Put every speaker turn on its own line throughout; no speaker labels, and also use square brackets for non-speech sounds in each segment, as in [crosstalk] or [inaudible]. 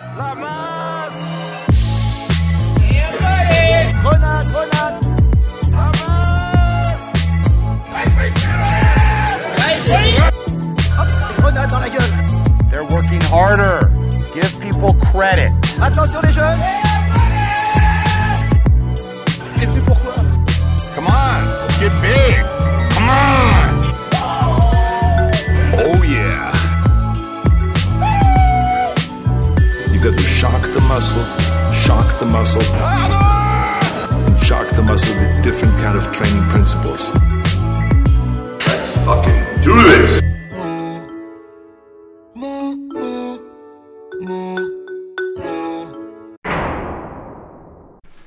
La masse Grenade, grenade La masse Hop, Grenade dans la gueule
They're working harder. Give people credit.
Attention les jeunes T'es venu pourquoi
Come on, let's get big. Come on.
Oh yeah. You got to shock the muscle, shock the muscle, and shock the muscle with different kind of training principles. Let's fucking do this.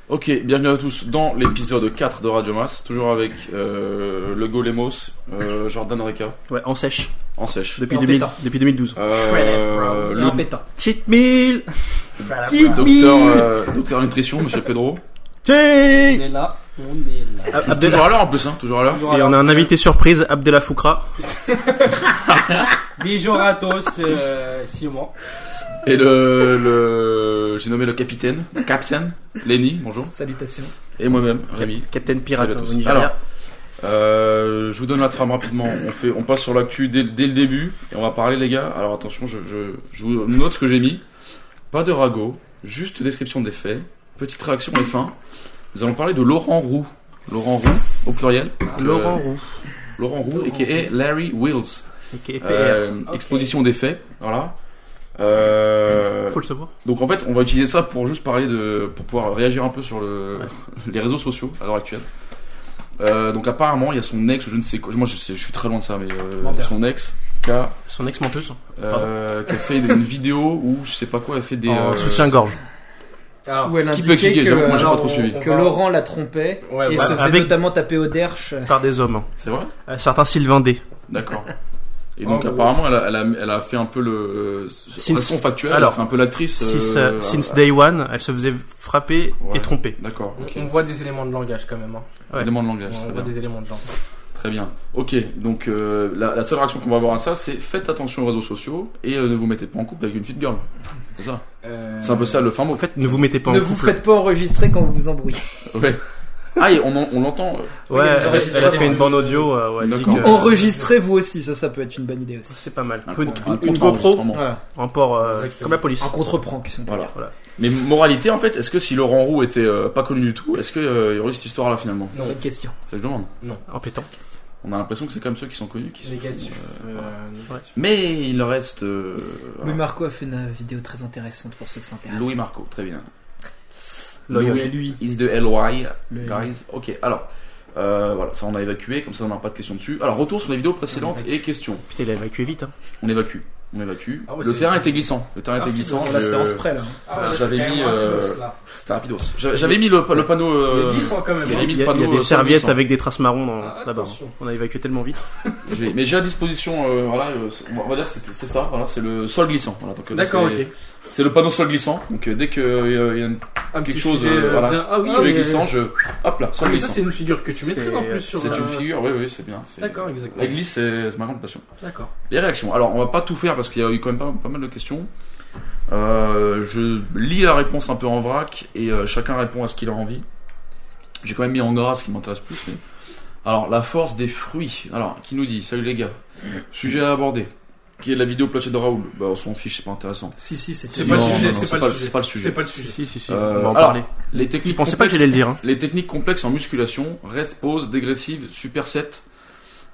Ok, bienvenue à tous dans l'épisode 4 de Radio Mass, toujours avec euh, le Golemos, euh, Jordan Reka,
Ouais, en sèche.
en sèche.
Depuis,
En
2000
pétant.
depuis
Ah.
2012.
Euh,
Non,
le
pétant.
Cheat meal Cheat
docteur, euh, docteur nutrition, monsieur Pedro.
On est là, on est là.
Toujours à l'heure en plus, hein, toujours à l'heure.
Bonjour
Ah, Et
à
on a un
tous.
invité surprise, Abdella Foukra.
Bonjour à tous, euh, Simon.
Et le, le j'ai nommé le capitaine, Captain, Lenny, bonjour.
Salutations.
Et moi-même, Rémi.
Captain Pirate
Salut à
au
tous.
Nigeria.
Alors. Euh, je vous donne la trame rapidement. On fait, on passe sur l'actu dès, dès le début et on va parler les gars. Alors attention, je, je, je vous note ce que j'ai mis. Pas de ragot, juste description des faits, petite réaction et fin. Nous allons parler de Laurent Roux. Laurent Roux au pluriel.
Ah, Laurent
Euh,
Roux,
Laurent Roux et qui est Larry Wills.
aka PR.
Euh,
Ok.
Exposition des faits. Voilà. Euh,
Faut le savoir.
donc en fait, on va utiliser ça pour juste parler de, pour pouvoir réagir un peu sur le, [laughs] les réseaux sociaux à l'heure actuelle. Euh, donc apparemment, il y a son ex, je ne sais quoi. Moi, je sais, je suis très loin de ça, mais euh,
Menteur.
son ex qui a,
Son ex-menteuse. hein,
euh, qui a fait une vidéo où je sais pas quoi, elle fait des.
en
euh,
soutien-gorge.
Alors,
elle Qui peut indiquait expliquer que, J'avoue que moi, j'ai pas trop suivi.
que Laurent la trompait
Ouais,
et
voilà.
se faisait
Avec-
notamment taper au derche.
Par des hommes.
C'est vrai.
Euh, certains Sylvain D.
D'accord. Et donc
Oh,
apparemment, elle a, elle, a, elle a fait un peu le. euh,
Since-
Since... factuelle.
alors,
elle a fait un peu l'actrice.
Since,
euh,
euh, since day one, elle se faisait frapper
Ouais.
et tromper.
D'accord. Ok.
On on voit des éléments de langage quand même. hein.
Ouais.
Élément de langage.
On
très
voit
bien.
des éléments de langage.
Très bien. Ok, donc euh, la, la seule réaction qu'on va avoir à ça, c'est faites attention aux réseaux sociaux et euh, ne vous mettez pas en couple avec une petite girl. C'est ça.
Euh,
C'est un peu ça le fin mot.
En fait, ne vous mettez pas
Ne
en
vous
couple.
faites pas enregistrer quand vous vous embrouillez.
Ouais. Ah, et on, en- on l'entend. euh,
Ouais,
il y a des
elle, elle a
enregistrements.
fait une bande audio. euh, ouais, elle dit
D'accord.
que-
Enregistrez vous aussi, ça, ça peut être une bonne idée aussi.
C'est pas mal.
un
Une,
con- un
une- une GoPro
contre-enregistrement.
Voilà.
en port, euh,
Exactement.
comme la police.
Un contre-prank, si on peut
Voilà.
dire.
Voilà.
Mais moralité, en fait, est-ce que si Laurent Roux était euh, pas connu du tout, est-ce qu'il y aurait eu cette histoire-là finalement
Non, bonne question.
Ça je demande.
En pétant.
On a l'impression que c'est comme ceux qui sont connus qui sont.
Négatif. Euh,
Mais il reste euh,
Louis Marco a fait une vidéo très intéressante pour ceux qui s'intéressent.
Louis Marco. Très bien.
Loyal.
Louis, lui. Is the LY.
Le-
Guys, ok, alors, euh, voilà, ça on a évacué, comme ça on n'aura pas de questions dessus. Alors, retour sur les vidéos précédentes et questions.
Putain, il a évacué vite. Hein.
On évacue, on évacue.
Ah ouais,
le
c'est- Ah,
terrain était glissant, le terrain était glissant.
Là, c'était en
je-
spray, là.
ouais,
ouais,
j'avais
c'est
mis,
quand même
euh,
rapidos, là.
C'était rapidos. J'avais j'avais mis le, le panneau. euh,
C'est glissant quand même.
il y a
hein.
mis
Il
le
y a, il y a
panneau, euh,
des serviettes
sans-
avec des traces marrons dans-
Ah,
là-bas.
attention.
On a évacué tellement vite.
j'ai- Mais j'ai à disposition, euh, voilà, euh, c'est- on va- on va dire que c'était- c'est ça, voilà, c'est le sol glissant. Voilà, donc, euh,
D'accord,
c'est-
ok.
C'est le panneau sol glissant, donc euh, dès que euh, il y a une-
Un
quelque
petit
chose,
sujet,
euh,
euh,
voilà.
bien- Ah oui,
je vais
mais-
glissant, je. Hop là,
Ah,
sol
mais ça,
glissant.
c'est une figure que tu maîtrises en
C'est-
plus sur.
C'est une
euh,
figure, oui, oui, c'est bien. c'est-
D'accord, exactement.
La glisse, c'est c'est ma grande passion.
D'accord.
Les réactions. Alors, on va pas tout faire parce qu'il y a eu quand même pas, pas mal de questions. Euh, je lis la réponse un peu en vrac et euh, chacun répond à ce qu'il a envie. J'ai quand même mis en gras ce qui m'intéresse plus. Mais... Alors, la force des fruits. Alors, qui nous dit Salut les gars. Sujet à aborder. Qui est la vidéo platée de Raoul Bah, on s'en fiche, c'est pas intéressant.
Si, si, c'était
C'est pas le
Non,
sujet,
non, non,
c'est
c'est
pas
pas-
le sujet.
c'est pas le sujet.
C'est pas le sujet.
Si, si, si.
Euh,
on va en
alors,
parler.
Les
Je
techniques
pensais pas que
complexes-
j'allais le dire. hein.
les techniques complexes en musculation, rest, pause, dégressive, superset,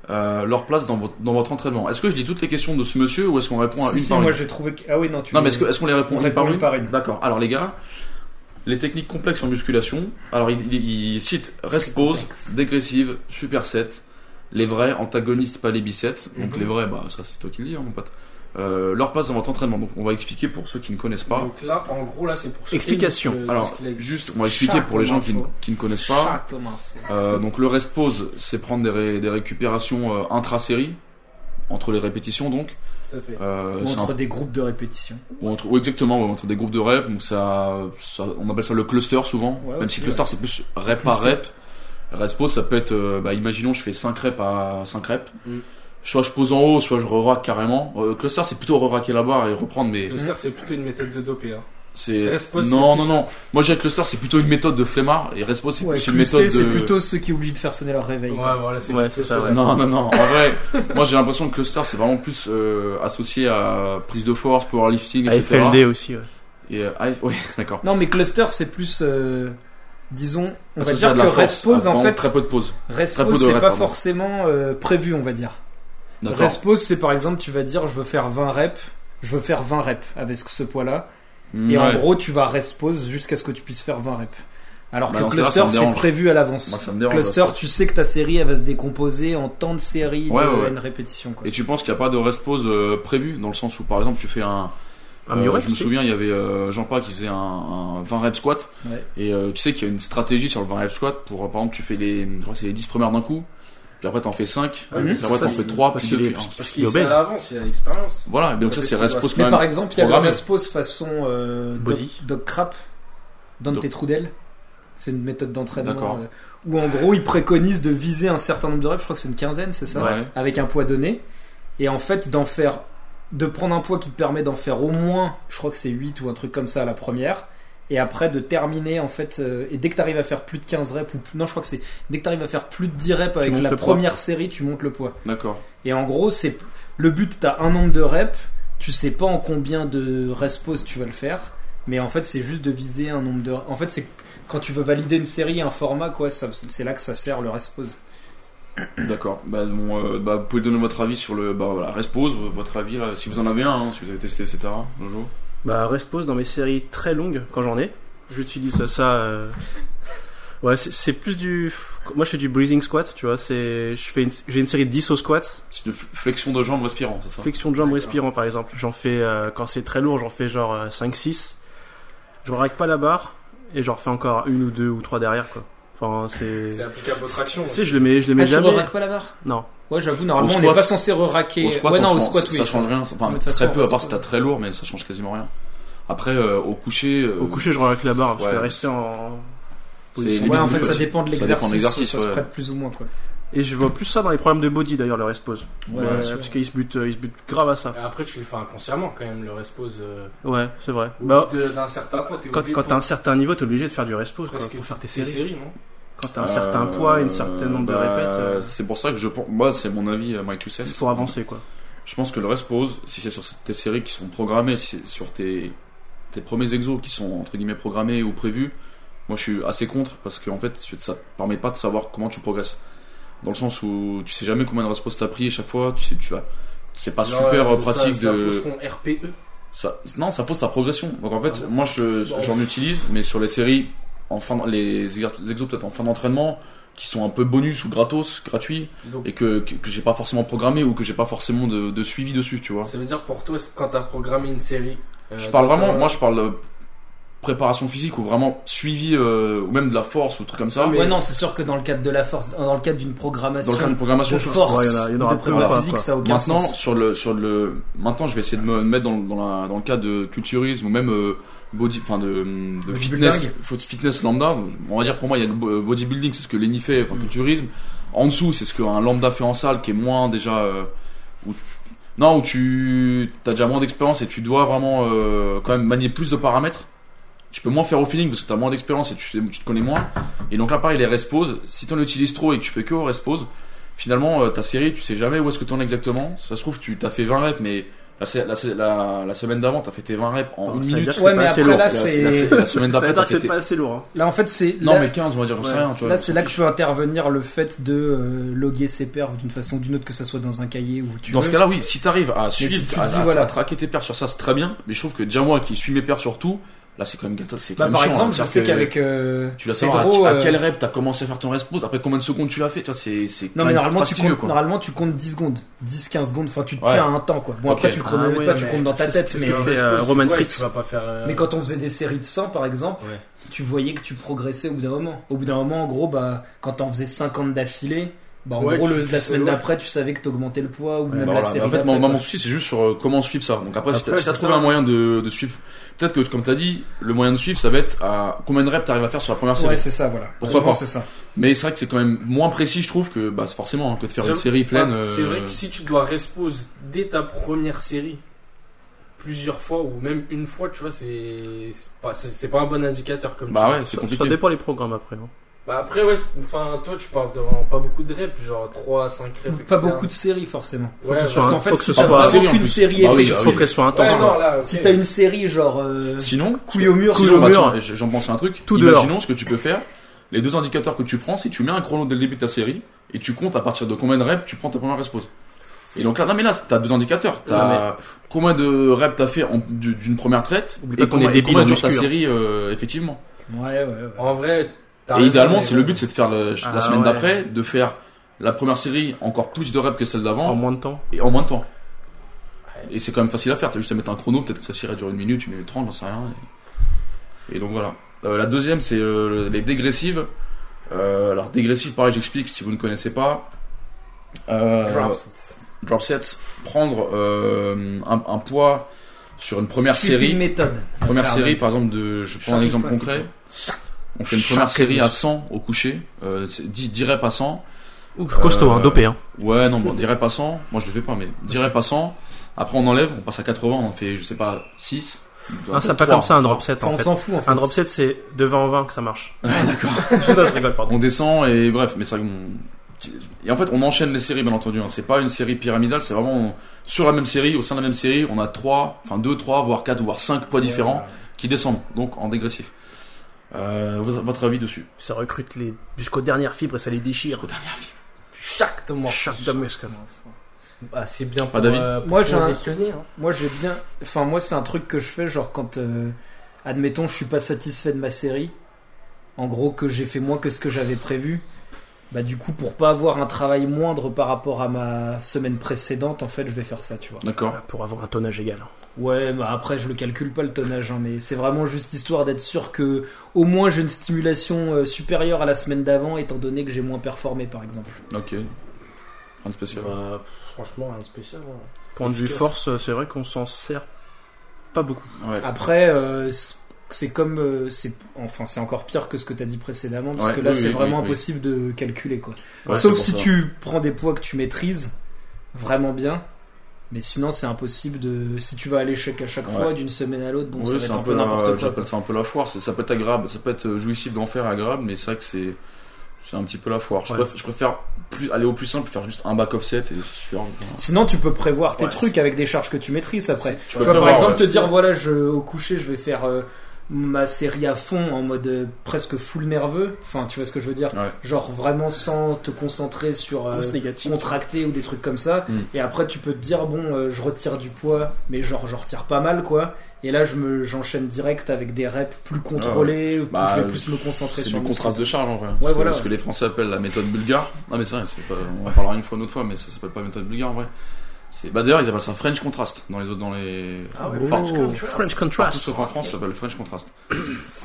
euh, leur place dans votre, dans votre entraînement. Est-ce que je lis toutes les questions de ce monsieur ou est-ce qu'on répond à
Si,
une
si,
par une
moi j'ai trouvé que... Ah oui, non, tu...
Non, mais est-ce que- est-ce qu'on les répond
on
une
répond
par
une
une
par une.
D'accord. Alors, les gars, les techniques complexes en musculation. Alors, il, il- il cite rest pause, dégressive, superset, les vrais, antagonistes, pas les biceps.
Mhm.
Donc, les vrais, bah, ça, c'est toi qui le dis, hein, mon pote. Euh, leur place dans votre entraînement. Donc, on va expliquer pour ceux qui ne connaissent pas.
Donc là, en gros, là, c'est pour. chaque-
Explication.
euh, tout
Alors,
ce qu'il a dit.
juste, on va expliquer pour les gens qui, ne- qui ne connaissent pas.
Chat, Thomas.
Euh, donc le rest pause, c'est prendre des, ré- des récupérations euh, intra-série, entre les répétitions donc.
Tout à fait.
Euh,
Ou
c'est un-
entre des groupes de répétition.
ou entre- ou exactement, ouais, entre des groupes de reps, donc ça, ça- on appelle ça le cluster souvent,
Ouais,
même
aussi,
si cluster c'est plus rep par rep. Rest pause, ça peut être, euh, bah, imaginons je fais 5 reps à 5 reps.
Mm.
Soit je pose en haut, soit je re-rack carrément. Euh, cluster c'est plutôt re-racker la barre et reprendre mais
Le star, c'est plutôt une méthode de dopé. hein.
C'est
Respo, c'est
non,
plus
non, non. Moi, j'ai cluster, c'est plutôt une méthode de flemmard et respo, c'est
Ouais,
plus une
Cluster,
méthode de.
c'est plutôt ceux qui oublient de faire sonner leur réveil.
Ouais,
quoi.
voilà, c'est
Ouais, c'est ça, ouais.
Non, non, non. En vrai, [laughs] moi, j'ai l'impression que cluster, c'est vraiment plus euh, associé à prise de force, powerlifting, etc.
AFLD aussi, ouais.
Et euh, AF ouais, [laughs] d'accord.
Non, mais cluster, c'est plus, euh, disons, on va
Associé à
dire
de
que
la force,
respose,
à-
en
pendant
fait,
très peu de pause. très peu de
respose, c'est
reps,
pas
pardon.
forcément euh, prévu, on va dire.
D'accord.
Respose, c'est par exemple, tu vas dire, je veux faire 20 reps, je veux faire 20 reps avec ce poids-là,
Mm,
et en
ouais.
gros, tu vas respose jusqu'à ce que tu puisses faire 20 reps. Alors
Bah,
que
dans ce cas-là,
cluster,
ça me
c'est
dérange.
prévu à l'avance.
Moi, ça me dérange,
cluster,
respose.
tu sais que ta série, elle va se décomposer en temps de série
Ouais,
de
ouais, ouais.
n répétitions. Quoi.
Et tu penses qu'il n'y a pas de rest pause euh, prévue dans le sens où par exemple tu fais un.
Un
euh,
muret,
je me
tu sais.
souviens, il y avait euh, Jean paul qui faisait un, un 20 reps squat.
Ouais.
Et euh, tu sais qu'il y a une stratégie sur le 20 reps squat pour euh, par exemple tu fais les, je crois que c'est les 10 premières d'un coup. Puis après t'en fais 5.
Ah,
puis
mais
après
ça,
t'en
c'est
fais 3
parce
puis
qu'il
2 puis
est- parce
1.
qu'il-
Parce
Il
qu'il
est
est
obèse.
à l'avance, il a l'expérience.
Voilà. Donc ça
Parce
c'est
que-
rest pause
Mais
quand
par
même.
exemple, il y a le
programmé.
Raspose façon euh, Doc,
Body.
Doc Crap, Dante
Doc.
Trudel. C'est une méthode d'entraînement
D'accord.
euh, où en gros il préconise de viser un certain nombre de reps, je crois que c'est une quinzaine, c'est ça
Ouais.
Avec un poids donné. Et en fait, d'en faire, de prendre un poids qui te permet d'en faire au moins, je crois que c'est 8 ou un truc comme ça à la première. Et après de terminer en fait, euh, et dès que tu arrives à faire plus de 15 reps, ou plus- non, je crois que c'est dès que tu arrives à faire plus de 10 reps avec
montes
la
le poids.
première série, tu montes le poids.
D'accord.
Et en gros, c'est le but, t'as un nombre de reps, tu sais pas en combien de respos tu vas le faire, mais en fait, c'est juste de viser un nombre de. En fait, c'est quand tu veux valider une série, un format, quoi, ça- c'est là que ça sert le respose.
D'accord. Bah, bon, euh, bah, vous pouvez donner votre avis sur le. Bah voilà, rest pause, votre avis là, si vous en avez un, hein, si vous avez testé, etc. Jojo.
Bah, Respose dans mes séries très longues quand j'en ai. J'utilise ça. euh, Ouais, c'est- c'est plus du. Moi, je fais du breathing squat, tu vois. C'est, je fais une... j'ai une série de 10 au squat,
C'est une f- flexion de jambes respirant, c'est ça
flexion de jambes respirant par exemple. J'en fais euh, quand c'est très lourd, j'en fais genre 5-6. Je rack pas la barre et j'en refais encore une ou deux ou trois derrière, quoi. Enfin,
C'est
c'est.
applicable aux tractions.
Tu sais, je le mets, je le mets
Ah, tu
jamais.
re-raques pas la barre
Non.
Ouais, j'avoue, normalement,
Au
on
squat-
n'est pas censé re-raquer.
Au squat,
ouais,
on
non, au
change-
squat, oui.
ça change rien. ça- Enfin,
Mais de toute
très
façon,
peu, à
on
part
se-
si t'as très lourd, mais ça change quasiment rien. Après, euh, au coucher, euh,
Au coucher, je rack la barre parce
ouais.
que rester en.
C'est
position-
Ouais, en
limite,
fait, ça
ouais.
dépend de
Ça dépend de
l'exercice. Ça,
l'exercice,
se
ouais.
prête plus ou moins, quoi.
Et je vois plus ça dans les problèmes de body d'ailleurs, le respose.
Ouais,
Euh,
bien sûr.
parce qu'il se bute, euh, il se bute grave à ça.
Et Après, tu le fais inconsciemment quand même, le respose euh,
Ouais, c'est vrai.
au
Bah,
bout de- d'un certain point. t'es
quand,
obligé
quand
de
t'as un certain niveau, t'es obligé de faire du respose quoi,
presque
pour faire tes
tes
séries.
séries, non
Quand t'as un certain poids et un certain nombre de
Euh, bah,
répètes, euh,
C'est pour ça que je pense. Moi, c'est mon avis, euh, Mike Lucet.
c'est pour avancer quoi.
Je pense que le rest pause, si c'est sur tes séries qui sont programmées, si c'est sur tes, tes premiers exos qui sont entre guillemets programmés ou prévus, moi je suis assez contre parce qu'en fait ça te permet pas de savoir comment tu progresses. Dans le sens où tu sais jamais combien de rest pause t'as pris et chaque fois, tu sais, tu as. C'est pas super euh, pratique de.
Ça, ça RPE.
Ça- non, ça pose ta progression. Donc en fait,
Ah bon
moi je,
Bon.
j'en utilise, mais sur les séries, en fin de- les exer- exos peut-être en fin d'entraînement, qui sont un peu bonus ou gratos, gratuits,
Donc,
et que, que, que j'ai pas forcément programmé ou que j'ai pas forcément de, de suivi dessus, tu vois.
ça veut dire pour toi, c'est quand t'as programmé une série. euh,
Je parle
dans
vraiment,
ta-
moi je parle de préparation physique ou vraiment suivi, euh, ou même de la force ou trucs comme ça.
Ah, mais-
Ouais, non, c'est sûr que dans le cadre de la force, euh, dans le cadre d'une programmation.
Dans le cadre de programmation,
de
je-
force,
Ouais, il y en a- il y en aura
de
plein,
prépa
quoi,
physique,
quoi.
ça a aucun
Maintenant,
sens.
sur le, sur le, maintenant, je vais essayer de me mettre dans, dans, la, dans le cadre de culturisme ou même euh, body, enfin de, de fitness, faut- fitness lambda. On va dire pour moi, il y a le bo- bodybuilding, c'est ce que Lenny fait, enfin culturisme. En dessous, c'est ce qu'un lambda fait en salle, qui est moins déjà. euh, où- non, où tu as déjà moins d'expérience et tu dois vraiment euh, quand même manier plus de paramètres. Tu peux moins faire au feeling parce que tu as moins d'expérience et tu, sais- tu te connais moins. Et donc là, pareil, les resposes, si tu en utilises trop et que tu fais que au respose, finalement, euh, ta série, tu sais jamais où est-ce que t'en es exactement. Ça se trouve, tu t'as fait 20 reps, mais la, se- la se- la- la semaine d'avant, t'as fait tes 20 reps en
Ça
une
veut
minute.
dire que c'est
Ouais,
pas
mais
assez
après
lourd.
là,
La,
c'est.
la- la- la semaine
Ça veut
d'après,
dire
t'as
que c'est
fait-
pas assez lourd. hein.
Là, en fait, c'est.
Non,
là-
mais 15, on va dire, j'en sais
Ouais.
rien, tu vois.
Là, c'est là que peut intervenir le fait de euh, loguer ses perfs d'une façon ou d'une autre, que ça soit dans un cahier ou tu
Dans
veux.
ce cas-là, oui, si t'arrives à suivre,
si tu
à,
dis,
à-
voilà.
à traquer tes perfs sur ça, c'est très bien. Mais je trouve que déjà moi qui suis mes perfs sur tout, là, c'est quand même gâteau. C'est quand
bah,
même
par
chiant,
exemple,
hein,
je
c'est-à-dire
sais
que
qu'avec. euh,
Tu dois
Pedro,
savoir à, à
euh,
quel rep t'as commencé à faire ton respose, après combien de secondes tu l'as fait, tu vois, c'est, c'est quand
Non, mais
même
normalement tu,
fastidieux,
comptes,
quoi.
normalement, tu comptes 10 secondes, 10, 15 secondes, enfin, tu te
Ouais.
tiens à un temps, quoi. Bon,
Ok.
après, tu le chronomètres
Ah ouais,
pas, tu
mais
comptes dans ta
c'est-
tête,
c'est ce
mais.
que fait,
Parce
euh,
que,
Roman
ouais,
Fritz.
Tu vas pas faire. euh,
Mais quand on faisait des séries de 100 par exemple,
Ouais.
tu voyais que tu progressais au bout d'un moment. Au bout d'un moment, en gros, bah, quand t'en faisais 50 d'affilée, bah, en
Ouais,
gros,
tu-
le-
tu
la
sais,
semaine
ouais.
d'après, tu savais que t'augmentais le poids ou
Bah
même la
voilà,
série.
mais en fait,
d'après,
moi, moi,
quoi.
mon souci, c'est juste sur euh, comment suivre ça. Donc après, si t'as
Après,
si t'as
c'est
trouvé
ça.
un moyen de, de suivre, peut-être que, comme t'as dit, le moyen de suivre, ça va être à combien de reps t'arrives à faire sur la première série.
Ouais, c'est ça, voilà.
Pourquoi
Souvent,
pas
C'est ça.
mais c'est vrai que c'est quand même moins précis, je trouve, que bah, c'est forcément hein, que de faire une
J'avoue,
série pleine.
enfin, C'est
euh,
vrai que si tu dois respose dès ta première série plusieurs fois ou même une fois, tu vois, c'est c'est pas, c'est- c'est pas un bon indicateur comme
Bah
tu
ouais,
dis.
c'est
Ça
compliqué.
dépend les programmes après. hein.
Bah après, ouais, c'est- enfin, toi, tu parles devant pas beaucoup de reps, genre 3, 5 reps,
Pas
etc.
beaucoup de hein. séries forcément.
Ouais,
que ce soit
parce
un-
qu'en
En fait,
faut que
si
ce
t'as
soit
pas
un
série, en
aucune
plus.
série,
Ah oui,
effective-
Faut qu'elle soit
fait-
intense.
Ouais,
quoi.
non, là,
si
ok.
t'as une série genre euh,
Sinon,
couille au mur,
Couille
Sinon,
au
bah,
mur.
tiens, j- J'en pense à un truc.
Tout
Imaginons
dehors.
ce que tu peux faire. Les deux indicateurs que tu prends, c'est tu mets un chrono dès le début de ta série et tu comptes à partir de combien de reps tu prends ta première respose. Et donc là, non mais là, t'as deux indicateurs. T'as combien de reps t'as fait en- du- d'une première traite
Oublie
et
pas qu'on
combien,
est débile
et combien
en
dure ta
muscu, hein.
série euh, effectivement.
Ouais, ouais,
Euh,
ouais.
En vrai, t'as
Et
raison,
idéalement,
mais-
c'est le but, c'est de faire le- la
Ah,
semaine
ouais.
d'après, de faire la première série encore plus de reps que celle d'avant
En moins de temps.
et en moins de temps. Et c'est quand même facile à faire, t'as juste à mettre un chrono, peut-être que ça série dure une minute, une minute trente, j'en sais rien. Et, et donc voilà. Euh, la deuxième, c'est euh, les dégressives. Euh, alors dégressives, pareil, j'explique si vous ne connaissez pas. Euh,
Drops.
drop sets, prendre euh, un, un poids sur une première
C'est une
série.
méthode.
Première
Faire
série, par exemple, de, je prends un
Chacune
exemple
place,
concret.
c'est
On fait une première série à 100 au coucher, euh, c'est 10, 10 reps à 100.
Ouf, costaud, hein,
Euh,
dopé. Hein.
Ouais, non, bon, 10 reps à 100. Moi, je le fais pas, mais 10 reps à 100. Après, on enlève, on passe à 80, on en fait, je sais pas, 6.
Ah, ça pas comme ça un drop set
Enfin,
en
on
fait.
s'en fout en fait.
Un drop set c'est de 20 en 20 que ça marche.
Ouais, d'accord.
[laughs] Non, je rigole, pardon.
On descend et bref, mais ça. on- Et en fait, on enchaîne les séries, bien entendu. hein. C'est pas une série pyramidale, c'est vraiment on- sur la même série, au sein de la même série, on a trois, enfin deux, trois, voire quatre, voire cinq poids différents qui descendent, donc en dégressif. Euh, votre votre avis dessus
Ça recrute les... jusqu'aux dernières fibres et ça les déchire.
Exactement.
Chaque dame muscle.
Bah, c'est bien
Pas
pour,
d'avis.
euh, pour
Moi, j'ai un-
positionner, hein.
Moi, j'ai bien. Enfin, moi, c'est un truc que je fais, genre quand, euh, admettons, je suis pas satisfait de ma série. En gros, que j'ai fait moins que ce que j'avais prévu. Bah, du coup, pour pas avoir un travail moindre par rapport à ma semaine précédente, en fait, je vais faire ça, tu vois.
D'accord.
Pour avoir un tonnage égal. hein.
Ouais, bah après, je le calcule pas le tonnage, hein, mais c'est vraiment juste histoire d'être sûr que, au moins, j'ai une stimulation euh, supérieure à la semaine d'avant, étant donné que j'ai moins performé, par exemple.
Ok. Rien de spécial.
euh,
Bah, pff, franchement, rien de spécial. hein.
Point de vue
Efficace.
force, euh, c'est vrai qu'on s'en sert pas beaucoup.
Ouais.
Après, euh, c'est- c'est comme, euh, c'est enfin, c'est encore pire que ce que t'as dit précédemment, parce
Ouais,
que là,
oui,
c'est
oui,
vraiment
oui, oui.
impossible de calculer, quoi.
Ouais, c'est
Sauf
pour
si
ça.
tu prends des poids que tu maîtrises vraiment bien, mais sinon, c'est impossible de. Si tu vas à l'échec à chaque
Ouais.
fois, d'une semaine à l'autre, bon, ça
Oui,
va
c'est
être
un
un
peu,
peu
la-
n'importe quoi.
j'appelle ça un peu la foire. C'est- Ça peut être agréable, ça peut être euh, jouissif d'en faire agréable, mais c'est vrai que c'est, c'est un petit peu la foire. Je,
Ouais.
préfère, je préfère plus, aller au plus simple, faire juste un back offset et suffire.
Sinon, tu peux prévoir tes
Ouais,
trucs avec des charges que tu maîtrises après.
C'est-
Tu,
tu peux
vois, par
prévoir,
exemple,
ouais.
te dire voilà, je, au coucher, je vais faire euh, ma série à fond en mode euh, presque full nerveux. Enfin, tu vois ce que je veux dire
Ouais.
Genre vraiment sans te concentrer sur euh,
Grosse négative.
contracté ou des trucs comme ça.
Mm.
Et après, tu peux te dire bon, euh, je retire du poids, mais genre, je retire pas mal quoi. Et là, je me j'enchaîne direct avec des reps plus contrôlés, où
Bah,
je vais plus me concentrer
C'est
sur
du
le
contraste de charge en vrai.
Ouais,
ce, que,
voilà,
ce
ouais.
que les Français appellent la méthode bulgare. Non, mais c'est vrai, c'est pas, on en parlera une fois une autre fois, mais ça s'appelle pas méthode bulgare en vrai. C'est, bah d'ailleurs, ils appellent ça French contrast dans les autres, dans les.
Ah
Oh,
Fort-
French
Partout
contrast.
sauf en France, ça s'appelle French Contrast.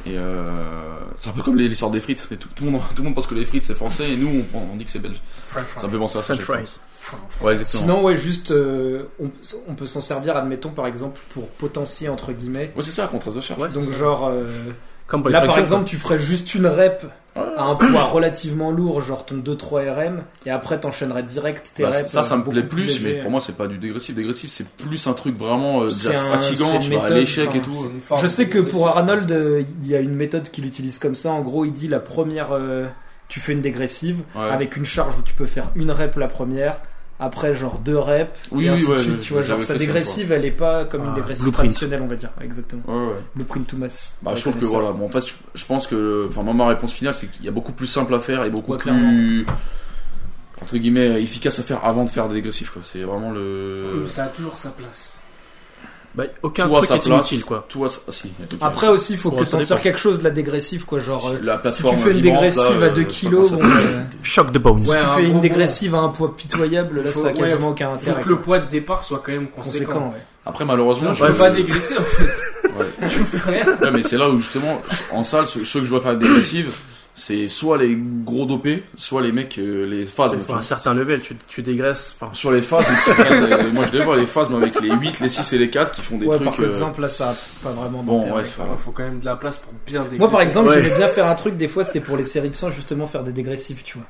Et euh, c'est un peu comme les- l'histoire des frites. Et tout, tout le monde, tout le monde pense que les frites c'est français et nous on, on dit que c'est belge.
French
Ça me fait penser à ça.
French
chaque fois.
fries.
Ouais, exactement.
Sinon, ouais, juste, euh, on, on peut s'en servir, admettons, par exemple, pour potentier, entre guillemets.
Ouais, c'est ça, Bah, contraste de charge.
Ouais,
Donc, genre, euh,
comme
Bah,
pour les
là, par
fractions,
exemple, tu ferais juste une rep
Ouais.
à un poids relativement lourd, genre ton 2-3 RM, et après, t'enchaînerais direct tes
Bah,
reps.
ça, ça
euh,
me
beaucoup
plaît plus, mais
légers.
pour moi, c'est pas du dégressif. Dégressif, c'est plus un truc vraiment euh, déjà
C'est un- c'est
fatigant,
une
tu vas à
méthode,
l'échec
enfin,
et tout.
Je sais que pour Arnold, euh, il y a une méthode qu'il utilise comme ça. En gros, il dit la première, euh, tu fais une dégressive,
Ouais.
avec une charge où tu peux faire une rep la première. Après, genre deux reps,
Oui,
et
oui,
ainsi
ouais,
de suite.
je-
tu vois, genre
j'avais
sa
fait ça une
dégressive, elle est pas comme une
Ah,
dégressive
blueprint.
traditionnelle, on va dire. Exactement.
Ouais, ouais.
Blueprint to mass.
Bah, je trouve que voilà, bon, en fait, je, je pense que, enfin, moi, ma réponse finale, c'est qu'il y a beaucoup plus simple à faire et beaucoup
Ouais,
plus, entre guillemets, efficace à faire avant de faire des dégressifs, quoi. C'est vraiment le.
Ça a toujours sa place.
bah, aucun
tout à
truc
sa
est
place.
inutile quoi.
Tout à sa- ah, si, il y a tout qui-
Après aussi, il faut
Bon,
que
ça
t'en tires
dépend.
quelque chose de la dégressive, quoi. Genre, euh,
la
si tu
plateforme
fais une
vibrante, là,
dégressive à
euh,
2
je sais pas
kilos,
comment
bon,
ça [laughs]
euh,
Choc de bones.
si
Ouais,
tu
un
fais
gros
une dégressive à un poids pitoyable, là,
Faut-
ça a
ouais,
quasiment aucun
Faut
intérêt.
que le
quoi.
poids de départ soit quand même conséquent.
conséquent, ouais.
Après, malheureusement,
Sinon,
je
je peux
me-
pas dégraisser en fait.
Ouais.
Je fais rien.
Ouais, mais c'est là où justement, en salle, ce, ceux que je dois faire avec des dégressives, c'est soit les gros dopés, soit les mecs, euh, les phases.
Enfin, à un
tu vois.
certain level, tu, tu dégraisses. Enfin,
Sur les phases, ils se prennent des- euh, moi je les vois, les phases, mais avec les 8, les 6 et les 4 qui font des
Ouais,
trucs.
par
euh,
exemple, là, ça a pas vraiment
Bon,
d'intérêt.
bref, voilà.
Faut quand même de la place pour bien dégraisser.
Moi, par exemple,
Ouais.
j'aimais bien faire un truc, des fois, c'était pour les séries de sang, justement, faire des dégressifs, tu vois.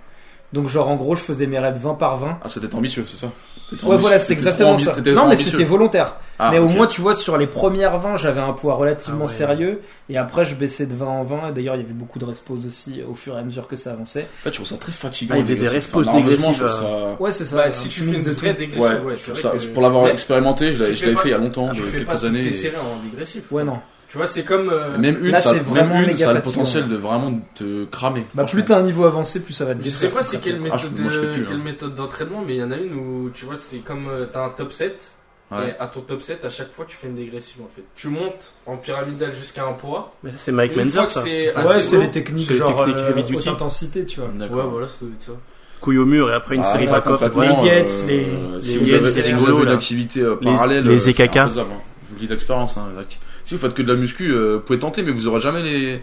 Donc, genre, en gros, je faisais mes reps 20 par 20.
Ah, c'était ambitieux, c'est ça T'étais
Ouais,
ambitieux,
voilà, c'est
t'étais trop
exactement
ambi-
ça.
t'étais
Non, mais
ambitieux.
c'était volontaire.
Ah,
mais au
ok.
moins, tu vois, sur les premières 20, j'avais un poids relativement
Ah ouais.
sérieux. Et après, je baissais de 20 en 20. D'ailleurs, il y avait beaucoup de respos aussi euh, au fur et à mesure que ça avançait.
En fait, je trouve ça très fatigant.
Ah, il y avait
les
des
gars,
respos
c'est- enfin, malheureusement, je
dégressifs,
trouve ça-
Ouais, euh, c'est ça.
Bah,
un petit
si tu fais
mix
une
de
vraie
tout.
Ouais,
dégressif, ouais,
je
c'est
trouve
vrai
ça-
que-
pour l'avoir
Mais
expérimenté, je l'avais
tu
je l'avais
fais
fait il y a
pas-
longtemps,
tu
il y a
fais pas
quelques
toutes tes
années. et-
séries en dégressif.
Ouais, non.
Tu vois, c'est comme. euh,
Même une,
Là,
ça,
c'est
même
vraiment
une,
méga
ça a le
fatigant,
potentiel
ouais.
de vraiment te cramer.
Bah, plus
franchement.
t'as un niveau avancé, plus ça va te
Je sais
distraire,
pas
très
c'est quelle
clairement.
Ah, je-
méthode,
moi, je fais
de-
plus, hein.
quelle méthode d'entraînement, mais il y en a une où tu vois, c'est comme euh, t'as un top 7,
Ouais.
et à ton top 7, à chaque fois, tu fais une dégressive en fait. Tu montes en pyramidal jusqu'à un poids.
Mais ça, c'est Mike
Une fois
Menzer,
que
ça.
Ah, c'est
Enfin,
assez
Ouais, c'est
haut.
les techniques
C'est les
genre
techniques
euh,
heavy
haute
duty.
intensité, tu vois.
Ouais, voilà, ça doit être ça.
Couille au mur et après une
Ah,
série
ça,
back-off.
complètement,
Ouais.
Les Yates,
euh,
les-
si
les
vous
Yates,
avez,
c'est
si vous
rigolo,
avez une
là.
activité euh,
Les-
parallèle,
les
euh, c'est
EKK.
infaisable, hein. Je vous le dis d'expérience. hein, là. Si vous faites que de la muscu, euh, vous pouvez tenter, mais vous aurez jamais les,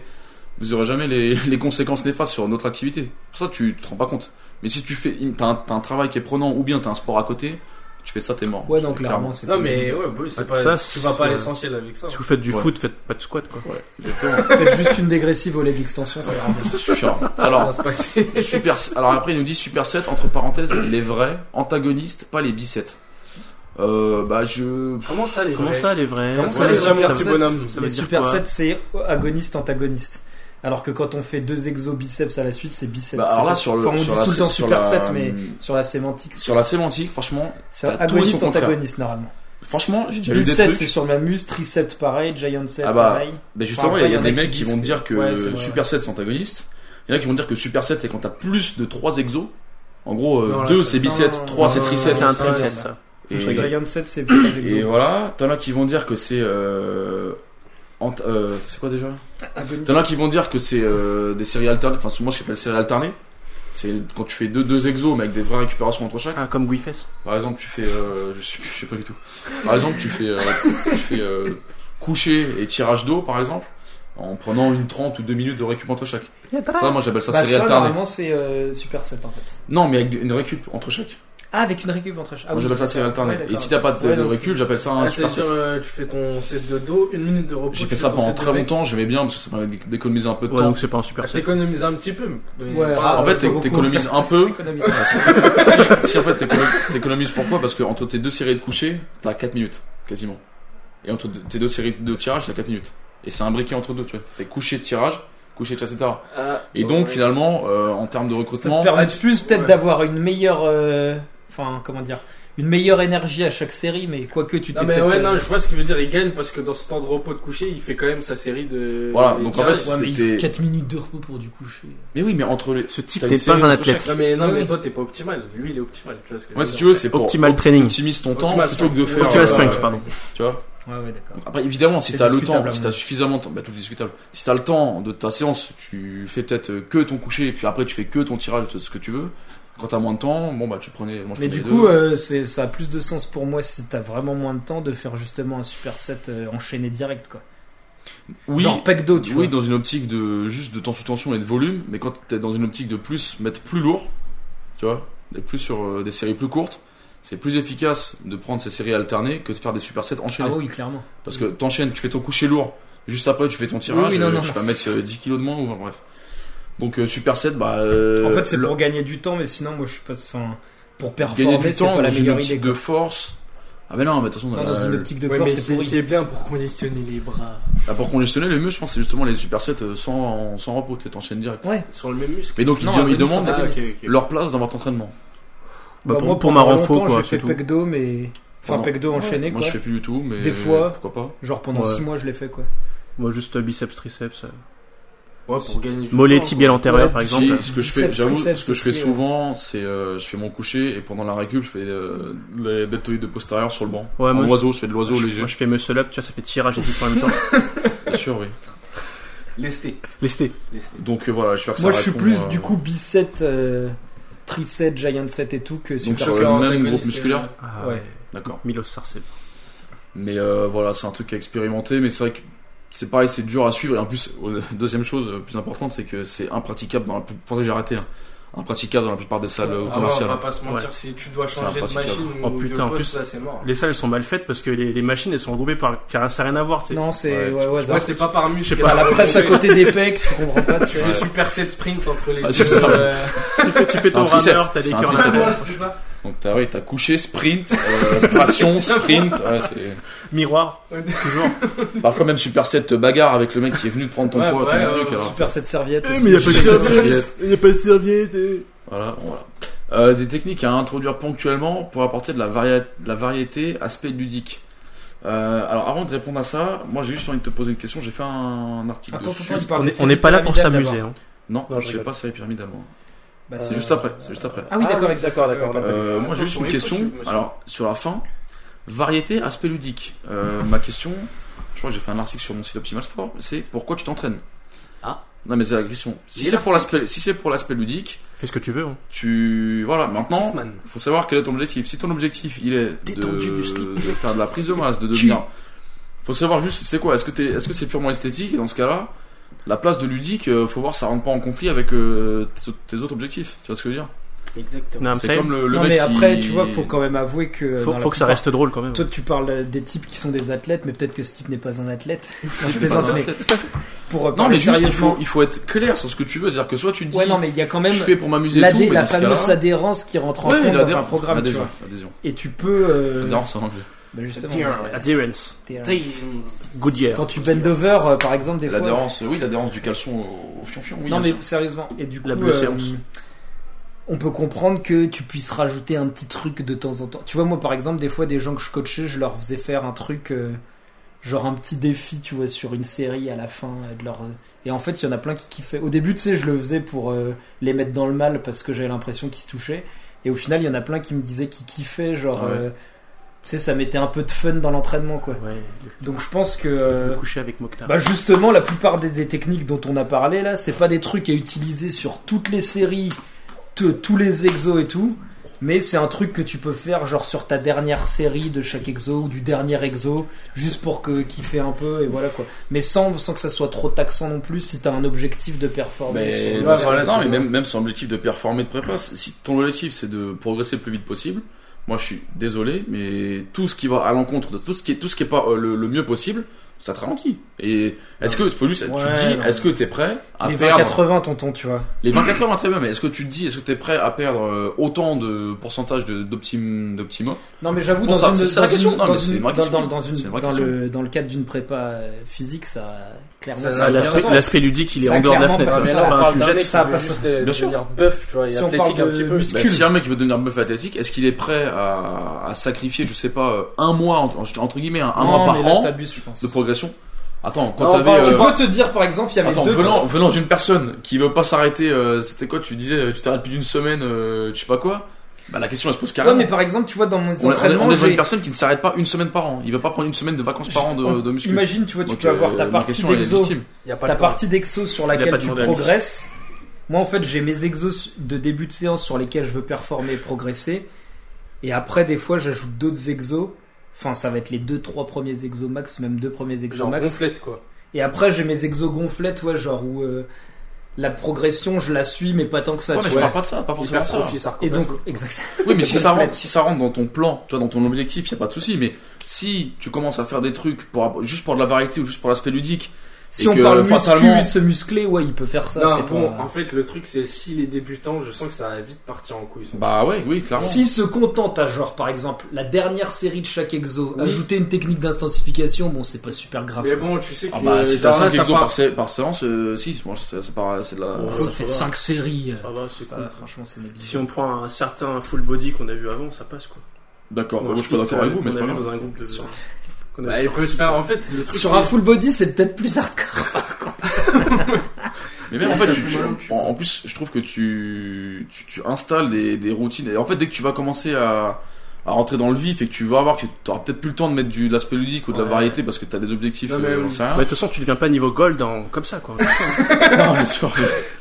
vous aurez jamais les, [laughs] les conséquences néfastes sur notre activité. Pour ça, tu, tu te rends pas compte. Mais si tu fais, t'as un, t'as un travail qui est prenant, ou bien t'as un sport à côté, tu fais ça, t'es mort.
Ouais, non,
C'est
clairement, c'est
Non,
pas-
mais ouais, bah oui, c'est
Ah,
pas.
ça,
tu vas pas à
c'est-
l'essentiel avec ça. hein.
Si vous faites du
Ouais.
foot, faites pas de squat, quoi.
Ouais, exactement. [laughs]
Faites juste une dégressive au leg extension,
[laughs]
ça va.
C'est suffisant.
Ça va
Alors,
se
[laughs]
passer.
Super, alors après il nous dit Super 7 entre parenthèses les vrais antagonistes pas les bisets. Euh, bah je
Comment ça, les
Comment
vrais
ça, les vrais
Comment
Parce
ça,
que
les
les
vrais
super
petits
sets,
bonhommes
Ça veut
les
dire
super
quoi
sets, c'est agoniste-antagoniste. Alors que quand on fait deux exo-biceps à la suite, c'est biceps.
bah, alors là
C'est-
sur le
enfin, on
sur
dit
la,
tout le temps
sur
super
la- euh,
set, mais sur la sémantique,
sur la sémantique franchement
c'est
t'as tout et son contraire.
agoniste-antagoniste normalement.
franchement j'ai déjà vu des
Bicep,
trucs.
c'est sur le muscle, tricep pareil, giant set
Ah bah,
pareil.
Mais justement
Enfin,
il y a,
après,
il y a des
en
mecs qui vont
disent
dire que
ouais, c'est vrai,
Super 7 c'est antagoniste. Il y en a qui vont dire que Super 7 c'est quand t'as plus de 3 exos. En gros
Non, là,
2
c'est-
c'est biceps,
non,
3 c'est
non,
triceps.
C'est un
Ouais, ouais,
tricep,
ouais.
ça.
Et-
ouais. Giant set, c'est pas les
Et
exos.
voilà, t'en as qui vont dire que c'est euh, ant- euh, c'est quoi déjà
Agoniste.
T'en as qui vont dire que c'est euh, des séries alternées, enfin moi je appelle séries alternées. C'est quand tu fais deux, deux exos mais avec des vraies récupérations entre chaque.
Ah, comme Guifes.
Par exemple tu fais, euh, je, sais, plus, je sais pas du tout. Par exemple tu fais, euh, tu fais euh, coucher et tirage d'eau par exemple en prenant une 30 ou 2 minutes de récup entre chaque. Ça moi j'appelle ça
Bah,
série
ça,
alternée.
normalement, c'est euh, super set en fait.
Non mais avec de- une récup entre chaque.
Ah, avec une récup entre chaque. Ah
moi
oui,
j'appelle ça
d'accord.
série alternée.
Ouais, d'accord.
et si t'as pas de,
Ouais,
de
donc,
récup j'appelle ça un
Ah, c'est
super set.
sûr, euh, tu fais ton set de dos, une minute de repos.
J'ai
tu
fait
fais
ça
ton
pendant
set
très
de bec.
longtemps, j'aimais bien parce que ça permet d'éc- d'économiser un peu de
Ouais,
temps.
donc c'est pas un super
Ah,
set.
T'économises un petit peu. mais
Ouais,
pas-
en fait,
t'as
t'éc-
beaucoup [laughs]
t'économises
offert,
un peu.
t'économises un peu.
[laughs] si, si, en fait t'économ- t'économises pourquoi Parce que entre tes deux séries de coucher, t'as 4 minutes quasiment. Et entre deux- tes deux séries de tirage, t'as 4 minutes. Et c'est imbriqué entre deux, tu vois. T'es couché de tirage, couché de chasse, etc.
Ah,
Et donc
ouais.
finalement, euh, en termes de
Ça te
recrutement,
permet
Ah, tu-
plus peut-être
ouais.
d'avoir une meilleure, euh, enfin comment dire, une meilleure énergie à chaque série, mais quoique tu t'es
Non mais
peut-être,
ouais
euh,
non je vois ce qu'il veut dire il gagne parce que dans ce temps de repos de coucher il fait quand même sa série de
Voilà,
de
donc en
tirages.
fait,
ouais, mais il
c'était-
faut 4 minutes de repos pour du coucher.
mais oui, mais entre les.
Ce type
T'as
n'est
une série
pas un
entre
athlète.
non mais non
Ouais,
mais
ouais.
toi t'es pas optimal lui il est optimal tu vois ce que je veux
Moi,
dire.
si tu veux, c'est pour
Optimal training.
optimiser ton temps
Optimal
plutôt que de
strength.
faire.
Optimal
euh,
strength, pardon.
Tu vois.
Ouais ouais d'accord.
Après, évidemment, si
C'est
t'as le
discutable,
temps, si
à
t'as
mon
suffisamment de temps, bah, tout est discutable. Si t'as le temps de ta séance, tu fais peut-être que ton coucher, et puis après, tu fais que ton tirage, ce que tu veux. Quand t'as moins de temps, bon, bah, tu prenais, moi, je
Mais
prenais
du
les
coup,
deux.
euh, c'est- ça a plus de sens pour moi si t'as vraiment moins de temps de faire justement un super set euh, enchaîné direct quoi.
oui,
Genre pecdo, tu
oui,
vois.
dans une optique de, juste de tension, tension et de volume, mais quand t'es dans une optique de plus, mettre plus lourd, tu vois, et plus sur euh, des séries plus courtes, c'est plus efficace de prendre ces séries alternées que de faire des supersets
Ah
enchaînés.
oui, clairement.
Parce que t'enchaînes, tu fais ton coucher lourd, juste après tu fais ton tirage,
Oui, oui, non,
euh,
non,
tu
non,
vas
c'est
mettre euh, 10 kilos de moins ou enfin, bref. Donc euh, Super 7, bah... euh,
en fait, c'est
le-
pour gagner du temps, mais sinon, moi, je passe, enfin, pour
gagner
performer,
du
c'est
temps
pas
dans
la
une
meilleure idée.
optique de force. Ah mais non, mais de toute façon,
quoi. Non,
euh,
dans une optique de
Ouais,
corps,
mais
c'est
c'est
pourri.
c'est bien pour conditionner les bras
bah, pour congestionner le mieux, je pense c'est justement les Super 7 euh, sans, sans repos, tu t'enchaînes direct.
Ouais.
sur le même muscle
Mais donc ils,
Non,
ils
agoniste,
demandent
Ah, ok,
leur place dans votre entraînement.
Bah,
Bah, pour-
moi,
Pour ma
pendant
renfo,
longtemps,
quoi,
J'ai
c'est
fait
tout.
pecdo, mais enfin
Pendant-
pecdo enchaîné
Moi
quoi.
je fais plus du tout, mais...
Des fois.
Pourquoi pas
Genre pendant
Ouais.
6 mois, je l'ai fait quoi.
Moi, juste euh, biceps, triceps. euh.
ouais pour gagner du
Mollet
temps,
tibial
quoi.
antérieur,
Ouais,
par
Si,
exemple.
ce que je fais,
Biceps,
j'avoue,
triceps
ce que je fais
aussi, ouais.
souvent, c'est euh, je fais mon coucher et pendant la récup, je fais euh, les deltoïdes de postérieur sur le banc.
Ouais,
en
moi-
oiseau, je fais de l'oiseau léger.
Moi, je fais muscle up, tu vois, ça fait tirage et diff en même temps.
Bien sûr, oui.
lesté
Lesté.
lesté
Donc euh, voilà, j'espère que
Moi, je
ça
suis
répond,
plus
euh,
du coup bicep, euh, tricep, giant set et tout que
Donc
super.
sur
c'est
le
un
même groupe
antagoniste,
musculaire.
euh,
Ah,
Ouais.
D'accord.
Milos Sarcel.
Mais euh, voilà, c'est un truc à expérimenter, mais c'est vrai que c'est pareil, [laughs] c'est dur à suivre. Et en plus, euh, deuxième chose euh, plus importante, c'est que c'est impraticable dans la. Pour ça, que j'ai arrêté. hein. impraticable dans la plupart des salles euh,
Ah ouais, on
commerciales.
va pas se mentir, si tu dois changer de
impraticable.
machine
Oh,
ou de
putain, en
poste,
plus,
là, c'est mort.
Les salles elles sont mal faites parce que les, les machines elles sont regroupées par car ça n'a rien à voir. tu sais.
Non, c'est. Ouais,
Ouais,
ouais,
Ouais, c'est pas par muscle.
Je sais
T'as
pas,
la presse à côté des pecs, tu comprends pas, tu vois.
Le super set sprint entre les
Ah,
deux.
c'est ça.
euh,
tu fais, tu fais ton
un tricep.
rameur, t'as des
C'est un
cœurs
tricep.
[laughs] là-dedans.
voilà, c'est ça.
Donc t'as ouais, t'as couché, sprint, euh, traction, sprint. Ouais, c'est-
miroir, toujours.
Parfois même Super 7 te bagarre avec le mec qui est venu te prendre ton
Ouais,
poids, ton
ouais, ouais,
truc. alors.
Super cette serviette.
Eh, mais y a pas de
Super
serviette.
cette
Il n'y a pas de serviette.
Voilà, voilà. Euh, des techniques à introduire ponctuellement pour apporter de la, varia- de la variété, aspect ludique. Euh, alors avant de répondre à ça, moi j'ai juste envie de te poser une question. J'ai fait un, un article
Attends,
dessus.
attends, il parle
On
des
est- on
séries
n'est pas là pour
pyramides,
s'amuser.
d'abord.
hein.
Non,
Non, je
je sais
rigole.
pas si c'est pyramidal moi.
Bah,
C'est juste après, c'est juste après.
Ah oui, d'accord, exact.
D'accord, d'accord. d'accord.
Euh, moi, j'ai juste une question.
Attention, il faut suivre, monsieur.
Alors, sur la fin, variété, aspect ludique. Euh, ma question, je crois que j'ai fait un article sur mon site Optimal Sport, c'est pourquoi tu t'entraînes
Ah.
Non, mais c'est la question. Si
Et
c'est pour l'aspect, si c'est pour l'aspect ludique,
Fais ce que tu veux. hein.
tu voilà. Maintenant,
Kiffman.
faut savoir quel est ton objectif. Si ton objectif, il est
Détendu
de,
du slip.
de faire de la prise de masse, de devenir. Faut savoir juste c'est quoi. Est-ce que t'es, est-ce que c'est purement esthétique Et dans ce cas-là, la place de ludique, euh, faut voir ça rentre pas en conflit avec euh, tes, tes autres objectifs. Tu vois ce que je veux dire
Exactement.
Non,
C'est comme le, euh, le
Non,
mec
Ah, mais
qui-
après, tu vois, faut quand même avouer que.
faut,
dans la
faut que ça
plupart-
reste drôle quand même.
Toi, tu parles des types qui sont des athlètes, mais peut-être que ce type n'est pas un athlète. Non, je
Pas
plaisante,
un
mais
athlète.
pour euh,
Non,
parler
mais juste, il faut,
sérieusement.
il faut être clair sur ce que tu veux. C'est-à-dire que soit tu te dis,
Ouais, non, mais il y a quand même
je fais pour m'amuser et
l'adhé-
tout, mais
la
dans ce cas-là-
fameuse adhérence qui rentre en
Ouais,
compte dans
l'adhé-
un programme, tu
l'adhésion,
vois.
l'adhésion.
Et tu peux. euh,
Adhérence en anglais.
Bah, justement.
Adhérence.
Adherence.
adhérence.
Thousands.
Goodyear.
Quand tu bend over, euh, par exemple, des fois.
L'adhérence, oui, l'adhérence du caleçon au, au fion-fion, oui.
non
bien
mais
sûr.
sérieusement, et du coup,
La bleue
euh,
séance.
on peut comprendre que tu puisses rajouter un petit truc de temps en temps. Tu vois, moi par exemple, des fois, des gens que je coachais, je leur faisais faire un truc, euh, genre un petit défi, tu vois, sur une série à la fin euh, de leur. Et en fait, il y en a plein qui kiffaient. Au début, tu sais, je le faisais pour euh, les mettre dans le mal parce que j'avais l'impression qu'ils se touchaient. Et au final, il y en a plein qui me disaient qu'ils kiffaient, genre.
Ouais.
euh, tu sais, ça mettait un peu de fun dans l'entraînement, quoi.
Ouais,
Donc je pense que.
le,
euh,
le coucher avec Mokhtar.
bah justement, la plupart des, des techniques dont on a parlé là, c'est pas des trucs à utiliser sur toutes les séries, te- tous les exos et tout, mais c'est un truc que tu peux faire genre sur ta dernière série de chaque exo ou du dernier exo, juste pour que kiffer un peu et voilà quoi. Mais sans, sans que ça soit trop taxant non plus si t'as un objectif de performance.
Mais,
sur-
non,
Ouais,
c'est-
voilà,
non,
c'est
mais
ça.
même, même sans l'objectif de performer de prépa, si si ton objectif c'est de progresser le plus vite possible, moi je suis désolé, mais tout ce qui va à l'encontre de tout ce qui est, tout ce qui est pas euh, le, le mieux possible, ça te ralentit. Et est-ce que, faut juste, tu
Ouais,
te dis,
non.
est-ce que t'es prêt à
les
perdre
20-80 tonton, tu vois.
Les 24 heures, très bien, mais est-ce que tu te dis, est-ce que t'es prêt à perdre euh, autant de pourcentage de- d'optim- d'optima
Non mais j'avoue
Pour
dans
ça,
une
c'est- c'est la
dans une-
question. Non,
dans
mais c'est
une-
une vraie
dans-
question.
dans- dans une-
C'est une vraie
dans
question.
le dans le cadre d'une prépa euh, physique, ça clairement
Ça,
ça
ça
a
Ah,
a
aucun
l'aspect-
sens.
L'aspect ludique il est
Ça,
en dehors de la
clairement,
fenêtre.
pas-
bah, mais
hein.
là, on
Enfin,
parle
tu
d'un
jettes-
mec
ça
qui veut
passe-
juste euh,
Bien sûr.
devenir buff, tu vois, et
Si on
athlétique
parle
un
de
petit peu.
muscu-
Bah,
Cul.
si un mec qui veut devenir buff athlétique, est-ce qu'il est prêt à, à sacrifier, je sais pas, euh, un mois, entre, entre guillemets, hein, un, un
Non,
mois
mais
par
là,
an
t'abuses, je pense.
de progression Attends, quand
Non, on
t'avais.
parle-
bah, Tu
euh,
peux te dire par exemple, il y avait
Attends,
deux
venant, venant d'une personne qui veut pas s'arrêter, euh, c'était quoi Tu disais, euh, tu t'arrêtes plus d'une semaine, euh, tu sais pas quoi Bah la question elle se pose
Ouais,
carrément.
mais par exemple, tu vois, dans mon
on, est- on est-
entraînement,
on est devant une
j'ai...
personne qui ne s'arrête pas une semaine par an. Il veut pas prendre une semaine de vacances par an de, de muscu.
Imagine, tu vois, tu
Donc,
peux
euh,
avoir ta
ma
partie
question, elle est
d'exo,
légitime.
Y a pas
ta
le temps.
partie d'exo sur
Il y a pas
laquelle
de
tu
demande à liste.
progresses. Moi, en fait, j'ai mes exos de début de séance sur lesquels je veux performer et progresser. Et après, des fois, j'ajoute d'autres exos. Enfin, ça va être les deux, trois premiers exos max, même deux premiers exos
Genre
max.
gonflette, quoi.
Et après, j'ai mes exos gonflettes, ouais, genre où euh, la progression, je la suis, mais pas tant que ça.
Ouais, mais
tu
je
vois.
parle pas de ça, pas forcément
Hyper
ça.
profit,
Et donc,
sarcoplasme.
exact.
Oui, mais si
Complète.
ça rentre, si ça rentre dans ton plan, toi, dans ton objectif, y a pas de souci. Mais si tu commences à faire des trucs pour juste pour de la variété ou juste pour l'aspect ludique,
Si
Et
on
que,
parle
fatalement-
muscu, se muscler, ouais, il peut faire ça.
non,
c'est
bon,
pas-
en fait, le truc, c'est si les débutants, je sens que ça va vite partir en couille. son-
bah ouais, oui, clairement.
S'il se contente à genre par exemple la dernière série de chaque exo,
Oui.
ajouter une technique d'intensification, bon c'est pas super grave.
mais bon, tu sais que.
Ah bah, si
euh, genre
t'as 5
là, ça
exos
part-
par, sé- par séance, euh, si, bon, c'est c'est pas- c'est de la.
Ouais.
Bon,
ça
ça fait
va.
5 séries. euh,
Ça va, Ah, bah, c'est
Ça,
cool.
franchement c'est
Si
négligeable.
on prend un certain full body qu'on a vu avant, ça passe quoi.
D'accord,
Ou
Bah, moi
un
je suis pas
split
d'accord avec vous, mais
qu'on
c'est pas
a vu
grave.
dans un groupe de.
Sur-
qu'on a
Bah,
vu
il
sur un
peut se
site.
faire. En fait, le truc.
Sur un
c'est-
full body c'est peut-être plus hardcore.
Mais même en
Ça
fait,
fait
tu- tu-
mal au cul.
en, en plus, je trouve que tu, tu, tu installes des, des routines. Et en fait, dès que tu vas commencer à, à rentrer dans le vif et que tu vas voir que tu auras peut-être plus le temps de mettre du, de l'aspect ludique ou de la
Ouais.
variété parce que tu as des objectifs.
Non, mais
euh,
oui.
j'en sais rien.
Bah, de toute façon, tu deviens pas niveau gold en- comme ça, quoi.
Bah,
[laughs] Non, bien sûr.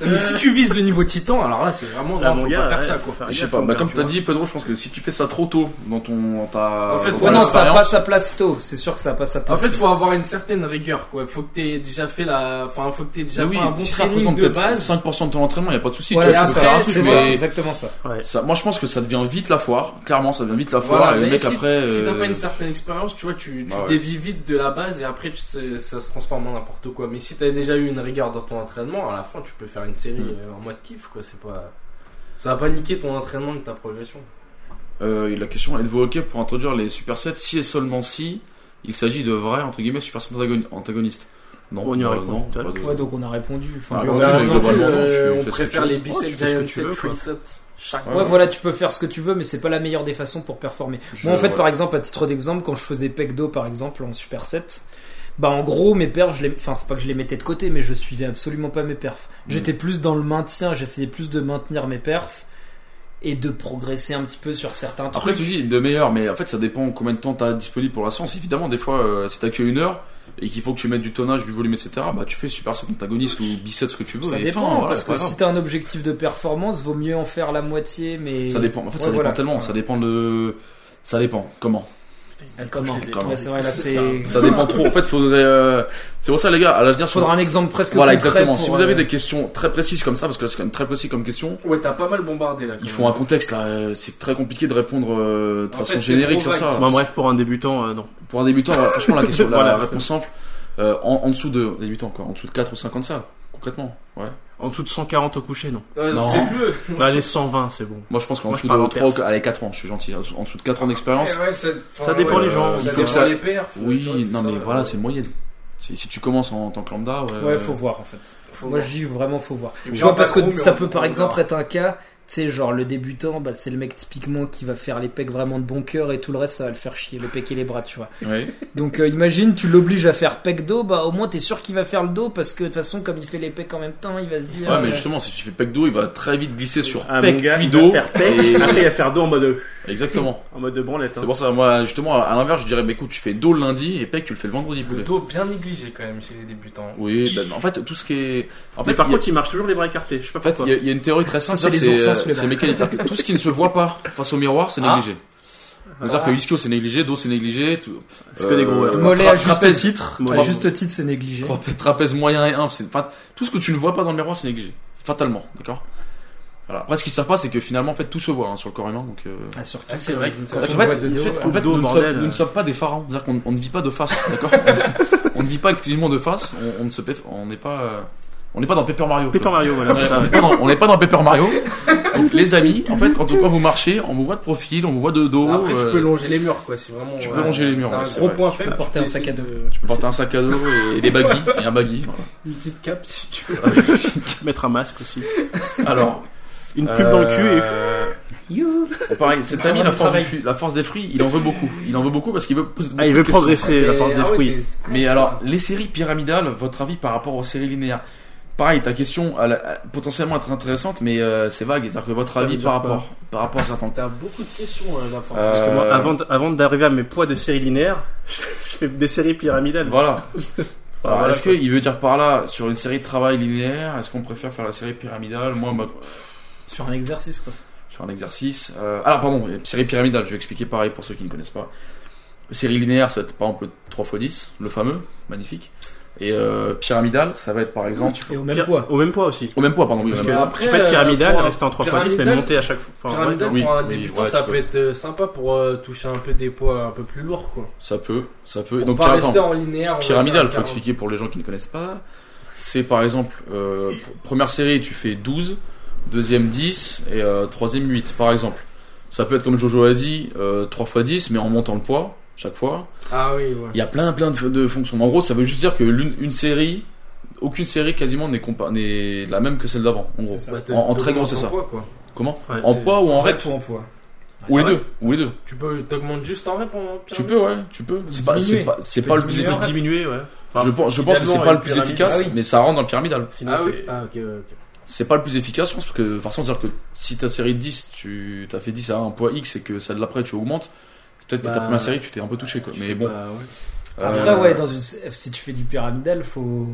Mais si tu vises le niveau titan, alors là, c'est vraiment.
Là,
non,
mon
faut
gars,
pas faire
ouais,
ça,
faut
quoi.
faire
Je sais
gaffe,
pas,
mon
bah,
hein,
gars,
comme
tu
tu as
vois.
dit, Pedro, je pense que si tu fais ça trop tôt dans ton. Dans ta,
En fait,
dans
ouais,
Ouais,
ton
non, ça a
expérience-
pas sa place tôt. C'est sûr que ça a pas sa
En
place.
fait, faut avoir une certaine rigueur, quoi. Faut que t'aies déjà fait la, enfin, faut que t'aies déjà
Mais
fait un bon
bah oui, si ça
training
représente
de
peut-être
base. ah,
5% de ton entraînement, il a pas de souci.
Voilà,
tu vois,
c'est
tu peux faire un
ça,
truc,
c'est ça,
mais
c'est exactement ça.
ça- moi, je pense que ça devient vite la foire. Clairement, ça devient vite la foire.
Voilà,
et
mais
le mec
si,
après.
si t'as
euh,
pas une certaine expérience, tu vois, tu, tu
Bah ouais.
dévies vite de la base et après tu sais- ça se transforme en n'importe quoi. Mais si t'as déjà eu une rigueur dans ton entraînement, à la fin tu peux faire une série
Mm.
euh, en mode kiff, quoi. C'est pas, ça va pas niquer ton entraînement et ta progression.
Euh, et la question êtes-vous ok pour introduire les supersets si et seulement si il s'agit de vrais entre guillemets supersets antagoni- antagonistes Non,
On y a
pas-
répondu
non,
tout à l'heure.
pas de-
Ouais, donc on a répondu. Enfin,
Ah,
on
bon,
a-
tu
non,
mais globalement, tu
euh, on
fais ce que
préfère
tu
les
veux.
Ouais, tu
biceps
fais ce que
Giant
tu
set,
veux, quoi.
tricep set, chaque
Ouais,
Ouais,
mois.
voilà, tu peux faire ce que tu veux, mais c'est pas la meilleure des façons pour performer.
Je-
Moi, en fait,
ouais.
par exemple, à titre d'exemple, quand je faisais pecdo, par exemple, en super 7, bah, en gros, mes perfs, je les... enfin, c'est pas que je les mettais de côté, mais je suivais absolument pas mes perfs.
Mm.
J'étais plus dans le maintien, j'essayais plus de maintenir mes perfs et de progresser un petit peu sur certains trucs.
Après, tu dis de meilleur, mais en fait, ça dépend combien de temps t'as disponible pour la séance. Évidemment, des fois, euh, si t'as que une heure et qu'il faut que tu mettes du tonnage, du volume, etc., bah tu fais superset antagoniste ou biceps ce que tu veux.
Ça
et
dépend,
fin, voilà,
parce
c'est pas
que si
grave.
t'as un objectif de performance, vaut mieux en faire la moitié, mais.
ça dépend. En fait, ça
Ouais,
dépend
voilà.
tellement. Ça dépend de. Ça dépend. Comment
Ah, Comment,
Je les ai-
Ouais, c'est vrai, là, c'est. [laughs]
Ça dépend trop. En fait, faudrait. euh, C'est pour ça, les gars, à l'avenir, sur-
Faudra un exemple presque
Voilà,
concret
exactement.
pour,
Si vous avez
euh,
des questions très précises comme ça, parce que là, c'est quand même très précis comme question,
Ouais, t'as pas mal bombardé là. quand
Il
même.
faut un contexte là, euh, c'est très compliqué de répondre euh, de
En
façon
fait, c'est
générique
trop
sur ça.
Bon, Bah, bref, pour un débutant, euh, non.
Pour un débutant, voilà, franchement
[laughs]
la question, la
Voilà,
réponse simple, euh, en, en dessous de débutant quoi, en dessous de 4 ou 50 salles, concrètement. Ouais.
En dessous de 140 au coucher, non.
Euh,
Non.
c'est plus.
Bah, les 120, c'est bon.
Moi je pense qu'en
Moi,
dessous
je parle
de
en
3
perf.
allez 4 ans, je suis gentil, en dessous- en dessous de 4 ans d'expérience.
Eh ouais, ça,
Ça dépend les gens.
Il
Ça
faut que
dépend
ça-
les perfs. tu vois,
oui,
tout
non
ça,
mais
euh,
voilà, c'est moyenne. Si, si tu commences en, tant que lambda, ouais.
Ouais, faut voir en fait.
faut
Moi,
voir.
je dis vraiment, faut voir.
Et puis,
Tu
on
vois, parce
passe
que
gros,
ça
mais on-
peut par
on
exemple
verra.
être un cas, tu sais, genre le débutant, bah, c'est le mec typiquement qui va faire les pecs vraiment de bon cœur et tout le reste, ça va le faire chier, le pec et les bras, tu vois.
Ouais.
Donc euh, imagine, tu l'obliges à faire pec dos, bah au moins t'es sûr qu'il va faire le dos parce que de toute façon, comme il fait les pecs en même temps, il va se dire.
Ouais, mais
euh,
justement, si tu fais pec dos, il va très vite glisser sur
Ah,
pec
mon gars,
puis
il
dos.
va faire pec, [laughs] après il va faire dos en mode, euh,
Exactement.
en mode de branlette. hein.
C'est pour ça, moi justement, à l'inverse, je dirais, bah écoute, tu fais dos le lundi et pec tu le fais le vendredi.
Le
poulet.
dos bien négligé quand même chez les débutants.
Oui, bah, en fait, tout ce qui est. En
Mais
fait,
par
il y a-
contre, il marche toujours les bras écartés. Je sais pas
En fait,
pourquoi.
il y, a- il y a une théorie très simple,
Ça, c'est
c'est
les
euh,
oursins sous les
c'est
barres.
mécanique. Tout ce qui ne se voit pas face au miroir, c'est
Ah.
négligé. C'est-à-dire que ischio, c'est négligé, dos, c'est négligé. tout-
C'est que des gros,
le
euh,
Mollet à
Tra-
juste
trapèze.
titre, à
Mollet.
juste titre, c'est négligé.
Trapèze, trapèze moyen et 1, c'est enfin, tout ce que tu ne vois pas dans le miroir, c'est négligé. Fatalement, d'accord voilà. Après, ce qui ne savent pas, c'est que finalement, en fait, tout se voit hein, sur le corps humain. Donc, euh,
Ah, surtout.
Ah, c'est vrai que
Quand
En fait,
on voit de
en
dos,
fait,
ouais.
en fait,
Dos,
nous, ne
bordel.
sommes, nous ne sommes pas des pharaons, c'est-à-dire qu'on on ne vit pas de face,
[laughs]
d'accord on, ne vit pas exclusivement de face. On, on ne se, pef- on n'est pas, euh, on n'est pas dans Paper Mario. quoi.
Paper Mario, voilà, c'est ça.
On est pas dans- on n'est pas dans Paper Mario. Donc les amis, en fait, quand on voit vous marcher, on vous voit de profil, on vous voit de dos.
Après, tu
euh,
peux longer les murs, quoi. Si vraiment.
Tu peux longer les murs,
T'as
ouais,
un
c'est
gros
vrai.
point faible,
porter
peux
un sac
essayer
à dos.
de-
tu peux porter un sac à dos
[laughs]
et des baggies et un baggy. voilà.
Une petite cape, si tu veux.
[laughs] Mettre un masque aussi.
Alors,
Une pub dans le cul
euh,
You.
pareil, cet ami,
Vraiment
la
du
force, du
travail.
fruit- la force des fruits, il en veut beaucoup. Il en veut beaucoup parce qu'il veut. poser
et. Ah, il
beaucoup
veut
de questions.
progresser, la force
Et-
des
ah ouais,
fruits.
t'es-
Mais alors, les séries pyramidales, votre avis par rapport aux séries linéaires Pareil, ta question elle a- potentiellement être intéressante, mais euh, c'est vague. C'est-à-dire que votre
Ça veut
avis
dire
par
quoi
rapport, par rapport à certains.
T'as beaucoup de questions, euh, la force.
Euh,
Parce que
Moi, avant d- avant d'arriver à mes poids de série linéaire, [laughs] je fais des séries pyramidales.
Voilà. Alors,
Voilà,
est-ce
quoi.
qu'il veut dire par là sur une série de travail linéaire Est-ce qu'on préfère faire la série pyramidale Moi, bah,
Sur un exercice, quoi.
sur un exercice. euh, Alors, pardon, euh, série pyramidale, je vais expliquer pareil pour ceux qui ne connaissent pas. Série linéaire, ça va être par exemple le 3x10, le fameux, magnifique. Et euh, pyramidale, ça va être par exemple.
Et au même
Pyra-
poids.
Au même poids aussi.
Au même poids, pardon, oui,
Parce
au
que
même poids.
après,
je peux être
euh,
pyramidal,
pour-
rester en 3x10, mais
pyramidal-
monter à chaque fois. Enfin, ouais,
Pyramidal
non.
oui,
pour un
oui,
débutant,
ouais,
ça
tu
peut
peux.
être euh, sympa pour euh, toucher un peu des poids un peu plus lourds, quoi.
Ça peut, ça peut. Et
Pour
donc,
pas
attends,
rester en linéaire. on va dire,
pyramidale, Ah, faut
quarante.
expliquer pour les gens qui ne connaissent pas. C'est par exemple, euh, pr- première série, tu fais 12, deuxième 10 et euh, troisième 8, par exemple. Ça peut être comme Jojo a dit, euh, 3 x 10, mais en montant le poids, chaque fois.
Ah oui, ouais.
Il y a plein plein de, de fonctions. Mais En gros, ça veut juste dire que l'une une série, aucune série quasiment n'est compa- n'est la même que celle d'avant. En gros,
C'est ça.
Bah, te-
en- en très
t'augmentes
gros, c'est
ton
ça.
poids, quoi.
comment
Ouais,
En
c'est-
poids ou en rep
Pour un poids.
Ou les
Ouais.
deux Ou les deux
Tu peux t'augmentes juste en rep en pyramide.
Tu peux, ouais, tu peux. C'est pas, c'est
Diminuer.
pas, c'est
Tu
pas
peux
le plus
diminuer,
efficace.
diminuer, ouais.
Je, pense- je pense que c'est
évidemment,
pas
une
le plus
pyramide.
efficace,
Ah oui.
mais ça rentre dans le pyramidal.
Sinon,
Ah oui.
c'est-
Ah ok, ok.
c'est pas le plus efficace, je pense, parce que, enfin, sans dire que si ta série de 10, tu as fait 10 à un poids X et que celle d'après tu augmentes, peut-être que
Bah,
ta première série tu t'es un peu touché, quoi.
Tu
Mais
fais
bon.
pas- Bah, Ah, ouais.
Après,
euh,
ouais, dans une... si tu fais du pyramidal, faut.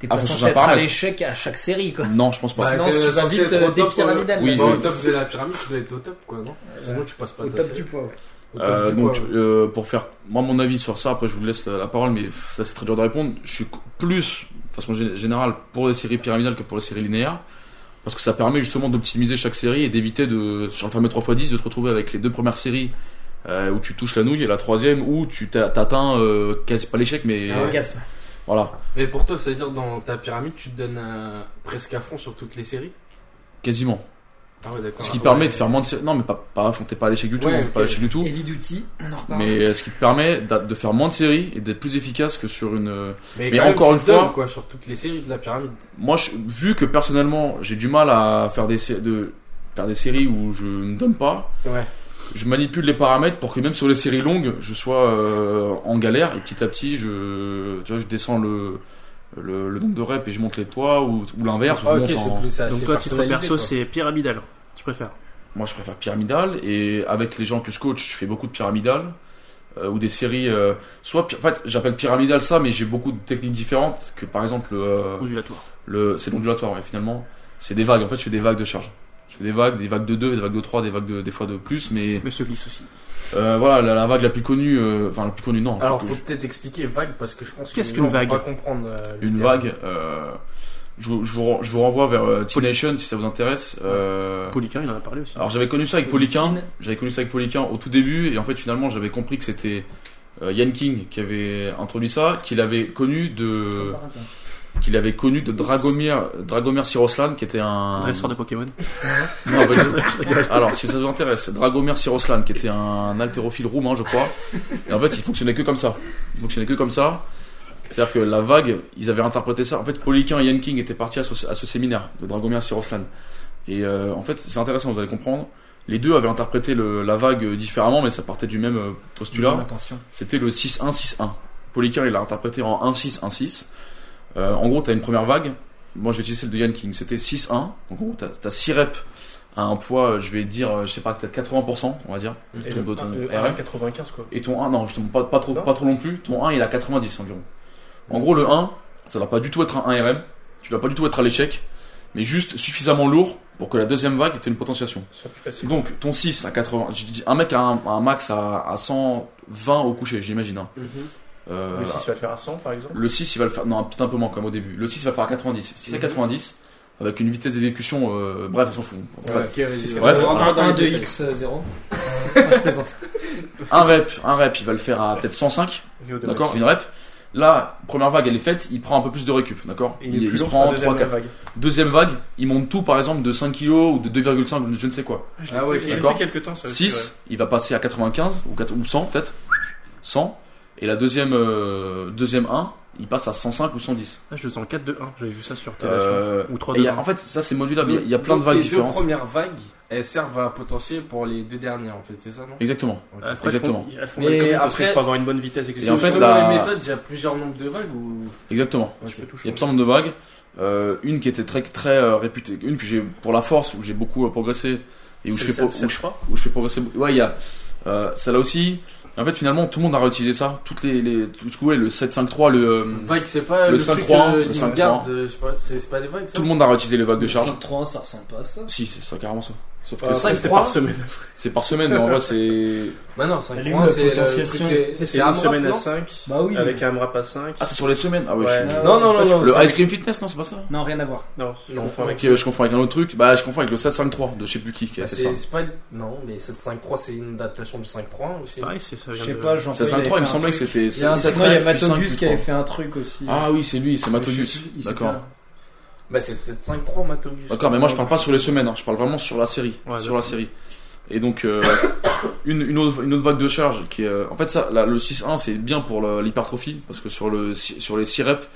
T'es
Ah,
pas
faut
censé
changer un
être à
paramètre.
l'échec à chaque série, quoi.
Non, je pense pas.
Bah,
Sinon,
t'es
tu vas
censé
vite
être au
euh, des
top,
pyramidales.
Oui,
la
Bah, au
série.
top de la pyramide, tu dois être au top, quoi, non Sinon, tu passes pas
Au
ta
top
série.
du poids, ouais.
Au top
Euh,
du
donc,
poids, ouais.
euh, pour faire moi mon avis sur ça, après je vous laisse la, la parole, mais pff, ça c'est très dur de répondre. Je suis co- plus, de façon gé- générale, pour les séries pyramidales que pour les séries linéaires, parce que ça permet justement d'optimiser chaque série et d'éviter de, sur le fameux 3x10, de se retrouver avec les deux premières séries euh, où tu touches la nouille et la troisième où tu t'a- t'atteins euh, quasi pas l'échec, mais
Ah,
Un orgasme.
voilà,
Mais pour toi, ça veut dire dans ta pyramide, tu te donnes euh, presque à fond sur toutes les séries
quasiment.
Ah ouais, d'accord.
Ce qui
Ah
permet
ouais.
de faire moins de séries. Non, mais pas, pas on t'es pas à l'échec du tout,
Ouais,
on t'est hein, pas à
ok.
l'échec du tout.
Heavy Duty, on en reparle.
Mais euh, ce qui te permet d'a- de faire moins de séries et d'être plus efficace que sur une euh,
Mais,
Mais
quand même,
encore
tu
une
te donnes,
fois-
quoi, sur toutes les séries de la pyramide.
Moi, je- vu que personnellement, j'ai du mal à faire des, sé- de, faire des séries où je ne donne pas,
Ouais.
je manipule les paramètres pour que même sur les séries longues, je sois euh, en galère et petit à petit, je, tu vois, je descends le, le, le nombre de reps et je monte les poids ou, ou l'inverse. je
Ah, ok,
monte en-
c'est plus ça.
Donc
c'est
toi, titre
personnalisé,
perso,
quoi.
c'est pyramidal. Tu préfères
Moi, je préfère pyramidal et avec les gens que je coach, je fais beaucoup de pyramidal euh, ou des séries. euh, soit, pi- en fait, j'appelle pyramidal ça, mais j'ai beaucoup de techniques différentes que par exemple. euh,
Ondulatoire.
le c'est l'ondulatoire ouais, finalement c'est des vagues en fait je fais des vagues de charge je fais des vagues des vagues de 2 des vagues de 3 des vagues de des fois de plus mais
Monsieur Glisse aussi.
euh, voilà la, la vague la plus connue euh, enfin la plus connue non
Alors,
que
faut
je-
peut-être expliquer vague parce que je pense que
Qu'est-ce
les
qu'une
gens vont
vague
pas comprendre. euh, le
une
terme.
vague euh, je, vous- je vous, ren- je vous renvoie vers euh, Teen Nation si ça vous intéresse euh,
Poliquin, il en a parlé aussi.
alors j'avais connu ça avec Poliquin
Polykin.
j'avais connu ça avec Poliquin au tout début et en fait finalement j'avais compris que c'était euh, Yan King qui avait introduit ça qu'il avait connu de
Par hasard.
qu'il avait connu de Dragomir Dragomir Siroslan qui était un
Dresseur de Pokémon.
Non, pas du tout. Alors, si ça vous intéresse, Dragomir Siroslan, qui était un haltérophile roumain, je crois. Et en fait, il fonctionnait que comme ça. Il fonctionnait que comme ça. C'est-à-dire que la vague, ils avaient interprété ça. En fait, Poliquin et Yann King étaient partis à ce, à ce séminaire de Dragomir Siroslan. Et euh, en fait, c'est intéressant, vous allez comprendre. Les deux avaient interprété le- la vague différemment, mais ça partait du même euh, postulat.
Bonne intention.
C'était le 6-1-6-1. Poliquin, il l'a interprété en 1-6-1-6. Euh, en gros, t'as une première vague. Moi, j'ai utilisé celle de Yann King. C'était 6-1. Donc, en gros, t'as- t'as 6 reps à un poids, euh, je vais dire, euh, je sais pas, peut-être 80%, on va dire.
Et
Ton, ton- ton RM.
95 quoi.
Et ton 1, non, je te montre pas, pas, trop,
Non.
pas trop non plus. Ton 1, il est à 90 environ. En gros, le 1, ça doit pas du tout être un 1 RM. Tu dois pas du tout être à l'échec. Mais juste suffisamment lourd pour que la deuxième vague ait une potentiation. Donc, ton 6 à 80, je dis un mec à un, à un max à, à 120 au coucher, j'imagine. hein.
Mhm.
Euh,
Le 6 va le faire à 100 par exemple.
le 6, il va le faire. Non, peut-être un peu moins comme au début. Le 6, il va le faire à 90. 6 à 90, avec une vitesse d'exécution. euh, bref, on s'en fout.
Ouais, ok, vas-y.
Bref,
On rentre dans les
1 de
détails.
X euh, 0. Je plaisante.
Un rep, un rep, il va le faire à peut-être 105.
VO2
D'accord
max.
Une rep. Là, première vague, elle est faite, il prend un peu plus de récup. D'accord
Et il, est plus
se
long sur
prend
la deuxième
3, 4.
vague.
Deuxième vague, il monte tout, par exemple, de 5 kg ou de 2,5, je ne sais quoi.
Ah ouais,
Je l'ai
ok.
D'accord.
fait quelques temps ça aussi,
6, il va passer à 95 ou, 4 ou 100 peut-être. 100. Et la deuxième, euh, deuxième 1, il passe à 105 ou 110.
Ah, je le sens 4 de 1. J'avais vu ça sur Télation.
Euh,
Ou 3
et il y
de
a-
1.
en fait, ça c'est modulable. Il y a- il y a plein de
Donc,
vagues
les
différentes.
deux premières vagues, elles servent à potentiel pour les deux dernières, en fait, c'est ça, non
Exactement.
Ah,
exactement.
Mais
Mais
après-
après, il faut avoir une bonne vitesse.
Et en fait,
Selon
la-
les méthodes, il y a plusieurs nombres de vagues ou.
Exactement.
Ok.
Il y a plein de vagues. Euh, une qui était très très euh, réputée, une que j'ai pour la force où j'ai beaucoup euh, progressé et où je, fais pro- où, je, où je fais progresser. beaucoup. Ouais, il y a euh, celle-là aussi. En fait, finalement, tout le monde a réutilisé ça. Toutes les, les tout ce que vous voulez, le 7-5-3, le euh,
Vague, c'est pas
Le
le,
5-3,
truc euh,
le
ligne
5-3.
garde, euh, je sais pas, c'est c'est pas des vagues, ça
tout le monde a réutilisé les vagues de charge.
3, ça ressemble pas à ça.
Si, c'est ça carrément ça. Sauf que ça,
Ah, cinq,
Euh, c'est
trois.
par semaine.
c'est par semaine, mais en
[laughs]
vrai c'est
Bah non,
Elle est
5
où, la
c'est le truc,
potentiation
c'est-
C'est
c'est
une
AMRAP,
semaine à
non
5
Bah oui.
avec un rap à 5.
ah c'est sur les semaines. Ah ouais.
Ouais.
je suis-
Non, non, non, non.
Le
c'est-
ice cream fitness, non, c'est pas ça.
Non, rien à voir.
Non, je confonds
Ok,
avec. Ah,
je confonds avec un autre truc. Bah, je confonds avec le 7-5-3 de je sais plus qui qui a
bah,
fait ça.
C'est c'est pas. Non, mais 7-5-3, c'est une adaptation du 5-3 aussi.
Pareil, c'est ça.
Je
vient
sais
de-
pas, j'en sais
7-5-3, il me semblait que c'était.
Il y a un
c'est-
truc, il y a
c'est-
Matogus qui avait
5-3.
fait un truc aussi.
Ah oui, c'est lui,
Je
c'est
sais
Matogus.
plus, il s'était-
D'accord.
Bah c'est le 7-5-3, Matogus.
D'accord, mais moi je parle pas sur les semaines, hein, je parle vraiment sur la série.
Ouais,
sur la série. Et donc, euh, [coughs] une, une, autre, une autre vague de charge qui est. euh, en fait, ça, là, le 6-1, c'est bien pour le- l'hypertrophie, parce que sur, le, si- sur les 6 reps,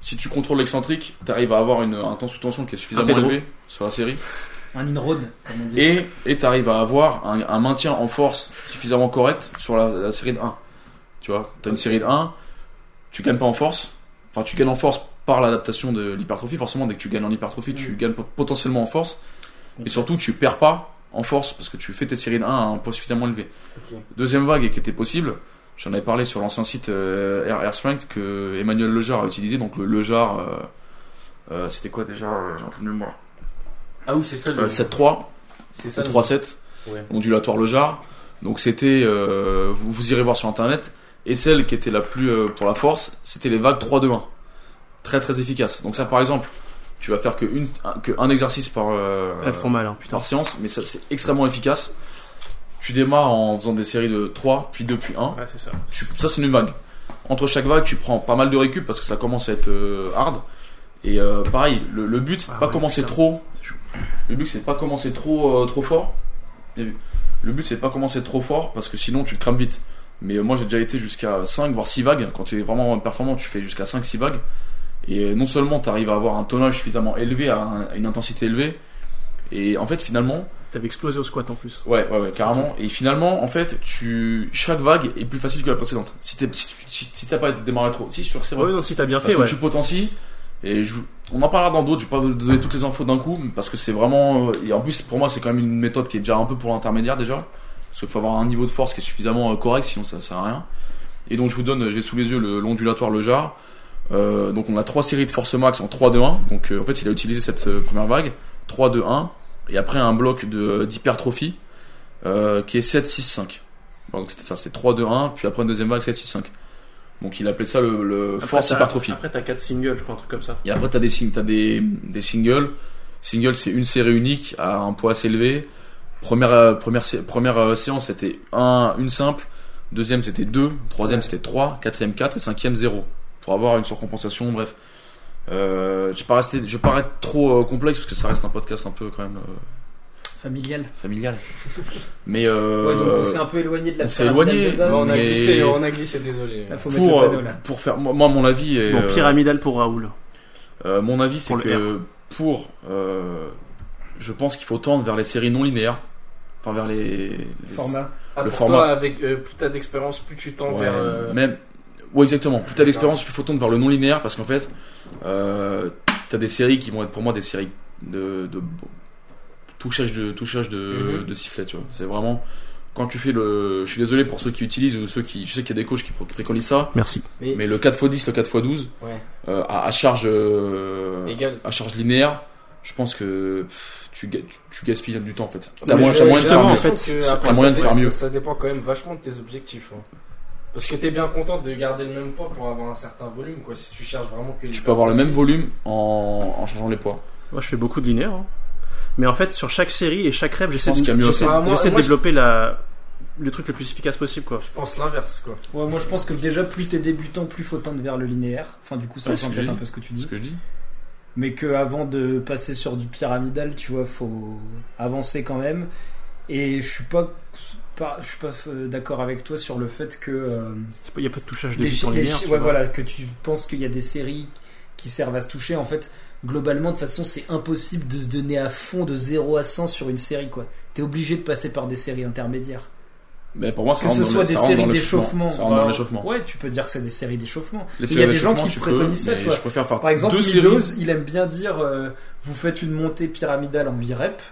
si tu contrôles l'excentrique, t'arrives à avoir une, un temps sous tension qui est suffisamment
Pedro.
élevé sur la série.
Un inroad, comme on dit.
Et et t'arrives à avoir un, un maintien en force suffisamment correct sur la, la série de 1. Tu vois, t'as une série de 1, tu gagnes pas en force. Enfin, tu gagnes en force par l'adaptation de l'hypertrophie, forcément, dès que tu gagnes en hypertrophie, tu gagnes po- potentiellement en force. Et surtout, tu perds pas en force parce que tu fais tes séries de 1 à un poids suffisamment élevé.
Ok.
Deuxième vague qui était possible, j'en avais parlé sur l'ancien site euh, Air, Air Strength que Emmanuel Lejar a utilisé. Donc, le Lejar, euh, euh, c'était quoi déjà euh, J'ai un peu de mémoire.
Ah oui, c'est ça le.
Euh, 7-3,
c'est ça
c'est
le-
3-7,
Ouais.
ondulatoire le jar. Donc c'était, euh, vous, vous irez voir sur internet. Et celle qui était la plus euh, pour la force, c'était les vagues 3-2-1. Très très efficace. Donc ça par exemple, tu vas faire que, une, un- que un exercice par, euh,
Elles font mal, hein, putain.
par séance, mais ça c'est extrêmement efficace. Tu démarres en faisant des séries de 3, puis 2, puis 1.
Ouais, c'est ça.
Tu- ça c'est une vague. Entre chaque vague, tu prends pas mal de récup parce que ça commence à être euh, hard. Et euh, pareil, le, le but c'est de
Ah
pas
ouais,
commencer
putain.
trop.
C'est chaud.
Le but c'est de pas commencer trop euh, trop fort. Bien vu. Le but c'est de pas commencer trop fort parce que sinon tu te crames vite. Mais euh, moi j'ai déjà été jusqu'à 5 voire 6 vagues. Quand tu es vraiment performant, tu fais jusqu'à 5-6 vagues. Et euh, non seulement tu arrives à avoir un tonnage suffisamment élevé, à, un- à une intensité élevée. Et en fait finalement,
T'avais explosé au squat en plus.
Ouais, ouais, ouais, carrément. Et finalement, en fait, tu chaque vague est plus facile que la précédente. Si t'es si, tu- si, si t'as pas démarré trop, si je suis sûr que c'est
Ouais,
vrai.
non, si t'as bien
parce
fait,
que
ouais.
tu potenties. Et je, on en parlera dans d'autres. Je vais pas vous donner toutes les infos d'un coup parce que c'est vraiment. euh, Et en plus, pour moi, c'est quand même une méthode qui est déjà un peu pour l'intermédiaire déjà. Parce qu'il faut avoir un niveau de force qui est suffisamment euh, correct, sinon ça sert à rien. Et donc je vous donne, j'ai sous les yeux le l'ondulatoire le jar. Euh, donc on a trois séries de force max en 3-2-1. Donc euh, en fait il a utilisé cette euh, première vague 3-2-1 et après un bloc de d'hypertrophie euh, qui est 7-6-5. Bon, donc c'était ça, c'est 3-2-1 puis après une deuxième vague 7-6-5. Donc il appelait ça le, le
Après,
force
t'as-
hypertrophie.
Après, t'as 4 singles, je crois, un truc comme ça.
Et après, t'as des, sing- t'as des, des singles. Single, c'est une série unique à un poids assez élevé. Première, euh, première, sé- première euh, séance, c'était un, une simple. Deuxième, c'était deux. Troisième, c'était trois. Quatrième, quatre. Et cinquième, zéro. Pour avoir une surcompensation, bref. Euh, je vais pas rester, je vais pas être trop euh, complexe parce que ça reste un podcast un peu quand même euh,
Familial.
familial. Mais euh,
Ouais, donc on s'est un peu éloigné de la
on s'est
pyramidale
éloigné.
de
Ouais,
base.
on, a
Mais-
glissé, on a glissé, Ah, désolé.
Là, faut mettre
pour
le
euh,
panneau, là.
pour faire, moi, moi, mon avis est
Bon,
euh,
pyramidal pour Raoul.
Euh, mon avis, c'est
Pour le
que pour. euh, je pense qu'il faut tendre vers les séries non linéaires. Enfin, vers les. les-
Format.
Ah,
le
pour
format.
toi, avec, euh, plus t'as d'expérience, plus tu tends
Ouais,
vers. euh,
même- ouais, exactement. Plus t'as d'expérience, plus faut tendre vers le non linéaire parce qu'en fait, euh, t'as des séries qui vont être pour moi des séries de. de touchage de, touchage de,
Mhm.
de sifflet, tu vois. C'est vraiment. Quand tu fais le. Je suis désolé pour ceux qui utilisent ou ceux qui. Je sais qu'il y a des coachs qui préconisent ça,
Merci.
mais le 4x10, le 4x12,
Ouais.
euh, à, à charge. euh,
Égal.
à charge linéaire, je pense que pff, tu, ga- tu- tu gaspilles du temps en fait. T'as
Mais
moyen,
j'ai-
t'as moyen de
j'ai
faire mieux.
l'impression
mieux.
que
T'as
après,
moyen
ça
de faire
dé-
mieux.
Ça, ça dépend quand même vachement de tes objectifs. hein. Parce que t'es bien content de garder le même poids pour avoir un certain volume, quoi. Si tu cherches vraiment que.
Tu peux avoir le même volume en, en changeant les poids.
Moi, je fais beaucoup de linéaire. hein. Mais en fait, sur chaque série et chaque rep, j'essaie
pense
de,
qu'il y a mieux à
j'essaie-
faire. Ah, moi-
j'essaie de
moi, je-
développer la... le truc le plus efficace possible, quoi.
Je pense l'inverse, quoi.
Ouais, moi je pense que déjà plus t'es débutant, plus faut tendre vers le linéaire. Enfin, du coup, ça
Ouais,
rejoint
c'est ce que
peut-être
j'ai
un
dit.
peu ce que tu
C'est
dis.
ce Ah, que je dis.
mais que avant de passer sur du pyramidal, tu vois, faut avancer quand même. Et je suis pas, pas- je suis pas euh, d'accord avec toi sur le fait que euh,
C'est pas- Il y a pas de touchage de
les
but
chi-
en
les
linéaire.
chi-
tu
ouais,
vois.
voilà, que tu penses qu'il y a des séries qui servent à se toucher. En fait, globalement, de toute façon, c'est impossible de se donner à fond de 0 à 100 sur une série, quoi. T'es obligé de passer par des séries intermédiaires.
Mais pour moi, ça
Que
rentre
ce
dans
soit
le-
des
ça rentre dans
séries
l'échauffement.
d'échauffement.
Ça rentre dans
Bah,
l'échauffement.
Ouais, tu peux dire que c'est des séries d'échauffement.
Les
Il y
séries
a des gens
d'échauffement,
qui
tu
préconisent
peux,
ça,
mais
tu vois.
Je préfère faire
Par exemple,
deux
Windows,
séries.
il aime bien dire euh, vous faites une montée pyramidale en 8 reps,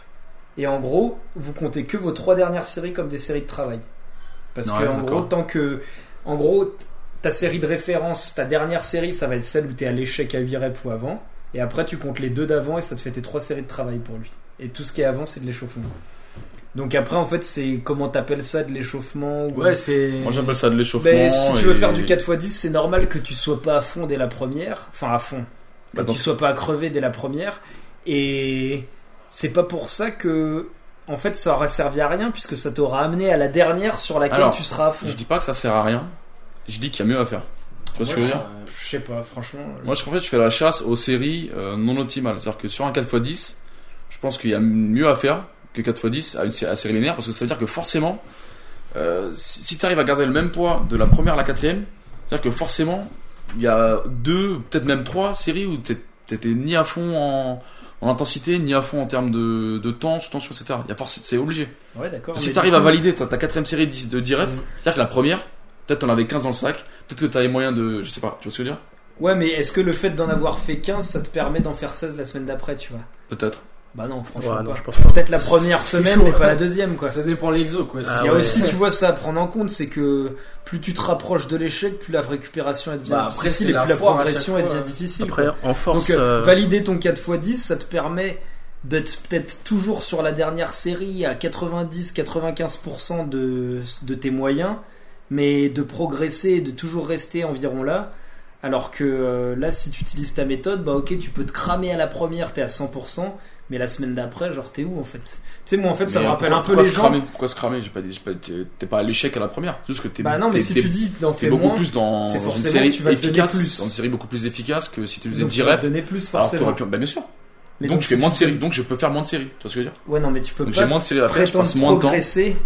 et en gros, vous comptez que vos trois dernières séries comme des séries de travail. Parce
Ouais,
que, en gros,
d'accord.
tant que. En gros, t- ta série de référence, ta dernière série, ça va être celle où t'es à l'échec à 8 reps ou avant, et après, tu comptes les deux d'avant, et ça te fait tes trois séries de travail pour lui. Et tout ce qui est avant, c'est de l'échauffement. Donc après, en fait, c'est comment t'appelles ça, de l'échauffement ou-
Ouais, c'est.
Moi, j'appelle ça de l'échauffement.
ben, si tu veux
et-
faire du 4x10, c'est normal que tu sois pas à fond dès la première. Enfin, à fond. Que
Bah, dans
tu
ce-
sois pas à crever dès la première. Et c'est pas pour ça que. En fait, ça aura servi à rien puisque ça t'aura amené à la dernière sur laquelle
Alors,
tu seras à fond.
Je dis pas que ça sert à rien. Je dis qu'il y a mieux à faire. Tu vois ce que je veux dire
Je sais pas, franchement.
Moi, je, en fait, je fais la chasse aux séries euh, non optimales. C'est-à-dire que sur un 4x10, je pense qu'il y a mieux à faire que 4x10 à une sé- à série linéaire parce que ça veut dire que forcément, euh, si, tu arrives à garder le même poids de la première à la quatrième, c'est-à-dire que forcément, il y a deux, peut-être même trois séries où t'es- t'étais ni à fond en, en intensité, ni à fond en termes de, de temps, sous tension, etc. Il y a forcément, c'est obligé.
Ouais, d'accord.
Si
mais
tu arrives
du
à
coup- Mm.
valider ta, ta quatrième série de 10 de 10 reps,
Mhm.
c'est-à-dire que la première, peut-être t'en avais 15 dans le sac, peut-être que t'avais moyen de. Je sais pas, tu vois ce que je veux dire
Ouais, mais est-ce que le fait d'en avoir fait 15, ça te permet d'en faire 16 la semaine d'après, tu vois
Peut-être.
Bah non, franchement
Ouais, non,
pas.
je pense pas.
Peut-être la première
C'est
semaine,
chaud,
mais pas
ouais.
la deuxième, quoi.
Ça dépend l'exo, quoi.
Ah
Il y a
ouais.
aussi,
[laughs]
tu vois, ça à prendre en compte, c'est que plus tu te rapproches de l'échec, plus la récupération elle devient
Bah, après,
difficile
c'est
et
la
plus la
foire à
progression
chaque
elle
fois,
devient
hein.
difficile.
Après,
quoi.
en force.
Donc euh,
euh,
valider ton 4x10, ça te permet d'être peut-être toujours sur la dernière série à 90-95% de, de tes moyens, mais de progresser et de toujours rester environ là. Alors que euh, là, si tu utilises ta méthode, bah ok, tu peux te cramer à la première, t'es à 100%, mais la semaine d'après, genre t'es où en fait Tu sais, moi en fait, ça
Mais
me rappelle
pourquoi-
un peu
pourquoi
les
se
gens.
cramer Pourquoi se cramer J'ai pas dit- j'ai pas- T'es t'es pas à l'échec à la première. C'est juste que t'es
Bah non, mais
t'es-
si
t'es-
tu dis d'en
t'es
faire
beaucoup
moins,
plus dans
c'est
dans une
forcément
série
que tu vas le donner
efficace,
plus.
dans une série beaucoup plus efficace que si tu faisais
donc
10
tu vas te
reps.
donner plus
Alors que
forcément.
t'aurais pu. Bah bien sûr.
Mais
donc,
donc,
je fais
si
moins de
tu-
séries, donc je peux faire moins de séries. Tu vois ce que je veux dire
Ouais, non, mais tu peux
Donc
pas
j'ai moins de séries à faire, je
prétendre
passe moins de temps.
progresser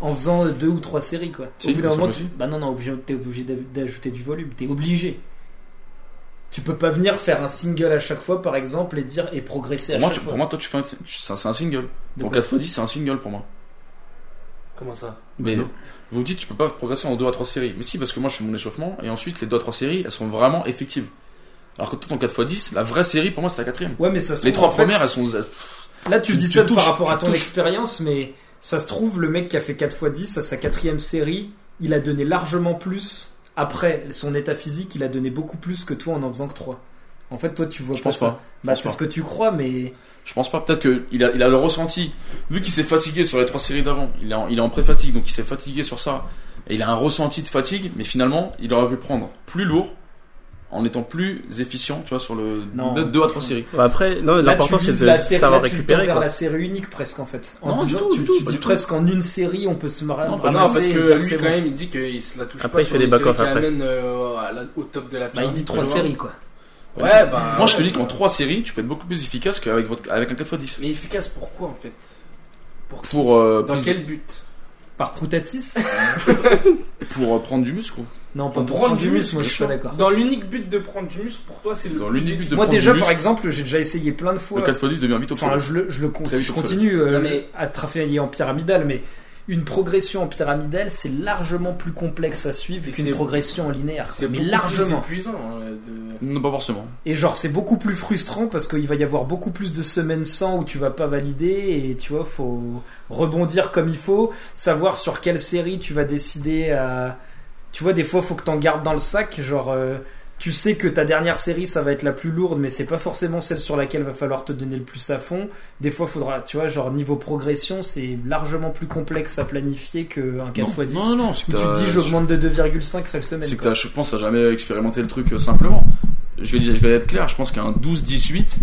en faisant euh, deux ou trois séries quoi.
Si,
Au bout d'un
ça
moment,
aussi.
tu... bah non non, obligé- t'es obligé d'a- d'ajouter du volume, t'es obligé. Tu peux pas venir faire un single à chaque fois par exemple et dire et progresser à
Pour moi,
chaque
tu-
fois.
pour moi, toi, tu fais un, tu- c'est un- c'est un single.
De
Pour
quoi
4x10, c'est un single pour moi.
Comment ça
Mais vous me dites, tu peux pas progresser en 2 à 3 séries. Mais si, parce que moi, je fais mon échauffement, et ensuite, les 2 à 3 séries, elles sont vraiment effectives. Alors que toi, ton 4x10, la vraie série, pour moi, c'est la quatrième.
Ouais, mais ça se
Les
trouve,
trois
en fait,
premières, elles sont. elles-
Là, tu,
tu-
dis
tu
ça
touches,
par rapport à
tu
ton
touches.
expérience, mais ça se trouve, le mec qui a fait 4x10 à sa quatrième série, il a donné largement plus. Après son état physique, il a donné beaucoup plus que toi en en faisant que 3. En fait, toi, tu vois
Je pense
ça.
pas.
Bah,
pense
c'est
pas.
ce que tu crois, mais.
Je pense pas. Peut-être qu'il a, il a le ressenti. Vu qu'il s'est fatigué sur les trois séries d'avant, il est en, il est en pré-fatigue, donc il s'est fatigué sur ça. Et il a un ressenti de fatigue, mais finalement, il aurait pu prendre plus lourd en étant plus efficient, tu vois, sur le
Non.
2 à 3 séries.
ouais, Après, non,
Là,
l'important
tu
c'est
vises la
de
série-
savoir
là, tu
récupérer.
tends vers
quoi.
la série unique presque en fait. En
Non, du
disant,
tout,
tu,
du tout,
tu
pas
dis
du tout.
presque en une série on peut se marrer. on
Non,
peut
bah
Ah Non,
avancer
parce
et
que
dire
lui,
c'est
quand
bon.
même, il dit qu'il se la touche
Après,
pas.
il
sur
fait des
les
back-off
séries qui
après.
amènent, euh, à la- au top de la
Bah, il
pyramide.
dit trois
tu vois.
séries quoi.
Ouais, bah.
Moi, je te
ouais.
dis qu'en 3 séries, tu peux être beaucoup plus efficace qu'avec votre, avec un 4x10.
Mais efficace pourquoi en fait Pour qui
Pour, euh,
Dans
plus-
quel but
Par
[laughs]
Proutatis
pour euh, prendre du muscle, quoi.
Non, pas
On
pour
prend
prendre
du
du muscle,
muscle,
moi je suis pas d'accord.
Dans l'unique but de prendre du muscle, pour toi, c'est le.
Dans l'unique but de
Moi
prendre
déjà
du
par
muscle,
exemple, j'ai déjà essayé plein de fois.
le 4x10 devient vite
Enfin,
obsolète.
je le, je le con-
Très vite
je
obsolète.
continue euh,
Non, mais-
à travailler en pyramidal, mais une progression en pyramidale, c'est largement plus complexe à suivre
Et
qu'une
c'est-
progression en linéaire. quoi.
C'est
Mais
beaucoup plus
largement.
épuisant. euh, de-
Non, pas forcément.
Et genre, c'est beaucoup plus frustrant parce qu'il va y avoir beaucoup plus de semaines sans où tu vas pas valider et tu vois, faut rebondir comme il faut, savoir sur quelle série tu vas décider à. Tu vois, des fois, faut que t'en gardes dans le sac. Genre, euh, tu sais que ta dernière série, ça va être la plus lourde, mais c'est pas forcément celle sur laquelle va falloir te donner le plus à fond. Des fois, faudra, tu vois, genre, niveau progression, c'est largement plus complexe à planifier qu'un 4x10.
Non, non, c'est
où
que
tu te
t'as-
dis, j'augmente de 2,5 chaque semaine.
C'est que
quoi.
t'as- je pense que t'as jamais expérimenté le truc euh, simplement. Je vais, dire- je vais être clair, je pense qu'un 12-18,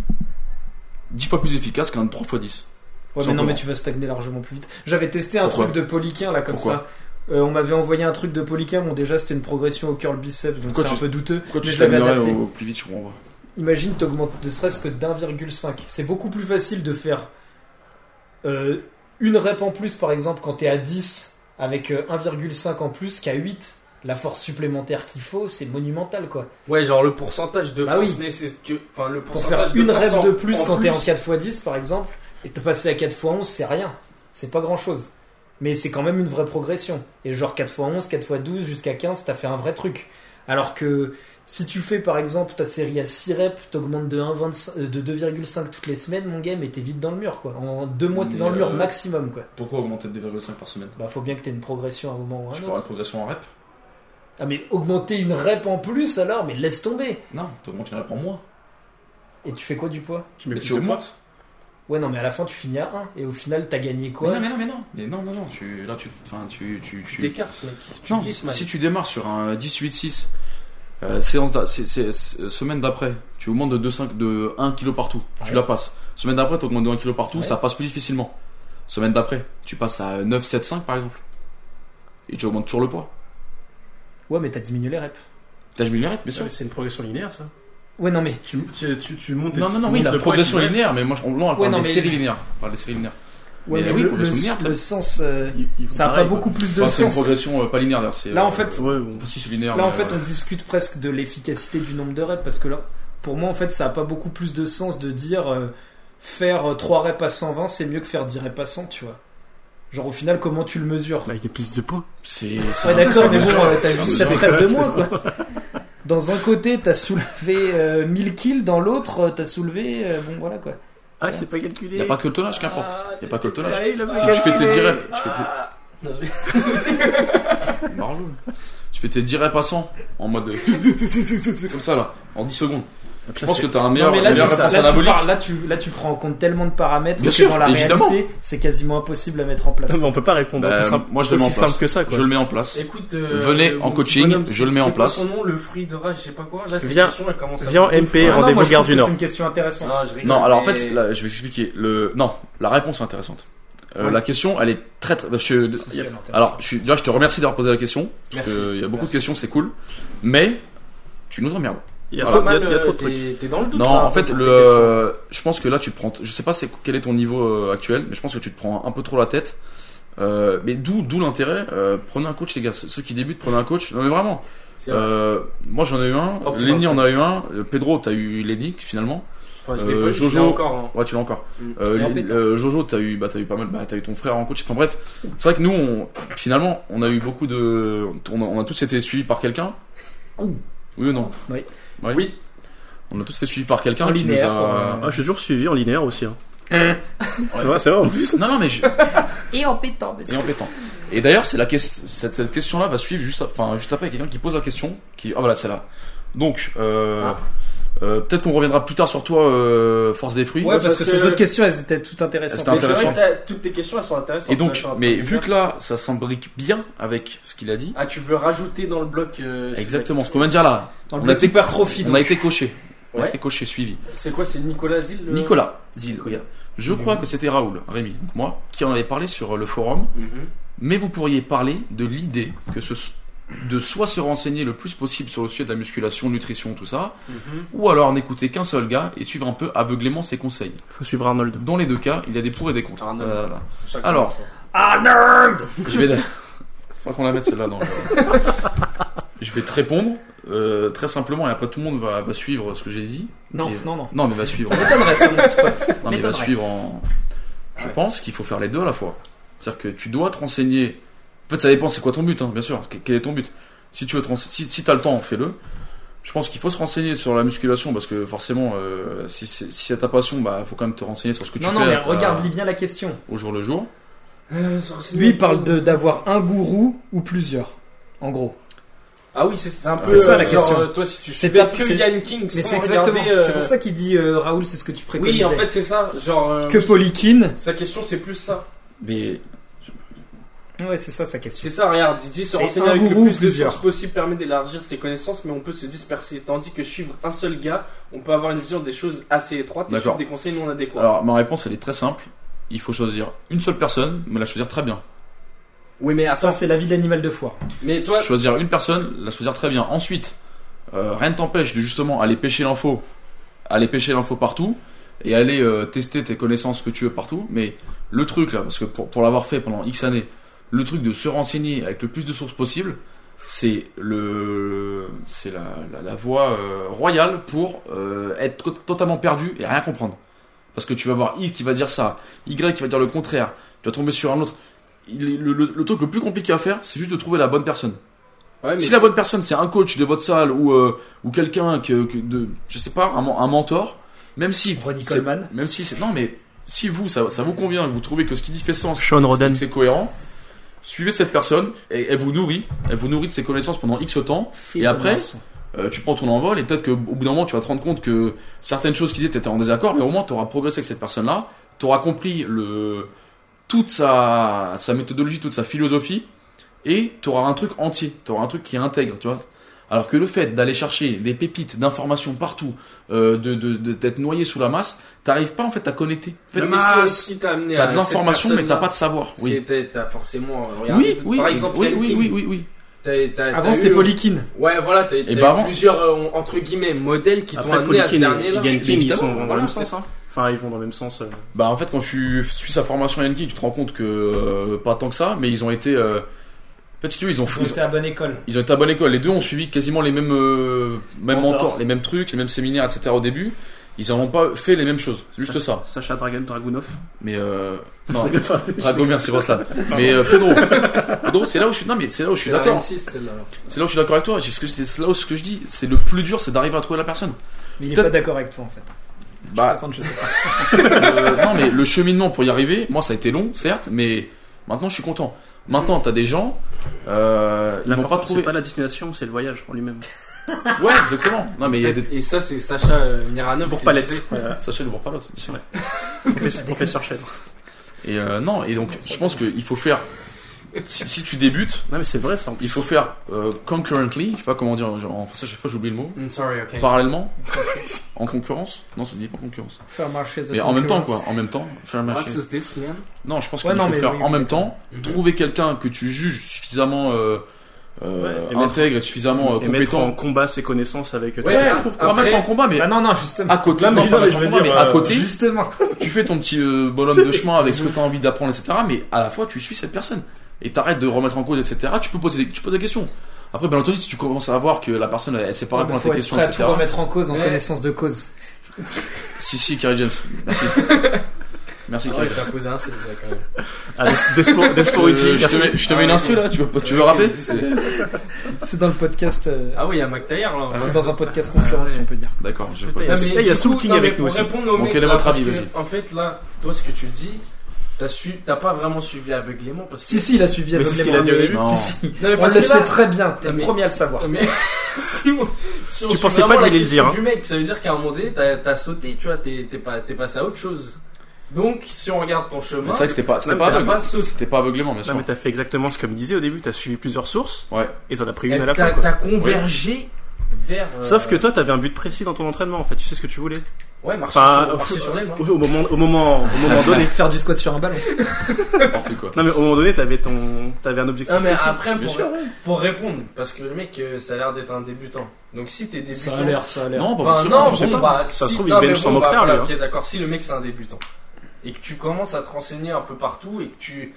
10 fois plus efficace qu'un 3x10.
Ouais, mais non,
Simplement.
mais tu vas stagner largement plus vite. J'avais testé un
Pourquoi
truc de polyquin là comme
Pourquoi
ça. Euh, on m'avait envoyé un truc de polyquin, bon déjà c'était une progression au curl biceps, donc
Pourquoi
c'était un
tu-
peu douteux.
Pourquoi tu
mais je l'avais
stagnerais
adapté.
au plus vite, je comprends pas.
Imagine t'augmentes de stress que d'1,5. C'est beaucoup plus facile de faire euh, une rep en plus par exemple quand t'es à 10 avec euh, 1,5 en plus qu'à 8. La force supplémentaire qu'il faut, c'est monumental quoi.
Ouais, genre le pourcentage de
Bah
force
oui.
nécessaire. que- Enfin, le
Pour
pourcentage
faire une
de force
rep
en-
de plus quand t'es en
plus.
4x10 par exemple, et te passer à 4x11, c'est rien. C'est pas grand chose. Mais c'est quand même une vraie progression. Et genre 4x11, 4x12, jusqu'à 15, t'as fait un vrai truc. Alors que si tu fais par exemple ta série à 6 reps, t'augmentes de 1,25 euh, de 2,5 toutes les semaines, mon game, et t'es vite dans le mur quoi. En deux mois, t'es
Mais
dans le mur
euh,
maximum quoi.
Pourquoi augmenter de 2,5 par semaine
Bah faut bien que t'aies une progression à un moment ou à
Je
un
parle
autre.
de progression en rep
Ah mais augmenter une rep en plus alors, mais laisse tomber.
Non, t'augmentes une rep en moins.
Et tu fais quoi du poids
Tu mets
Mais
plus
tu
de poids.
augmentes
Ouais, non, mais à la fin tu finis à 1 et au final t'as gagné
Mais
quoi
non, mais non, mais non. Mais non, non, non. Tu, là, tu. Enfin, tu. tu,
Tu
tu-
t'écartes, mec. Tu
Non,
glisses, man.
si tu démarres sur un 18-6, euh, séance d'a- c'est- c'est- c'est- semaine d'après, tu augmentes de, 2,5 de 1 kg partout, tu
Ouais.
la passes. Semaine d'après, tu augmentes de 1 kg partout,
Ouais.
ça passe plus difficilement. Semaine d'après, tu passes à 9,75 par exemple. Et tu augmentes toujours le poids.
Ouais, mais t'as diminué les reps.
T'as mis les reps, bien sûr.
Ouais, C'est une progression linéaire ça.
Ouais, non, mais.
Tu, tu, tu, tu montes et
non,
tu-
non,
tu
non, oui,
montes
la
le poids
progression
et tu-
linéaire, mais moi, je- on, on parle
non,
des
mais-
séries linéaires. On parle des séries linéaires.
Ouais,
Mais
mais
oui,
le,
progression
le-
linéaire,
le sens. euh,
Ils- ils font
ça a
pareil,
pas
quoi.
beaucoup plus de
Enfin, c'est une
sens.
progression euh, pas linéaire d'ailleurs. c'est,
Là, en
euh,
fait,
Ouais, bon.
enfin, si c'est linéaire.
Là, en
mais,
fait,
euh,
on discute presque de l'efficacité du nombre de reps parce que là, pour moi, en fait, ça a pas beaucoup plus de sens de dire euh, faire 3 reps à 120, c'est mieux que faire 10 reps à 100, tu vois. Genre, au final, comment tu le mesures
Bah, il y a plus de poids.
c'est. c'est
Ouais,
un-
d'accord,
c'est
mais
un
bon,
mesure.
euh, t'as
C'est un
juste cette
mesure.
rep de moins, quoi. dans un côté, t'as soulevé euh, 1000 kills, dans l'autre, euh, t'as soulevé. euh, bon, voilà quoi.
Ah, c'est pas calculé.
Y a pas que le tonnage qui importe. Y a pas que le tonnage.
il a pas
Si tu fais tes
calculé.
10 reps, tu fais tes.
Ah. Non, j'ai-
[laughs] Barjou, là. Tu fais tes 10 reps à 100 en mode. [laughs] Comme ça là, en 10 secondes. Je pense que t'as un meilleur,
Non, mais
une
là,
meilleure
tu-
réponse
là, tu
anabolique.
parles- là, tu, là, tu prends en compte tellement de paramètres
Bien
que
sûr,
dans la
évidemment.
réalité, c'est quasiment impossible à mettre en place.
Non, mais on peut pas répondre
Bah,
tout simple-
moi, je le mets en
aussi
place.
simple que ça, quoi.
Je le mets en place.
Écoute, euh,
Venez
mon
en
petit
coaching,
bonhomme,
je le
c'est-
mets en
c'est quoi
place.
son nom, le fruit de rage, je sais pas quoi. Là,
Viens- Viens en MP,
Ah non,
rendez-vous
moi, je
Gare
trouve
du
que
Nord.
C'est une question intéressante.
Non, alors en fait, là, je vais expliquer. Le... Non, la réponse est intéressante. Euh, La question, elle est très très. je- Alors, je, suis- déjà, je te remercie d'avoir posé la question. Parce
Merci.
que il y a beaucoup
Merci.
de questions, c'est cool. Mais, tu nous emmerdes.
Il y a
Voilà.
trop il y a- il y a trop de trucs.
Euh, T'es dans le doute.
Non,
là,
en fait,
pour
le,
tes questions.
euh, je pense que là, tu te prends. Je sais pas c'est, quel est ton niveau euh, actuel, mais je pense que tu te prends un peu trop la tête. Euh, mais d'où, d'où l'intérêt. euh, prenez un coach, les gars. Ceux ceux qui débutent, prenez un coach. Non, mais vraiment.
C'est vrai.
Euh, moi, j'en ai eu un.
Oh, putain,
Lenny en a
c'est-
eu un. Euh, Pedro, t'as eu Lenny finalement.
Enfin, je l'ai pas
euh,
eu, je l'ai
Jojo-
encore. hein.
Ouais, tu l'as encore.
Mm.
Euh,
Et en
Lin-
pétanque.
euh, Jojo, t'as eu, bah, t'as eu pas mal, bah, t'as eu ton frère en coach. Enfin bref, c'est vrai que nous, on, finalement, on a eu beaucoup de, on a, on a tous été suivis par quelqu'un. Oui ou non
Oui.
Ouais.
Oui.
On a tous été suivis par quelqu'un
En
qui nous
linéaire, euh,
a.
Ah, je suis toujours suivi en linéaire aussi. Hein. C'est vrai, c'est vrai. en plus.
Non, non, mais je-
Et en pétant, parce
et en pétant. Et d'ailleurs, c'est la ques- cette, cette question-là va suivre juste, ap- enfin, juste après quelqu'un qui pose la question. Qui, ah voilà, c'est là. Donc, euh,
Ah.
euh, peut-être qu'on reviendra plus tard sur toi, euh, force des fruits.
Ouais, parce,
parce
que,
que-
ces autres questions, elles étaient toutes intéressantes.
C'était
Mais c'est vrai
intéressant.
que t'as- toutes tes questions, elles sont intéressantes.
Et
là, je
donc,
suis en train
mais
de
vu
dire.
que là, ça s'imbrique bien avec ce qu'il a dit.
Ah, tu veux rajouter dans le bloc. euh, c'est-
Exactement, ce qu'on vient de dire là.
Dans
on
le
a
bloc
été-
hypertrophie,
On
donc.
a été coché. On a
Ouais.
été coché, suivi.
C'est quoi C'est Nicolas Zil le-
Nicolas Zil, regarde. Je crois que c'était Raoul, Rémi, donc moi, qui en avait parlé sur euh, le forum.
Mhm.
Mais vous pourriez parler de l'idée que ce de soit se renseigner le plus possible sur le sujet de la musculation, nutrition, tout ça,
Mhm.
ou alors n'écouter qu'un seul gars et suivre un peu aveuglément ses conseils.
Faut suivre Arnold.
Dans les deux cas, il y a des pour et des contre.
Arnold.
Voilà, voilà.
Chacun
Alors.
son-
Je vais. Faut qu'on la mette celle-là dans le. Je vais te répondre euh, très simplement et après tout le monde va, va suivre ce que j'ai dit.
Non,
Et-
non, [laughs] non.
Non mais va suivre. Non mais il va
M'étonnerait.
suivre en. Je pense qu'il faut faire les deux à la fois. C'est-à-dire que tu dois te renseigner. En fait, ça dépend. C'est quoi ton but, hein, bien sûr. Que- Quel est ton but Si tu veux te rense- si, si t'as le temps, fais-le. Je pense qu'il faut se renseigner sur la musculation parce que forcément, euh, si, c'est- si c'est ta passion, bah, faut quand même te renseigner sur ce que
Non,
tu
non,
fais
mais
euh,
regarde-lui bien la question.
au jour le jour.
Euh, sur- sinon-
Lui, il parle de- d'avoir un gourou ou plusieurs, en gros.
Ah oui, c'est- c'est un peu.
C'est ça, la
euh, genre,
question.
euh, toi, si tu
C'est
suivais
pas-
que
c'est-
Yann King,
Mais
sans
c'est
regarder,
exactement.
euh,
C'est pour ça qu'il dit euh, Raoul, c'est ce que tu préconisais.
Oui, en fait, c'est ça. Genre. euh,
que
oui,
Polykin.
Sa question, c'est plus ça.
Mais
Ouais, c'est ça sa question.
C'est ça, regarde, il dit se
C'est
renseigner
un
avec le
gourou ou
plus de
plusieurs.
sources possible permet d'élargir ses connaissances, mais on peut se disperser. Tandis que suivre un seul gars, on peut avoir une vision des choses assez étroite et
D'accord.
suivre des conseils non adéquats.
alors, ma réponse, elle est très simple. Il faut choisir une seule personne, mais la choisir très bien.
oui, mais
Ça,
attends,
c'est la vie de l'animal de foire.
mais toi,
Choisir une personne, la choisir très bien. Ensuite, euh, rien ne t'empêche de justement aller pêcher l'info, aller pêcher l'info partout et aller euh, tester tes connaissances que tu veux partout. Mais le truc là, parce que pour, pour l'avoir fait pendant X années, le truc de se renseigner avec le plus de sources possible, c'est le, c'est la, la, la voie euh, royale pour euh, être co- totalement perdu et rien comprendre. Parce que tu vas voir X qui va dire ça, Y qui va dire le contraire, tu vas tomber sur un autre. Il- le- le- le truc le plus compliqué à faire, c'est juste de trouver la bonne personne.
Ouais, mais
Si la bonne personne c'est un coach de votre salle ou euh, ou quelqu'un que, que de je sais pas un, men- un mentor, même si
Ronnie
c'est-
Coleman.
même si c'est non mais si vous ça, ça vous convient, que vous trouvez que ce qui dit fait sens,
Sean
c'est-
Roden.
que c'est cohérent, suivez cette personne et elle vous nourrit, elle vous nourrit de ses connaissances pendant X temps. Et après, euh, tu prends ton envol et peut-être qu'au bout d'un moment tu vas te rendre compte que certaines choses qu'il dit t'étais en désaccord, mais au moins t'auras progressé avec cette personne-là, t'auras compris le toute sa sa méthodologie, toute sa philosophie et t'auras un truc entier, t'auras un truc qui est intègre, tu vois. Alors que le fait d'aller chercher des pépites d'informations partout, euh, de de- de- d'être noyé sous la masse, t'arrives pas en fait à connecter. En fait,
mais c'est ce qui t'a amené à.
t'as de l'information mais t'as pas de savoir. Oui.
C'était, t'as forcément. euh, Regarde,
Oui, oui,
par
oui,
exemple,
oui,
Yann
oui,
King,
oui, oui, oui.
t'as- t'as-
Avant,
t'as
c'était
eu-
Polykin.
Ouais, voilà, t'as t'as
Et bah
eu
avant-
plusieurs, euh, entre guillemets, modèles qui t'ont
Après,
amené à ce
Polykin
dernier
et
là.
Yann King, ils
Évidemment,
sont dans le
voilà,
même
c'est
sens.
ça.
Enfin, ils vont dans le même sens. euh.
Bah en fait quand tu suis sa formation Yankee, tu te rends compte que euh, pas tant que ça, mais ils ont été. euh, En fait si tu veux ils ont ils ont,
C'était à bonne école.
ils ont été à bonne école. Les deux ont suivi quasiment les mêmes euh, mêmes
Mentors.
mentors, les mêmes trucs, les mêmes séminaires, etc. Au début, Ils n'en ont pas fait les mêmes choses, c'est juste ça.
Sacha Dragon Dragunov.
Mais [laughs] euh, non, Dragomir, c'est pour cela. Mais euh, Pedro, Pedro, c'est là où je suis. Non, mais c'est là où je suis
C'est la
d'accord.
26, celle-là.
C'est là où je suis d'accord avec toi. C'est ce que- c'est là où ce que je dis. C'est le plus dur, c'est d'arriver à trouver la personne.
Mais il est
Peut-être-
pas d'accord avec toi en fait.
Bah,
Par contre, je sais pas.
Euh, non, mais le cheminement pour y arriver, moi, ça a été long, certes, mais maintenant, je suis content. Maintenant, t'as des gens, euh, ils vont pas
L'important,
trouver.
c'est pas la destination, c'est le voyage en lui-même.
Ouais, exactement. Non, mais il y a
[laughs]
des.
Et ça, c'est Sacha euh, Miranov.
Pour
qui
palette.
disait-
Sachez le voir pas l'autre, bien sûr.
Professeur- Professeur Chen.
Et euh, non, et donc, je pense qu'il faut faire. Si, si tu débutes,
Non, mais c'est vrai, ça. en plus.
il faut faire euh, concurrently, je sais pas comment dire genre, en français, à chaque fois, j'oublie le mot.
Mm, Sorry, ok.
Parallèlement, en concurrence. Non, ça se dit pas concurrence.
Faire marcher the
Mais en même temps, quoi.
concurrence.
En même temps, faire
What
marcher.
is this, man?
Non, je pense qu'il
Ouais, non,
faut
mais Mhm.
faire
oui,
en
oui,
même
d'accord.
temps, trouver quelqu'un que tu juges suffisamment euh, euh,
Ouais, et mettre-
intègre et suffisamment euh,
Et mettre en
compétent.
combat ses connaissances avec. euh,
Ouais,
Ouais,
ouais, pas
après-
mettre en combat, mais
Bah non, non, justement.
à côté,
Non, mais
non,
non,
pas
mais
mettre
je
en
veux
combat,
dire,
bah,
mais à
euh,
[laughs]
côté,
Justement.
tu fais ton petit euh, bonhomme
[laughs]
de chemin avec ce que tu as envie d'apprendre, etc. Mais à la fois, tu suis cette personne et t'arrêtes de remettre en cause, etc. Tu peux poser des, tu poses des questions. Après, bien entendu, si tu commences à voir que la personne elle, elle sait pas
Il
répondre à
bah, faut
tes
être
questions,
prêt à tout
etc.
remettre en cause en
Mais-
connaissance de cause. [laughs]
Si, si, Carrie James, merci. merci,
Ah
Carrie
ouais,
James.
t'as posé un, c'est ça, quand même.
Ah,
Euh, je te mets, je te mets une instru là, tu veux, pas- tu veux rapper
C'est dans le podcast. euh,
Ah oui, il y a McTayer là.
C'est dans un podcast conférence, si on peut dire.
D'accord, je vais pas-
Putain, Il y a- il y a Soul King avec nous aussi.
Bon, quel est votre avis, vas-y.
En fait, là, toi, ce que tu dis, t'as su- t'as pas vraiment suivi aveuglément parce que.
Si, si, il a suivi
Mais
avec
c'est ce qu'il a dit au début.
Non.
Si, si.
Non, mais
On le
parce que là-
sait très bien, t'es
Non,
le
mais-
premier à le savoir.
Non, mais si on- si on
Tu
suit
pensais pas
vraiment
qu'il
la
allait le dire, hein.
question du mec, ça veut dire qu'à un moment donné, t'as t'as sauté, tu vois, t'es t'es pas- t'es passé à autre chose. Donc, si on regarde ton
Mais
chemin,
C'est vrai que c'était pas, c'était
t'as
pas aveugle.
pas sauté.
C'était pas aveuglément, bien
Non,
sûr.
mais t'as fait exactement ce que me disait au début, t'as suivi plusieurs sources
Ouais.
et t'en as pris
Et
une à la
t'as-
fin. quoi.
T'as convergé vers. euh,
Sauf que toi, t'avais un but précis dans ton entraînement en fait, tu sais ce que tu voulais.
Ouais, marcher
Enfin,
sur-
au-
marcher sur l'aile. hein.
Au au moment, au moment, au moment donné.
Faire du squat sur un ballon.
N'importe quoi.
Ah, Non mais au moment donné, t'avais ton, t'avais un objectif
Ah,
Non mais
précis.
après
Bien
pour,
sûr,
pour répondre parce que le mec euh, ça a l'air d'être un débutant. Donc si t'es débutant,
Ça a l'air, ça a l'air.
Non, bah,
Enfin,
sûr,
non,
je sais
bon,
pas.
bah,
Ça
si-
se trouve, il
non,
baigne
mais
son
bon, bah,
octave,
voilà,
lui, hein.
Ok, d'accord. Si le mec c'est un débutant et que tu commences à te renseigner un peu partout et que tu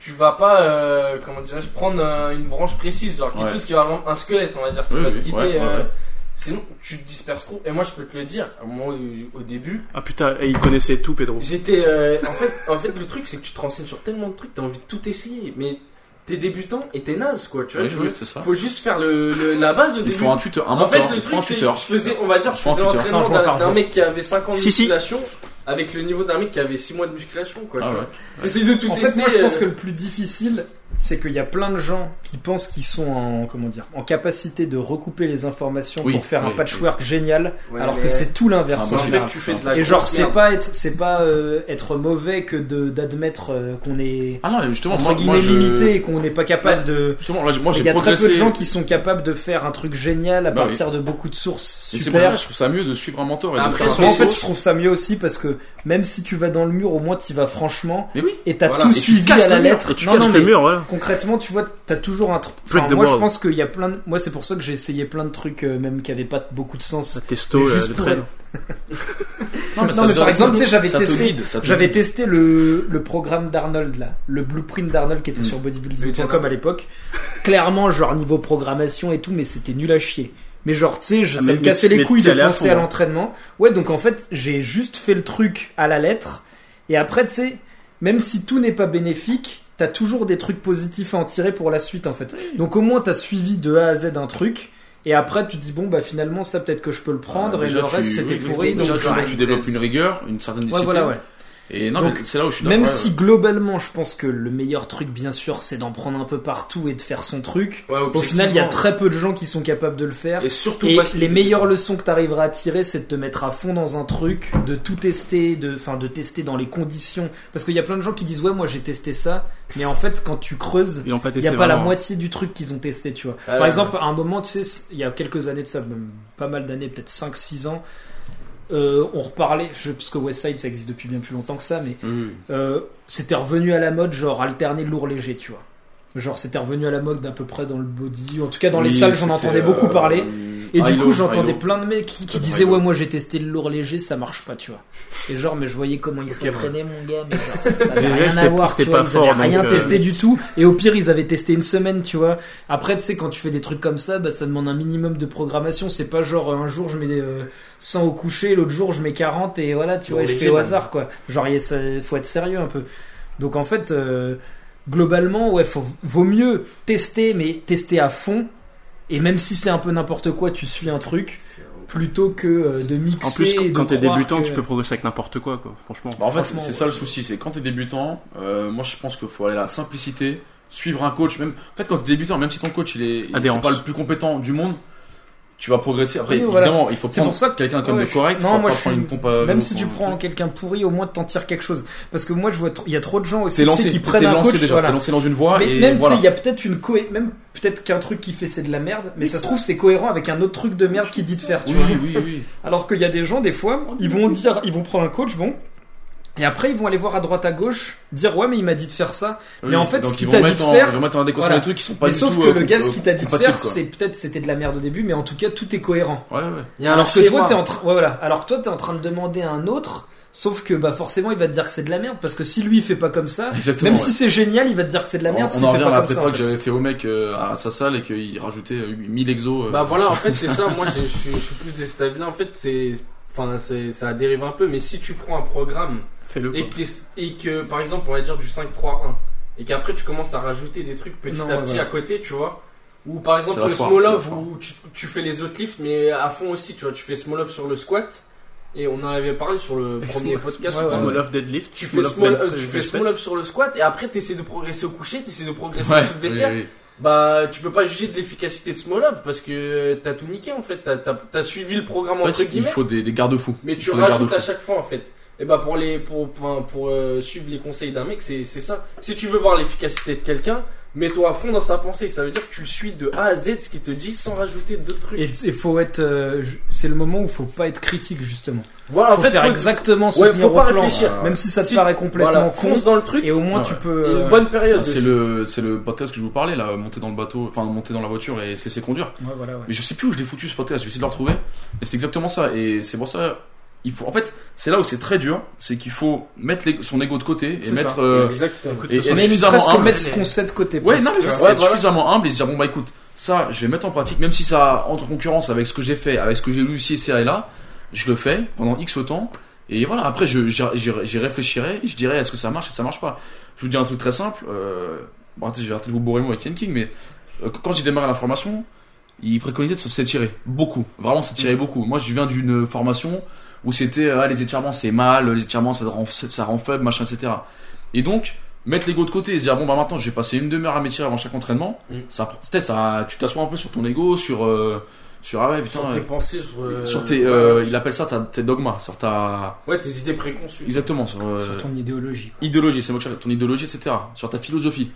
tu vas pas euh, comment dirais-je prendre euh, une branche précise, genre quelque
Ouais.
chose qui va vraiment un squelette, on va dire, qui
Oui,
va te
oui,
guider.
ouais, ouais,
euh,
ouais.
Sinon, tu te disperses trop. Et moi, je peux te le dire. Moi, au- au début,
Ah putain, et il connaissait tout, Pedro.
J'étais. euh, en, fait, en fait, le truc, c'est que tu te renseignes sur tellement de trucs, t'as envie de tout essayer. Mais t'es débutant et t'es naze, quoi. Tu vois,
Oui,
tu
oui,
vois.
c'est ça.
Faut juste faire le, le- la base au
Il
début.
faut un tuteur, un
en fait,
mentor,
le
il faut
truc,
un
c'est.
tuteur.
Je faisais, on va dire, je
Prends un
faisais
tuteur.
l'entraînement
Enfin, je vois
d'un
par
d'un
jour.
mec qui avait 5 ans de
Si, si.
musculation avec le niveau d'un mec qui avait 6 mois de musculation, quoi.
Ah
tu
ouais.
vois. T'essayes de tout
En
tester.
fait, moi, je pense
euh,
que le plus difficile, c'est qu'il y a plein de gens qui pensent qu'ils sont en, comment dire, en capacité de recouper les informations
Oui,
pour faire un
oui, Ah, bah
patchwork génial,
euh, Ouais,
alors
mais-
que c'est tout l'inverse.
C'est
en
En
impossible.
général.
fait, tu fais de la.
Et genre,
grosse
c'est
merde.
pas être, c'est pas euh, être mauvais que de d'admettre euh, qu'on est
Ah non, mais justement,
entre
moi-
guillemets
moi, je-
limité et qu'on n'est pas capable de.
Justement, là, moi
Il
j'ai
y a très peu de
progressé.
gens qui sont capables de faire un truc génial à
Bah oui.
partir de beaucoup de sources
Et c'est pour ça
super.
que je trouve ça mieux de suivre un mentor et de
Après,
faire un
sur
Moi, en
les
fait,
sources-
je trouve ça mieux aussi parce que même si tu vas dans le mur, au moins tu vas franchement
Mais oui.
et t'as
Voilà.
tout
Et
tu
suivi
casses
à la
le mur.
lettre.
Et tu
Non,
casses
non,
le
mais
mur, voilà.
Concrètement, tu vois, t'as toujours un truc.
Break
Enfin,
the
moi, je
world.
pense qu'il y a plein. De... Moi, c'est pour ça que j'ai essayé plein de trucs, euh, même qui avaient pas beaucoup de sens.
Ça testo,
Mais juste
euh, le
pour
trail.
être-
Non, mais,
Non, mais par
te-
exemple, tu sais, j'avais
ça te
testé-
guide, ça te
J'avais
guide.
testé le, le programme d'Arnold là, le blueprint d'Arnold qui était
Mm.
sur
Le
bodybuilding.com
Jedi.
à l'époque. Clairement, genre niveau programmation et tout, mais c'était nul à chier. Mais genre, tu
Ah,
sais, je- ça
mais-
me cassait
mais-
les
mais
couilles
t'y
de
allais à
penser
fond,
à
hein.
l'entraînement. Ouais, donc en fait, j'ai juste fait le truc à la lettre. Et après, tu sais, même si tout n'est pas bénéfique, t'as toujours des trucs positifs à en tirer pour la suite en fait. Donc au moins, t'as suivi de A à Z un truc. Et après, tu te dis, bon, bah finalement, ça peut-être que je peux le prendre.
Ah,
et
déjà,
le reste,
tu-
c'était
oui,
pourri.
déjà,
donc
tu-
j'arrête.
tu développes une rigueur, une certaine discipline.
Ouais, voilà, ouais.
Et non,
Donc,
mais c'est là où je suis d'accord.
Même
ouais,
si
ouais.
globalement, je pense que le meilleur truc, bien sûr, c'est d'en prendre un peu partout et de faire son truc.
Ouais,
Au final, il y a
objectivement.
très peu de gens qui sont capables de le faire.
Et surtout,
Et
pas si
les
Ah
t'es
meilleures leçons que t'arriveras à tirer, c'est de te mettre à fond dans un truc, de tout tester, de, enfin, de tester dans les conditions. Parce qu'il y a plein de gens qui disent ouais, moi j'ai testé ça, mais en fait, quand tu creuses,
Ils l'ont pas
il
testé.
n'y a pas la
vraiment.
moitié du truc qu'ils ont testé, tu vois.
Ah
Par
ouais.
exemple, à un moment, tu sais, il y a quelques années de ça, même pas mal d'années, peut-être 5-6 ans, euh, on reparlait, je, parce que Westside ça existe depuis bien plus longtemps que ça, mais
Oui,
euh, c'était revenu à la mode, genre alterner lourd léger, tu vois. Genre c'était revenu à la mode d'à peu près dans le body, en tout cas dans les salles, j'en
c'était,
entendais beaucoup
euh,
parler.
euh,
Et
high
du
low,
coup, j'entendais
high low.
plein de mecs qui, qui
Ouais,
disaient
ouais.
Ouais, moi j'ai testé le lourd léger, ça marche pas, tu vois. Et genre, mais je voyais comment ils s'entraînaient, mon gars, mais genre, ça avait
Déjà,
rien à
c'était-
voir,
c'était
tu vois,
pas
ils avaient
fort,
rien
donc, euh,
testé du tout. Et au pire, ils avaient testé une semaine, tu vois. Après, tu sais, quand tu fais des trucs comme ça, bah, ça demande un minimum de programmation. C'est pas genre euh, un jour je mets euh, 100 au coucher, l'autre jour je mets 40 et voilà, tu
Lourd
vois, je
léger,
fais au
man.
hasard, quoi. Genre, il y a- ça- faut être sérieux un peu. Donc en fait, euh, globalement, ouais, faut, vaut mieux tester, mais tester à fond. Et même si c'est un peu n'importe quoi, tu suis un truc plutôt que euh, de mixer.
En plus,
et de
quand, quand t'es
croire
débutant,
que-
tu peux progresser avec n'importe quoi, quoi. Franchement.
Bah, en fait,
Franchement,
c'est
ouais.
ça le souci, c'est quand t'es débutant, euh, moi je pense qu'il faut aller à la simplicité, suivre un coach, même. En fait, quand t'es débutant, même si ton coach il est, il- c'est
Adhérence.
pas le plus compétent du monde, tu vas progresser. Après,
Oui, voilà.
évidemment, il faut
C'est
prendre
pour ça que-
quelqu'un comme
ouais,
de
je-
correct,
non,
pour
moi,
pas
je
prendre
suis-
une pompe à-
Même si
pour-
tu prends quelqu'un pourri, au moins t'en tires quelque chose. Parce que moi, je vois, tr- il y a trop de gens aussi
T'es
tu sais,
lancé,
qui
t'es
prennent un
lancé
coach.
déjà,
voilà.
t'es lancé dans une voie
Mais
et
même, tu sais,
voilà.
il y a peut-être une cohé- même peut-être qu'un truc qui fait c'est de la merde, mais ça se trouve c'est cohérent avec un autre truc de merde qui dit de faire. Tu
Oui,
vois.
oui, oui.
Alors qu'il y a des gens, des fois, ils vont dire, ils vont prendre un coach, bon, et après ils vont aller voir à droite à gauche, dire ouais mais il m'a dit de faire ça. Mais
Oui,
en fait,
donc
ce
ils
qu'il
vont
t'a dit
mettre
de
en-
faire-
ils vont mettre en adéquation
voilà.
des trucs qui sont pas
mais
du
sauf
tout,
que
euh,
le
comp-
gars ce qu'il t'a dit de
compatibles,
faire,
quoi.
c'est peut-être c'était de la merde au début, mais en tout cas tout est cohérent.
Ouais, ouais.
Et alors que
Chez toi,
toi,
t'es en train, ouais, voilà. Alors que toi, t'es en train de demander à un autre. Sauf que bah forcément il va te dire que c'est de la merde parce que si lui il fait pas comme ça,
Exactement,
même
ouais.
si c'est génial il va te dire que c'est de la merde.
on
s'il
en
fait
revient
pas
à la
comme ça,
prépa
en
que
fait.
j'avais fait au mec euh, à sa salle et qu'il rajoutait euh, 1000 exos. euh,
Bah voilà, en fait, c'est ça. Moi, j'ai- je suis je suis plus de cet avis-là. En fait, c'est. Enfin, c'est- ça dérive un peu, mais si tu prends un programme
Fais-le. quoi.
et que, t'es- et que, par exemple, on va dire du 5-3-1, et qu'après tu commences à rajouter des trucs petit
Non,
à petit
voilà.
à côté, tu vois. Ou par exemple
la
le
foire,
small
c'est la
love
foire.
où tu, tu fais les autres lifts, mais à fond aussi, tu vois. Tu fais small love sur le squat, et on en avait parlé sur
[laughs]
le premier podcast.
ouais,
sur-
Small off deadlift.
Tu fais, small,
bench
euh,
press,
tu fais
bench
small
press.
up sur le squat et après tu essaies de progresser au coucher, tu essaies de progresser
ouais,
au soulevé de
oui,
terre.
oui.
Bah, tu peux pas juger de l'efficacité de small up parce que euh, t'as tout niqué en fait. T'as as, suivi le programme
En
entre
fait, il
guillemets,
faut des, des garde-fous.
mais
Il
tu
faut des
rajoutes
garde-fous.
à chaque fois en fait. Et bah, pour, les, pour, pour, pour, euh, suivre les conseils d'un mec, c'est c'est ça. Si tu veux voir l'efficacité de quelqu'un, mets-toi à fond dans sa pensée. Ça veut dire que tu le suis de A à Z ce qu'il te dit sans rajouter d'autres trucs.
Et il faut être, euh, ju- c'est le moment où faut pas être critique justement.
voilà,
faut faire exactement ce
ouais,
qu'il
faut pas
au plan,
réfléchir.
même si ça te
Si-
paraît complètement
Voilà,
con.
fonce dans le truc.
Et au moins
Ouais,
tu
ouais.
peux.
et
euh,
une bonne période.
Ah, c'est
aussi.
le c'est le podcast que je vous parlais là, monter dans le bateau, enfin monter dans la voiture et se laisser conduire.
ouais, voilà, ouais.
Mais je sais plus où je l'ai foutu ce podcast, je vais essayer de le retrouver. Mais c'est exactement ça et c'est pour ça il faut en fait, c'est là où c'est très dur, c'est qu'il faut mettre l'ego- son ego de côté et
C'est
mettre
ça.
euh,
Exactement.
et, et
On
être
est presque
suffisamment humble.
mettre ce qu'on sait de côté.
Ouais,
presque,
non, mais
tu
parce
vois.
qu'être suffisamment humble et se dire bon bah écoute, ça je vais mettre en pratique, même si ça entre en concurrence avec ce que j'ai fait, avec ce que j'ai lu ici et ça et là, je le fais pendant X temps. Et voilà, après je- j'y j'y réfléchirai, je dirai est-ce que ça marche et ça marche pas. Je vous dis un truc très simple, euh, bon, attendez, je vais arrêter de vous bourrer moi avec Ken King, mais euh, quand j'ai démarré la formation, il préconisait de se- s'étirer beaucoup, vraiment
Mm.
s'étirer beaucoup. Moi je viens d'une formation où c'était euh, ah, les étirements c'est mal, les étirements ça rend, ça rend faible, machin, etc. Et donc, mettre l'ego de côté et se dire bon bah maintenant je vais passer une demi-heure à m'étirer avant chaque entraînement,
Mm.
ça, pr- c'était ça, tu t'assois un peu sur ton ego, sur, euh, sur ah ouais putain,
Sur tes
euh,
pensées, sur, euh,
sur tes, euh,
ouais,
il appelle ça ta- tes dogmas, sur ta,
ouais, tes idées préconçues.
exactement, sur, euh,
Sur ton idéologie. quoi.
idéologie, c'est moi que je cherche, ton idéologie, etc. Sur ta philosophie.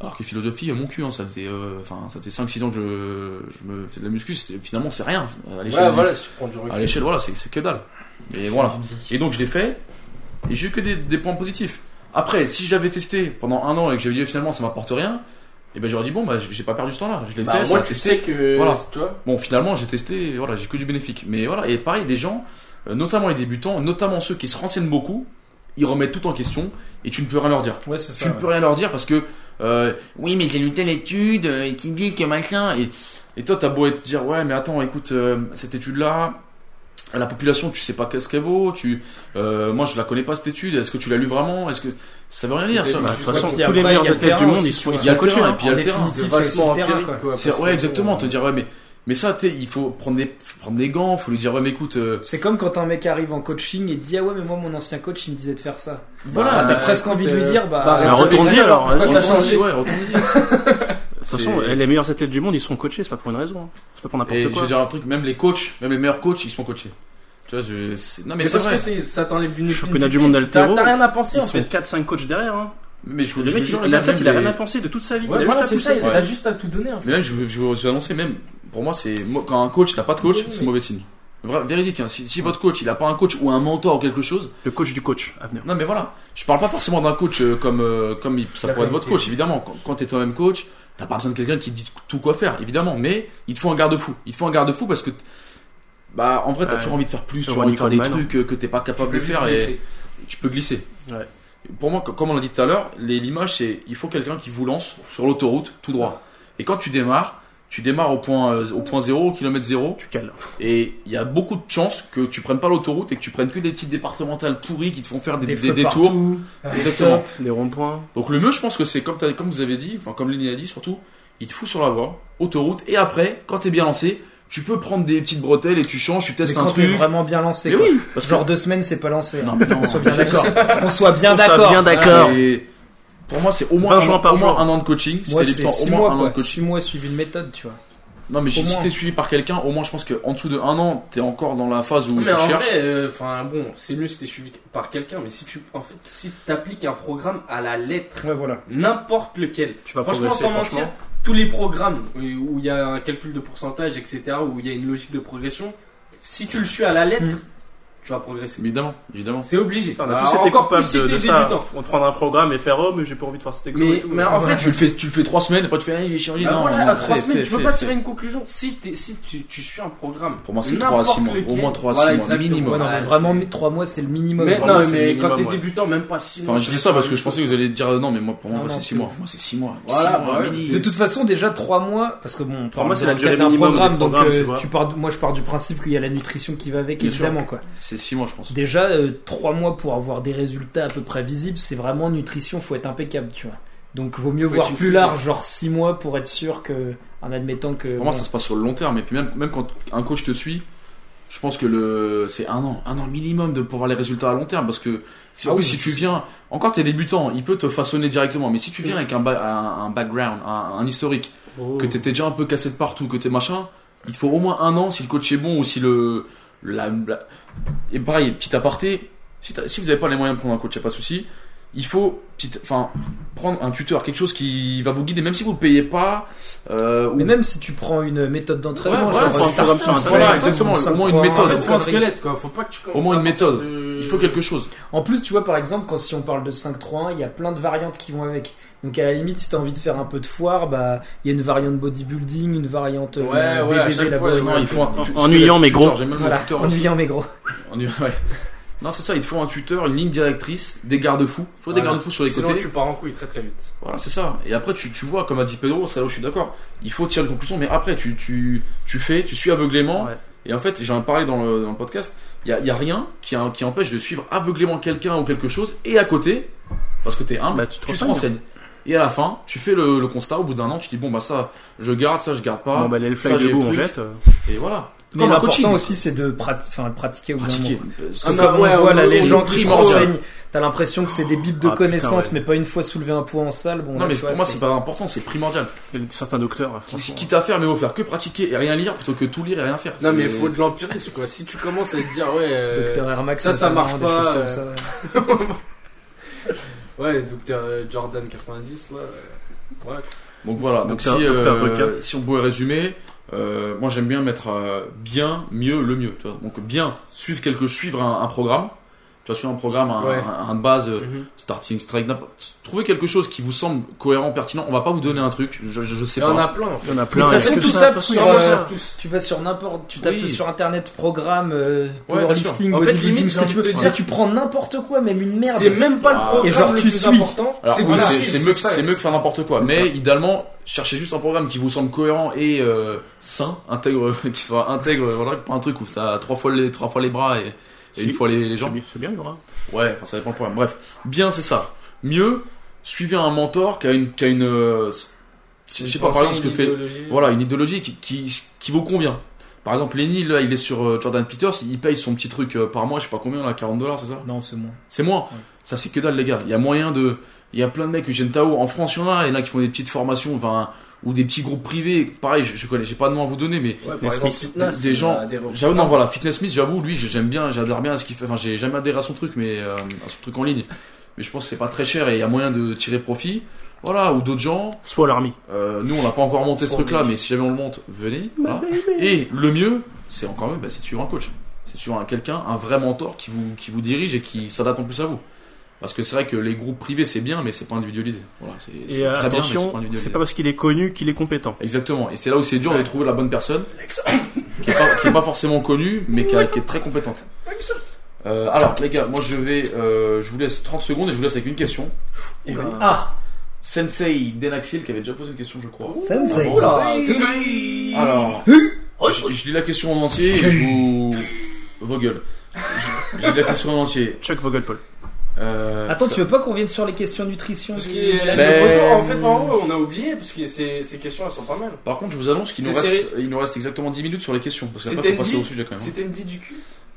Alors que philosophie, euh, mon cul, hein, ça faisait, euh, enfin, ça faisait 5-6 ans que je, je me fais de la muscu, c'est- finalement c'est rien à l'échelle,
Ouais,
du-
voilà, si tu prends du recul.
à l'échelle, voilà, c'est c'est que dalle. Mais voilà. Et donc je l'ai fait, et j'ai eu que des, des points positifs. Après, si j'avais testé pendant un an et que j'avais dit finalement ça m'apporte rien, et ben j'aurais dit bon bah j'ai j'ai pas perdu ce temps-là, je l'ai
Bah,
fait.
au
ça
moins,
a
tu
testé.
sais que,
Voilà.
tu vois,
Bon finalement j'ai testé, et voilà j'ai que du bénéfique. Mais voilà et pareil les gens, euh, notamment les débutants, notamment ceux qui se renseignent beaucoup, ils remettent tout en question et tu ne peux rien leur dire.
Ouais, c'est ça.
Tu ne
ouais.
peux rien leur dire parce que euh, oui mais j'ai lu telle étude euh, qui dit que machin et et toi t'as beau te dire ouais mais attends écoute euh, cette étude là la population tu sais pas qu'est-ce qu'elle vaut tu euh, moi je la connais pas cette étude est-ce que tu l'as lu vraiment est-ce que ça veut rien dire tu vois.
Bah, de
Bah,
toute
Ouais,
façon,
puis
tous
après,
les
il
meilleurs
y a le
athlètes du
terrain
monde,
aussi,
ils
tu
sont
vois.
il y a le
coachés.
terrain et puis il y a
En
le terrain
définitive,
c'est
c'est le
vachement
terrain,
empirique,
quoi.
quoi.
C'est-
parce
ouais
que,
exactement
euh,
te dire ouais mais mais ça tu sais, il faut prendre des prendre des gants faut lui dire ouais mais écoute euh,
C'est comme quand un mec arrive en coaching et te dit ah ouais mais moi mon ancien coach il me disait de faire ça.
voilà
Ah,
Bah,
t'as presque
écoute,
envie de lui
euh,
dire bah,
bah,
Bah,
reste
retourne-y
vegan,
alors.
Pourquoi
vas-y.
t'as
De
retourne-y,
changé
ouais retourne-y.
toute façon,
C'est-
eh, les meilleurs athlètes du monde, ils sont coachés. C'est pas pour une raison. hein. C'est pas pour
et
n'importe
je veux
quoi.
dire un truc même les coachs même les meilleurs coachs ils sont coachés tu vois je c'est- non mais,
Mais
c'est
parce
vrai
que c'est- ça t'enlève une.
Championnat
une-
du monde
t'as-
d'haltéro,
T'as rien à penser
Ils
en
sont
fait.
4-5 coachs derrière. hein.
mais je vous
Le
je vous
mec,
jure
il-
gars,
l'athlète,
même
il a
les-
rien à penser de toute sa vie.
Ouais,
Il a
voilà,
juste à
c'est ça,
pousser.
Ouais.
t'as juste à tout donner en fait.
Mais même, je vais je vais vous annoncer même, pour moi, c'est moi, quand un coach n'a pas de coach, c'est mauvais signe. Vrai- véridique, hein. si, si votre coach il n'a pas un coach ou un mentor ou quelque chose,
Le coach du coach à venir.
non mais voilà, je parle pas forcément d'un coach euh, comme, euh, comme il- ça pourrait être votre coach, évidemment. Quand, quand t'es toi-même coach, t'as T'as pas besoin de quelqu'un qui te dit tout quoi faire, évidemment, mais il te faut un garde-fou. Il te faut un garde-fou parce que, t- bah, en vrai, t'as
Ouais.
toujours envie de faire plus,
Sur
toujours envie de faire des
Running Man,
trucs euh, que t'es pas
Tu
capable
peux
de
vite
faire et
glisser.
tu peux glisser.
Ouais.
Pour moi, co- comme on l'a dit tout à l'heure, les- l'image c'est il faut quelqu'un qui vous lance sur l'autoroute tout droit. Et quand tu démarres, tu démarres au point, euh, au point zéro, au kilomètre zéro,
Tu cales.
et il y a beaucoup de chances que tu prennes pas l'autoroute et que tu prennes que des petites départementales pourries qui te font faire des,
Des
des,
feux
détours.
partout.
Exactement.
Exactement.
Des ronds-points.
Donc le mieux, je pense que c'est comme, t'as- comme vous avez dit, enfin comme Lenny a dit surtout, il te fout sur la voie, autoroute, et après, quand t'es bien lancé, tu peux prendre des petites bretelles et tu changes, tu
Mais
testes un
quand t'es
truc.
vraiment bien lancé,
Mais
quoi.
oui, parce que-
genre deux semaines, c'est pas lancé. [laughs]
Non,
hein.
mais non,
Qu'on soit bien
j'ai-
d'accord. Qu'on soit bien
Qu'on soit
d'accord.
bien d'accord.
Et pour moi, c'est au moins,
20
un,
jours
an-
par
au moins
jour.
un an de coaching.
Moi,
C'était
c'est
l'histoire, au
6
moins
mois,
un an de
quoi.
coaching.
6 mois suivi de méthode, tu vois.
Non, mais si
moins.
t'es suivi par quelqu'un, au moins, je pense qu'en dessous de un an, t'es encore dans la phase où
Mais
tu
en
cherches.
vrai, euh, enfin bon, c'est mieux si t'es suivi par quelqu'un, mais si tu, en fait, si t'appliques un programme à la lettre,
Ouais, voilà.
n'importe lequel,
Tu vas
franchement,
progresser,
sans
franchement.
mentir, tous les programmes où où il y a un calcul de pourcentage, etc., où il y a une logique de progression, si tu le suis à la lettre,
Mm.
tu vas progresser.
Évidemment, évidemment.
C'est obligé.
On a
Alors,
tous été
encore
coupables
plus si
de,
t'es
de ça.
débutant.
On prendre un programme et faire oh mais j'ai pas envie de faire cet examen. et
Mais,
tout.
mais en fait,
tu le fais, tu le fais trois semaines, après tu fais, ah, j'ai changé.
Bah
non,
voilà,
non,
à 3
fais,
semaines,
fais,
tu peux
fais,
pas
fais.
tirer une conclusion. Si, t'es- si tu, tu suis un programme.
Pour moi, c'est
n'importe
3 à 6 mois.
lequel,
Au moins 3 à 6
voilà,
mois,
exactement.
minimum.
Ouais, non,
Voilà,
mais vraiment, 3 mois, c'est le minimum.
Mais,
Vraiment,
non,
c'est
mais
le
quand
minimum,
t'es
ouais.
débutant, même pas 6 mois.
Enfin, je dis ça parce que je pensais que vous allez dire euh, non, mais moi, pour moi,
Non,
c'est
non,
6
c'est
mois.
ouf.
Moi, c'est 6 mois.
Voilà,
Six mois,
ouais,
mini.
De toute façon, déjà 3 mois, parce que bon,
Trois mois, c'est la
dans le
durée
cadre d'un
minimum des
programme, donc
programmes,
euh,
tu vois.
tu pars, moi je pars du principe qu'il y a la nutrition qui va avec,
Bien
évidemment, quoi.
C'est 6 mois, je pense.
Déjà, 3 mois pour avoir des résultats à peu près visibles, c'est vraiment nutrition, faut être impeccable, tu vois. Donc vaut mieux
Faut
voir
être une
plus
fusée.
large, genre 6 mois pour être sûr que, en admettant que.
Pour moi,
bon,
ça se passe sur le long terme. Et puis, même, même quand un coach te suit, je pense que le c'est un an, un an minimum de pour voir les résultats à long terme. Parce que si,
Ah
oui,
oui,
si
c'est-
tu viens, encore t'es débutant, il peut te façonner directement. Mais si tu viens avec un, ba- un, un background, un, un historique,
Oh.
que t'étais déjà un peu cassé de partout, que t'es machin, il te faut au moins un an si le coach est bon ou si le. la- la- Et pareil, petit aparté, si, t'as- si vous n'avez pas les moyens de prendre un coach, y a pas de souci. Il faut, petit- enfin, prendre un tuteur, quelque chose qui va vous guider, même si vous ne payez pas. euh, ou-
Mais même si tu prends une méthode d'entraînement,
Ouais,
genre euh,
ouais, faut un
Star
programme sur
Fox,
Internet.
par exemple,
Exactement,
ou
au
cinq,
moins une
trois,
méthode.
un,
En fait, faut un
connerie.
squelette, quoi. Faut pas que tu commences.
au moins
à
une méthode.
partir de-
Il faut quelque chose.
En plus, tu vois, par exemple, quand si on parle de 5-3-1, il y a plein de variantes qui vont avec. Donc, à la limite, si t'as envie de faire un peu de foire, bah, il y a une variante bodybuilding, une variante euh,
Ouais, ouais, à
BBB,
chaque
la
fois,
bonne-
ouais.
Non, il faut un
En-
tu-
ennuyant, mais
tuteur,
gros.
J'aime même le
Voilà,
tuteur aussi.
ennuyant mais gros.
Ennuy- ouais. Non, c'est ça, il te faut un tuteur, une ligne directrice, des garde-fous. Il faut des
Voilà.
garde-fous sur les
Sinon,
côtés.
tu pars en couille très très vite.
Voilà, c'est ça. Et après, tu, tu vois, comme a dit Pedro, c'est là où je suis d'accord. Il faut tirer des conclusions, mais après, tu, tu, tu fais, tu suis aveuglément.
Ouais.
Et en fait, j'en ai parlé dans le, dans le podcast, il n'y a, il y a rien qui, a- qui empêche de suivre aveuglément quelqu'un ou quelque chose, et à côté, parce que t'es humble,
Bah, tu te
tu te
renseignes.
renseignes. Et à la fin, tu fais le, le constat, au bout d'un an, tu dis, bon, bah ça, je garde, ça, je garde pas.
Bon bah les
ça,
flags
j'ai le
debout on
truc.
jette. euh.
Et voilà.
Mais
un
l'important aussi, c'est de prat- enfin, pratiquer au bout d'un
pratiquer. Ah
moment.
Parce que
Parce que
ça-
ça, on
ouais,
voit
on-
là, les
on-
gens
on-
qui se
on-
renseignent. T'as l'impression que c'est des bips de
Ah, putain,
connaissances,
ouais.
mais pas une fois soulevé un poids en salle. Bon,
non,
là,
mais
tu vois,
pour moi, c'est pas important, c'est primordial.
Il y a certains docteurs. euh,
Si
franchement.
quitte à faire, mais vous faire que pratiquer et rien lire plutôt que tout lire et rien faire.
Non, mais
C'est-
faut de l'empirisme, quoi. Si tu commences à te dire, ouais. euh,
Docteur Hermax,
ça, ça
notamment,
marche
des
pas,
choses
euh,
comme ça. ouais.
Ouais, docteur euh, Jordan 90, là. euh, Ouais.
Donc voilà, donc si,
Docteur- Docteur
euh,
Requin.
si on pouvait résumer, euh, moi j'aime bien mettre euh, bien, mieux, le mieux. Tu vois. Donc bien, suivre quelque suivre un, un programme. Tu vois, suivre un programme, un,
Ouais.
un- un de base, euh,
Mhm.
starting, strike, n'importe- trouver quelque chose qui vous semble cohérent, pertinent. On va pas vous donner un truc, je, je, je sais
Il y en a
pas.
plein. en fait.
Il y en a plein.
toute
est-ce
façon,
que
tout
ça-
ça
de toute façon,
pour,
il y en a-
euh,
Sur tous.
Tu vas sur n'importe, tu tapes
Oui.
sur internet programme, euh,
Ouais, bien sûr.
powerlifting,
En fait,
bodybuilding,
limite,
ce
j'ai
que tu veux
envie de te
Mais
dire-
tu prends n'importe quoi, même une merde.
C'est même pas le
Ah.
programme
Et genre,
le
tu
plus
suis.
important.
Alors oui,
voilà,
c'est- c'est mieux, que-
ça,
c'est mieux que faire n'importe quoi. Mais idéalement, cherchez juste un programme qui vous semble cohérent et euh, sain, intègre, [laughs] qui soit intègre, voilà, pas un truc où ça a trois fois les, trois fois les bras et, et
Si.
une fois les, les
C'est
jambes.
bien- C'est bien il y aura.
Ouais, enfin ça dépend le problème. Bref, bien c'est ça. Mieux, suivez un mentor qui a une, qui a une, euh, je sais pas par exemple ce que fait, voilà, une idéologie qui, qui, qui vous convient. Par exemple, Lenny, là, il est sur euh, Jordan Peters, il paye son petit truc euh, par mois, je sais pas combien, là, 40 dollars, c'est ça
Non, c'est moi.
C'est moi.
Ouais.
Ça, c'est que dalle, les gars. Il y a moyen de, il y a plein de mecs, Eugène Tao, en France, il y en a, il y en a qui font des petites formations, enfin, ou des petits groupes privés. Pareil, je, je connais, j'ai pas de nom à vous donner, mais
Ouais, par
Les
exemple,
Smiths.
fitness,
Des gens-
euh, des repas.
J'avoue, non, voilà, Fitness Smith, j'avoue, lui, j'aime bien, j'adore bien à ce qu'il fait. Enfin, j'ai jamais adhéré à son truc, mais euh, à son truc en ligne. Mais je pense que c'est pas très cher et il y a moyen de tirer profit. Voilà, ou d'autres gens.
Soit l'armée.
Euh, nous, on n'a pas encore monté
Oh,
ce
Sans
truc-là,
doute.
mais si jamais on le monte, venez. voilà. Et le mieux, c'est encore mieux, bah, c'est de suivre un coach. C'est de suivre un- quelqu'un, un vrai mentor qui vous, qui vous dirige et qui s'adapte en plus à vous. Parce que c'est vrai que les groupes privés, c'est bien, mais c'est pas individualisé. Voilà, c'est c'est
Et euh,
très bien, mais c'est
attention,
pas individualisé.
c'est pas parce qu'il est connu qu'il est compétent.
Exactement. Et c'est là où c'est dur de trouver la bonne personne [coughs] qui est, pas, qui est pas forcément connue, mais qui, a- qui est très compétente. Euh, alors, les gars, moi je vais, euh, je vous laisse 30 secondes et je vous laisse avec une question.
Ah,
Sensei Denaxil qui avait déjà posé une question, je crois.
Sensei.
Ah bon
Ah,
Alors,
Hein
je, je lis la question en entier et je vous. Vos gueules. Je, je lis la question en entier.
Chuck Vogelpohl.
Euh,
Attends,
ça- Ben,
tu veux pas qu'on vienne sur les questions nutrition
Parce
du-
que euh,
Mais-
le retour, en fait, en haut, on a oublié, parce que ces, ces questions, elles sont pas
Ah
mal.
Par contre, je vous annonce qu'il nous,
C'est
reste,
serré.
il nous reste exactement 10 minutes sur les questions. Parce
C'est
qu'après, faut passer
Andy.
au sujet quand même. hein.
C'était une du cul.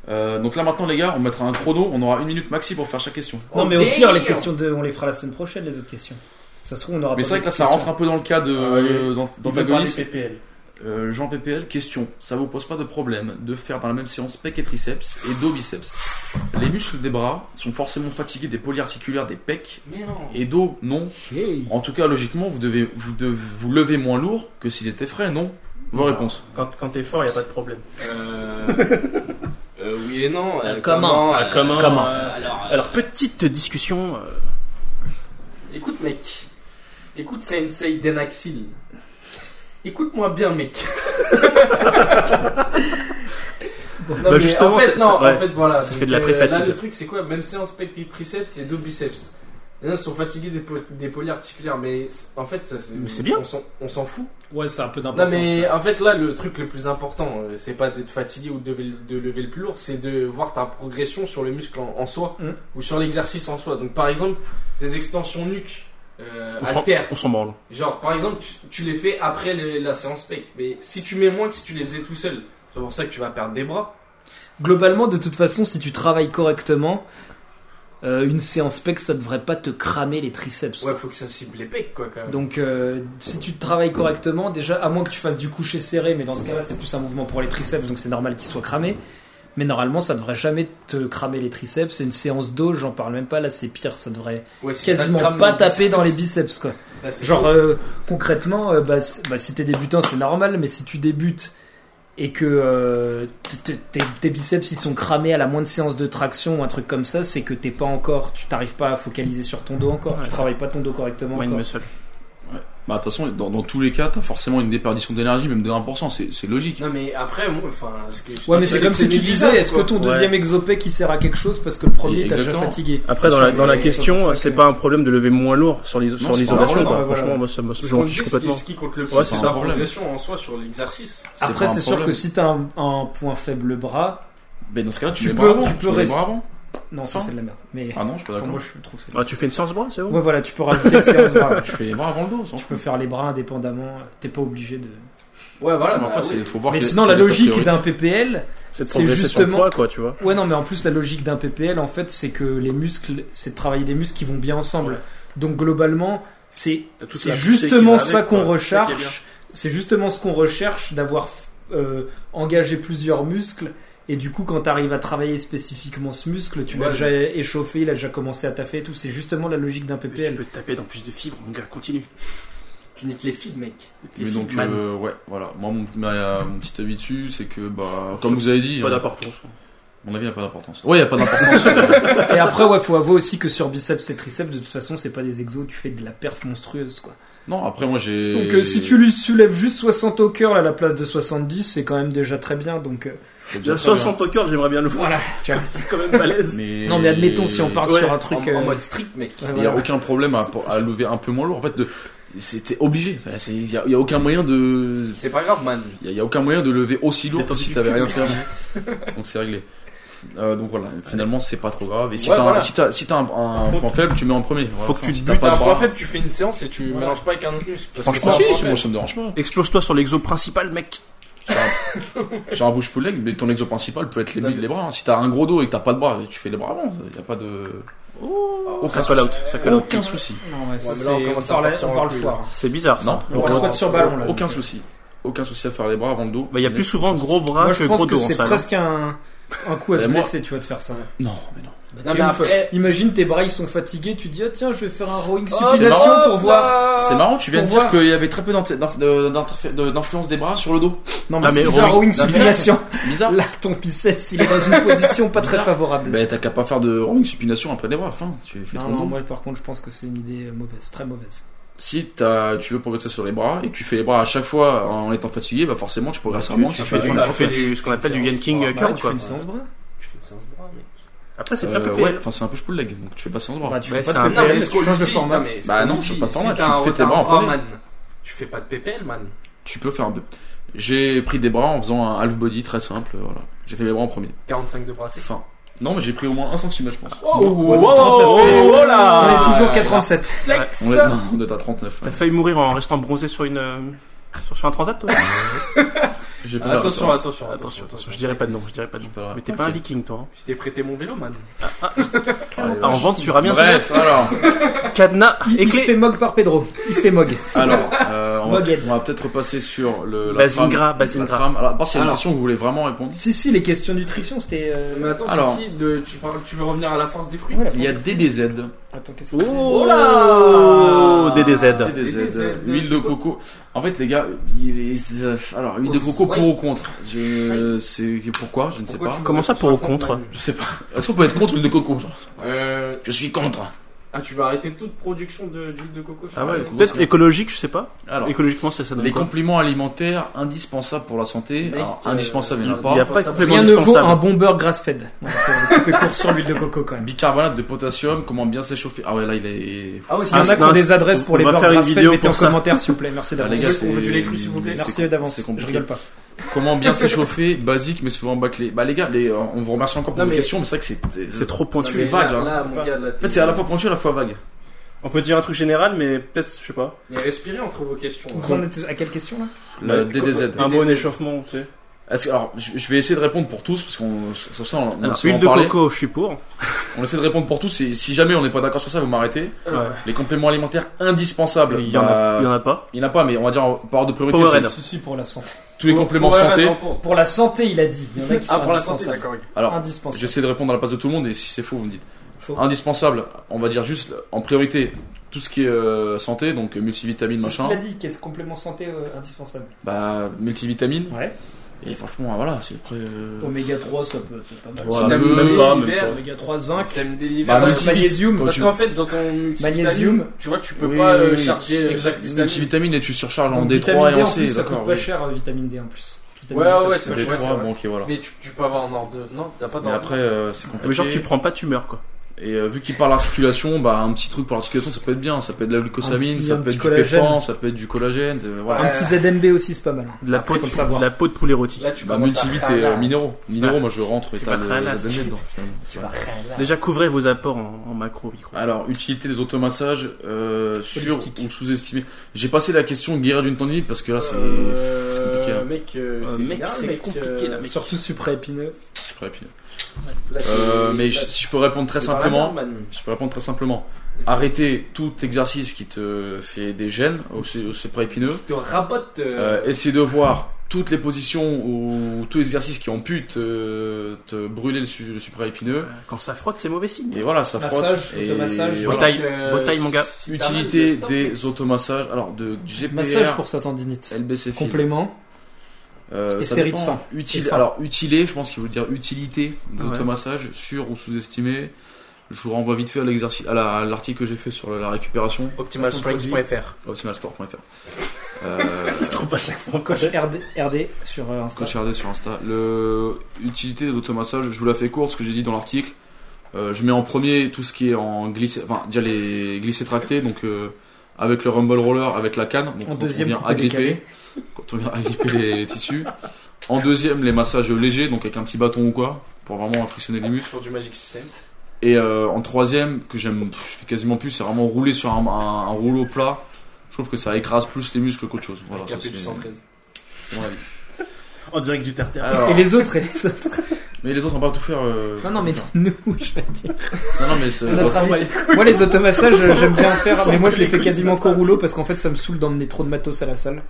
Euh, donc là maintenant, les gars, on mettra un chrono. On aura une minute maxi pour faire chaque question.
Non, mais
Oh,
au pire, les
damn.
questions de. On les fera la semaine prochaine, les autres questions. Ça se trouve, on aura Ah,
Mais
pas
c'est vrai que là,
d'autres
ça
questions.
rentre un peu dans le cas de euh,
Allez,
dans-
parler
d'antagoniste.
PPL.
Euh, Jean PPL, question. Ça vous pose pas de problème de faire dans la même séance pec et triceps et dos biceps Les muscles des bras sont forcément fatigués des polyarticulaires des pecs
Mais non.
et dos, non
Hey.
En tout cas, logiquement, vous devez vous, devez vous lever moins lourd que s'il était frais, non Vos réponses.
Quand, quand t'es fort, y a pas de problème.
Euh... euh, oui et non. euh,
comment
euh,
comment
euh, alors, euh,
Alors, petite discussion. euh,
écoute, mec. Écoute, Sensei Denaxil. Écoute-moi bien, mec. [laughs] Non, mais
Bah, justement,
en fait,
c'est-
non,
c'est- ouais.
en fait, voilà.
Ça
Donc,
fait de la
euh,
pré-fatigue.
Là, le truc, c'est quoi Même séance pectoraux, triceps et dos biceps. Les uns sont fatigués des, po- des polyarticulaires, mais c'est- en fait, ça,
Mais c'est bien.
on s'en- On s'en fout.
Ouais, c'est un peu
Non
d'importance.
mais en fait là le truc le plus important euh, c'est pas d'être fatigué ou de, lever- de lever le plus lourd c'est de voir ta progression sur le muscle en, en soi
Mm.
ou sur l'exercice en soi donc par exemple tes extensions nuque euh,
on s'en-
haltères
on s'en branle.
genre par exemple tu, tu les fais après le- la séance pec mais si tu mets moins que si tu les faisais tout seul c'est pour ça que tu vas perdre des bras
Globalement, de toute façon, si tu travailles correctement, euh, une séance pec, ça devrait pas te cramer les triceps.
ouais faut que ça cible les pecs quoi quand même
Donc, euh, si tu travailles correctement, déjà, à moins que tu fasses du coucher serré, mais dans ce cas-là, c'est plus un mouvement pour les triceps, donc c'est normal qu'ils soient cramés. Mais normalement, ça devrait jamais te cramer les triceps. C'est une séance d'eau, j'en parle même pas. Là, c'est pire. Ça devrait
Ouais, si ça te
quasiment
crame
pas
le
taper dans les
biceps,
biceps, quoi.
là, c'est
Genre
chaud.
euh, concrètement, euh, bah, c- bah, si t'es débutant, c'est normal, mais si tu débutes et que euh, t- t- tes- tes biceps ils sont cramés à la moindre séance de traction ou un truc comme ça, c'est que t'es pas encore, tu t'arrives pas à focaliser sur ton dos encore, tu travailles pas ton dos correctement
Wayne
encore.
Muscle.
Bah, de toute façon, dans, dans tous les cas, t'as forcément une déperdition d'énergie, même de 1%. C'est c'est logique.
non mais après moi enfin ce que je
Ouais, mais
te
c'est
dis,
comme si tu
bizarre,
disais, est-ce que
quoi.
ton
Ouais.
deuxième exopé qui sert à quelque chose parce que le premier t'as déjà
Exactement.
fatigué.
Après, dans
Bien
la,
sûr,
dans la
mais-
question, c'est pas un problème de lever moins lourd sur l'iso-
c'est
sur
pas
l'isolation.
un problème,
quoi.
ouais, voilà.
Franchement, moi, ça me-
Ce
je
qu'on
m'en
dit,
fiche
c'est
complètement.
ce qui compte le plus
Ouais,
c'est
c'est
pas
la
un problème.
progression en soi sur l'exercice
Après,
pas un
c'est sûr
problème.
que si t'as un, un point faible bras,
Mais dans ce cas-là, tu,
Tu
mets
peux-
bras avant.
tu peux
mets
rester-
bras avant.
non, ça
Sans.
c'est de la merde. Mais
Ah non, je suis pas
enfin,
d'accord.
moi je trouve que c'est. de la
Hein Ah, tu fais une séance bras, c'est
merde.
bon
Ouais, voilà, tu peux rajouter une séance bras. ouais.
Tu fais les bras avant le dos. sans
Tu peux faire les bras indépendamment, t'es pas obligé de.
ouais voilà
Mais
bah,
après,
oui.
c'est faut voir
Mais
quelle-
sinon, la
quelle est ta
logique
priorité.
d'un PPL,
C'est de
C'est
progresser sur le
justement-
poids, quoi, tu vois.
ouais, non, mais en plus, la logique d'un PPL, en fait, c'est que les muscles, c'est de travailler des muscles qui vont bien ensemble. Donc, globalement, c'est
T'as toute
c'est
la poussée qui
justement
va
ça
avec,
qu'on
quoi. C'est ça qui est bien.
recherche. C'est justement ce qu'on recherche d'avoir euh, engagé plusieurs muscles. Et du coup, quand tu arrives à travailler spécifiquement ce muscle, tu l'as
Ouais.
déjà échauffé, il a déjà commencé à taffer et tout. C'est justement la logique d'un
Plus Tu
PPL.
peux te taper dans plus de fibres, mon gars, continue.
Tu niques les fils, mec.
Mais
Les
donc,
fibres, man.
euh, ouais, voilà. Moi, mon, ma- mon petit avis dessus, c'est que, bah, comme vous avez dit,
Pas
hein,
d'importance.
mon avis n'a pas d'importance. Ouais, il a pas d'importance. euh,
Et après, ouais, faut avouer aussi que sur biceps et triceps, de toute façon, c'est pas des exos, tu fais de la perf monstrueuse, quoi.
[laughs] non, après, moi, j'ai.
Donc euh, si tu lui soulèves juste 60 au cœur à la place de 70, c'est quand même déjà très bien. Donc euh,
c'est déjà
J'ai
très bien.
60 au cœur, j'aimerais bien le voir.
[laughs]
voilà, tu vois.
C'est quand même balèze.
Mais-
Non mais admettons si on parle
Ouais,
sur un truc
en, en
euh,
mode strict, mec.
ouais,
Il n'y a
voilà.
aucun problème à, à lever un peu moins lourd. En fait, de- c'était obligé. Il n'y a, y a aucun moyen de.
C'est pas grave, man.
Il n'y a, aucun moyen de lever aussi lourd que
Détendu
si
du
t'avais
cul.
rien fait avant. Donc c'est réglé. Euh, donc voilà, finalement c'est pas trop grave. Et si
Ouais,
t'as un-
voilà.
si t'as si t'as un, un point faible, tu mets en premier. Voilà,
Faut que
enfin,
tu
si
te
t'as
butes.
pas de
Parce qu'en
bras.
fait, tu fais une séance et tu mélanges pas avec un autre muscle. Parce que
Franchement,
ça,
si,
en
si,
fait,
moi ça me dérange pas.
Explose-toi sur l'exo principal, mec.
J'ai un push pull leg, mais ton exo principal peut être les,
Non, mais-
les bras. hein. Si t'as un gros dos et que t'as pas de bras, tu fais les bras avant. Il y a pas de
Ça call out. ça call out.
aucun souci.
Non, ouais, ça,
Ouais, mais
c'est-
là, on
on
commence à
parle, hein.
partir
on
en
parle
couille,
foire.
C'est bizarre, ça. Bah,
On
Non.
reste pas sur ballon là.
Aucun
donc, euh,
souci. aucun souci à faire les bras avant le dos.
Bah, il y a
Mais-
plus souvent gros bras
Moi,
que
je pense
gros
que
dos en
c'est
salle. hein.
presque un, un coup à
Et
se
moi-
blesser, tu vois, de faire ça. Bah,
Non, mais non.
Non,
T'es
mais
ouf.
après-
Imagine tes bras ils sont fatigués, tu dis ah tiens je vais faire un rowing
Oh,
supination
hop
pour voir.
là
C'est marrant, tu viens de
Pour
dire
voir.
qu'il y avait très peu d'inter- d'inf- de- d'interfé- de- d'influence des bras sur le dos.
Non mais
Ah,
c'est
mais
bizarre,
rowing.
rowing
Non, mais-
supination.
Bizarre.
Là ton biceps il est dans une position [laughs] pas très
Bizarre.
favorable.
Bah, t'as qu'à pas faire de rowing supination après les bras. Enfin, tu fais
non,
ton
non,
dos.
moi par contre je pense que c'est une idée euh, mauvaise, très mauvaise.
Si t'as- tu veux progresser sur les bras et que tu fais les bras à chaque fois en étant fatigué, bah forcément tu progresses à moins.
Tu
si
fais,
tu
du-
fais
tu fais du, ce qu'on appelle du yanking
Bah,
curl,
tu fais
quoi.
une séance bras.
Tu fais ça en bras, mec.
Après, c'est hein. bien
Euh,
peu
ouais, enfin c'est un push pull leg, donc tu fais pas sans bras.
Bah, tu
Ouais,
fais
c'est
pas
un-
de
Non, mais
PPL,
Ah, ce
tu
qu'on
changes de
dit-
format.
non, mais ce
Bah
qu'on
non,
dit,
je fais pas de
si
format,
t'as
tu
un
fais tes
retard
bras en premier.
man, Tu fais pas de PPL, man.
Tu peux faire un peu. J'ai pris des bras en faisant un half body très simple, voilà. J'ai fait les bras en premier.
45 de brassé.
Enfin, non, mais j'ai pris au moins un centimètre, je pense.
Oh,
Ouais, de 39.
On
Ah.
est toujours
quatre
87.
flex.
On est, non, on est à 39. ouais.
T'as failli mourir en restant bronzé sur une, euh, sur, sur un transat, toi
J'ai pas la
Attention,
référence.
attention,
Attention, attention, je dirais pas de nom, je dirais pas de nom.
Pas grave.
Mais t'es pas un
Ok.
viking, toi.
Je t'ai prêté mon vélo, man.
Allez,
Ah, en
ouais.
vente sur Amiens,
Bref, alors,
cadenas et
Il se
clé.
fait mog par Pedro. Il se fait mog.
alors euh, on va,
Mogel.
on va peut-être repasser sur le, la
Bazingra,
trame-
Bazingra.
la trame. Alors, à part s'il y a une
Alors.
question que vous voulez vraiment répondre.
Si si les questions nutrition c'était. euh,
Mais attends,
Alors.
c'est qui de- tu, parles- tu veux revenir à la force des fruits
ouais, la
Il y a DDZ.
Attends qu'est-ce que.
Oh
là
Ah,
DDZ.
DDZ,
DDZ,
euh, huile de
c'est quoi
coco. En fait, les gars, il est- euh, alors huile de coco pour ou contre Je c'est pourquoi Je ne sais
Pourquoi
pas.
tu veux
Comment ça,
qu'on
pour ou
soit
contre
man
Je sais pas. Est-ce qu'on peut être contre l'huile de coco genre
Euh,
Je suis contre.
Ah, tu vas arrêter toute production de- d'huile de coco sur
Ah ouais,
le-
cool.
Peut-être écologique, je sais pas.
Alors,
Écologiquement, ça, ça donne
les
quoi
compléments alimentaires indispensables pour la santé.
Mec,
Alors,
euh,
indispensables, il n'y en a
Il n'y a
pas.
pas de complément
Rien ne vaut
indispensable.
un bon beurre grass fed. On va couper court sur l'huile de coco quand même.
Bicarbonate de potassium, comment bien s'échauffer. Ah ouais, là, il est.
Ah ouais,
S'il
c'est
y
Ah,
en a qui
non,
ont des adresses
on
pour les
va
beurres
faire une
grass fed,
vidéo
mettez en
pour ça.
commentaire s'il vous plaît. Merci
Ah, les
d'avance.
gars,
On veut
c'est-
du lait cru, s'il vous plaît.
c'est-
Merci d'avance.
c'est
Je
compliqué.
rigole pas.
Comment bien s'échauffer, basique mais souvent bâclé. Bah les gars, les, on vous remercie encore pour
Non,
vos
mais-
questions, mais c'est vrai que c'est
C'est trop
Non,
pointu.
mais
vague,
là,
hein.
là, mon gars, là,
En fait, c'est à la fois pointu, à la fois vague.
On peut dire un truc général, mais peut-être, je sais pas.
Mais respirez entre vos questions. hein.
Vous en êtes à quelle question là
Le
Ouais,
DDZ.
Un bon échauffement, tu sais.
Est-ce que- alors, je je vais essayer de répondre pour tous parce qu'on sur ça, on, on
Alors,
s'est en
huile de
parlé.
coco, je suis pour.
On essaie de répondre pour tous. Et si jamais on n'est pas d'accord sur ça, vous m'arrêtez. Les compléments alimentaires indispensables.
Il y en
bah,
a, il y en a pas.
il y en a pas, mais on va dire en- par ordre de priorité.
Powerade.
c'est
Ceci pour la santé.
Tous les compléments
Ouais,
santé.
attends, pour-
Pour la santé, il a dit. Il y en a qui
Ah,
sont
pour la santé,
indispensables.
d'accord. ok.
Alors,
Indispensable.
j'essaie de répondre à la place de tout le monde et si c'est faux, vous me dites.
Faux.
Indispensable, on va dire juste en priorité tout ce qui est euh, santé, donc euh, multivitamines,
C'est ce
machin.
qu'il a dit, qu'est-ce complément santé euh, indispensable
Bah, multivitamines.
Ouais.
Et franchement, voilà, c'est après. euh,
Oméga 3, ça peut être pas mal.
Ouais.
Si t'as
deux,
même
pas,
pas,
même
l'hiver,
Oméga 3, zinc,
t'aimes des
Bah,
l'hiver,
multi-
ça-
magnésium.
Quand
Parce
tu-
qu'en fait, dans ton
Magnésium.
magnésium, tu vois, tu peux
Oui,
pas
oui,
euh,
oui.
charger chaque vitamine.
multivitamines et tu surcharges en
Donc,
D3 et
vitamine D,
en
en plus,
C,
ça coûte
d'accord.
pas
oui.
cher, euh, vitamine D en plus. Vitamine
Ouais,
D, ça
ouais, ouais,
coûte
c'est
D3,
vrai, c'est vrai.
bon, ok, voilà.
Mais tu, tu peux avoir un ordre de. Non, t'as pas
Mais
d'ordre.
après, euh, c'est compliqué.
Mais genre, tu prends pas, tu meurs, quoi.
Et euh, vu qu'il parle articulation, bah un petit truc pour l'articulation, ça peut être bien. Ça peut être de la glucosamine,
Un petit-
ça
un
peut
petit
être du
collagène.
pétan, ça peut être du collagène. euh, voilà.
Un petit ZMB aussi, c'est pas mal.
De la, peau,
faut le
de-
savoir.
de la peau de poulet rôti.
Là, tu
Bah
commences à
multivite et
faire
euh,
la-
minéraux. Minéraux,
vas-
moi je rentre et
tu
t'as
vas
le
te relaxer.
les amis dedans, finalement.
Bah,
Déjà, couvrez vos apports en, en macro, micro.
Alors, utilité des automassages euh, sur
Holistique.
ou sous-estimé. J'ai passé la question de guérir d'une tendinite parce que là c'est c'est compliqué.
Euh,
hein.
Mec, euh,
Euh,
c'est
mec,
génial,
c'est compliqué,
euh,
là, mec.
Surtout supraépineux.
Je suis prêt, puis-
là, t'es-
Euh, mais
là,
je-
bah,
t'es
si je peux répondre très
pas mal,
simplement,
man.
je peux répondre très simplement. Arrêter tout exercice qui te fait des gènes au, au supraépineux.
Tu te rabotes. euh,
Euh, essayer de voir toutes les positions ou tous les exercices qui ont pu te, te brûler le, su- le supraépineux.
Quand ça frotte, c'est mauvais signe.
Et voilà, ça
Massage,
frotte. Et
automassage.
voilà.
Bataille,
euh,
bataille, mon gars.
si t'as mal de
Utilité
stock, mec.
des automassages. Alors, de GPR,
Massage pour sa tendinite.
LBC
Complément.
Euh,
et
ça
série
dépend.
de sang.
Utile,
Et fin.
alors, utilé, je pense qu'il veut dire utilité des
Ouais.
automassages, sur ou sous-estimé. Je vous renvoie vite fait à l'exercice, à la- à l'article que j'ai fait sur la, la récupération,
OptimalStrengths.fr.
optimalsport.fr. Euh,
Coach RD, RD sur euh, Insta.
Coach RD sur Insta. Le utilité des automassages, je vous la fais courte, ce que j'ai dit dans l'article. Euh, je mets en premier tout ce qui est en glissé, enfin déjà les glissés tractés, donc euh, avec le rumble roller, avec la canne, donc
En
quand
deuxième,
on vient
couper
agripper,
décalé.
quand on vient agripper les, [laughs] les tissus. En deuxième, les massages légers, donc avec un petit bâton ou quoi, pour vraiment frictionner les muscles.
Sur du Magic System.
Et euh, en troisième, que j'aime, pff, je fais quasiment plus, c'est vraiment rouler sur un, un- un rouleau plat. Je trouve que ça écrase plus les muscles qu'autre chose. Voilà, ça,
Capé du
c'est-
113.
c'est mon avis.
En direct du terre-terre.
Alors,
Et les autres, et les autres.
mais les autres, on va pas tout faire. euh,
Non, non, mais [laughs] nous, je vais dire.
non, non, mais c'est-
Notre ami. Moi, les euh, automassages, j'aime bien en faire, mais moi, je les fais quasiment qu'au rouleau parce qu'en fait, ça me saoule d'emmener trop de matos à la salle.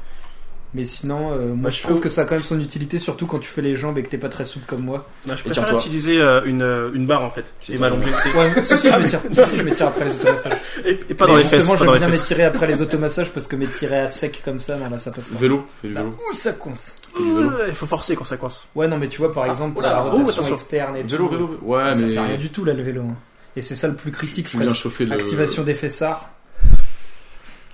Mais sinon, euh, moi
Bah,
je
je
trouve
trouve-
que ça a quand même son utilité, surtout quand tu fais les jambes et que t'es pas très souple comme moi.
Bah, je
Et
préfère
tiens-toi.
utiliser euh, une, euh, une barre en fait. Et
toi.
m'allonger. tu sais.
Ouais, [laughs] si, si, je m'étire. Si, si, je m'étire après les automassages.
Et, et pas dans
Mais
les fesses.
Justement,
Pas
j'aime
dans les
bien
fesses.
m'étirer après les automassages parce que m'étirer à sec comme ça, non, là ça passe pas.
Vélo, fais du
Là,
vélo.
ouh, ça coince.
Fais du vélo.
Il faut forcer quand ça coince.
Ouais, non, mais tu vois, par exemple, pour
oula,
la
oh,
rotation
Ah, attention.
externe et
Vélo,
tout,
vélo. Ouais,
Bah, ça fait rien
mais.
du tout là le vélo. hein. Et c'est ça le plus critique.
Tu
presque.
viens chauffer le.
Activation des fessards.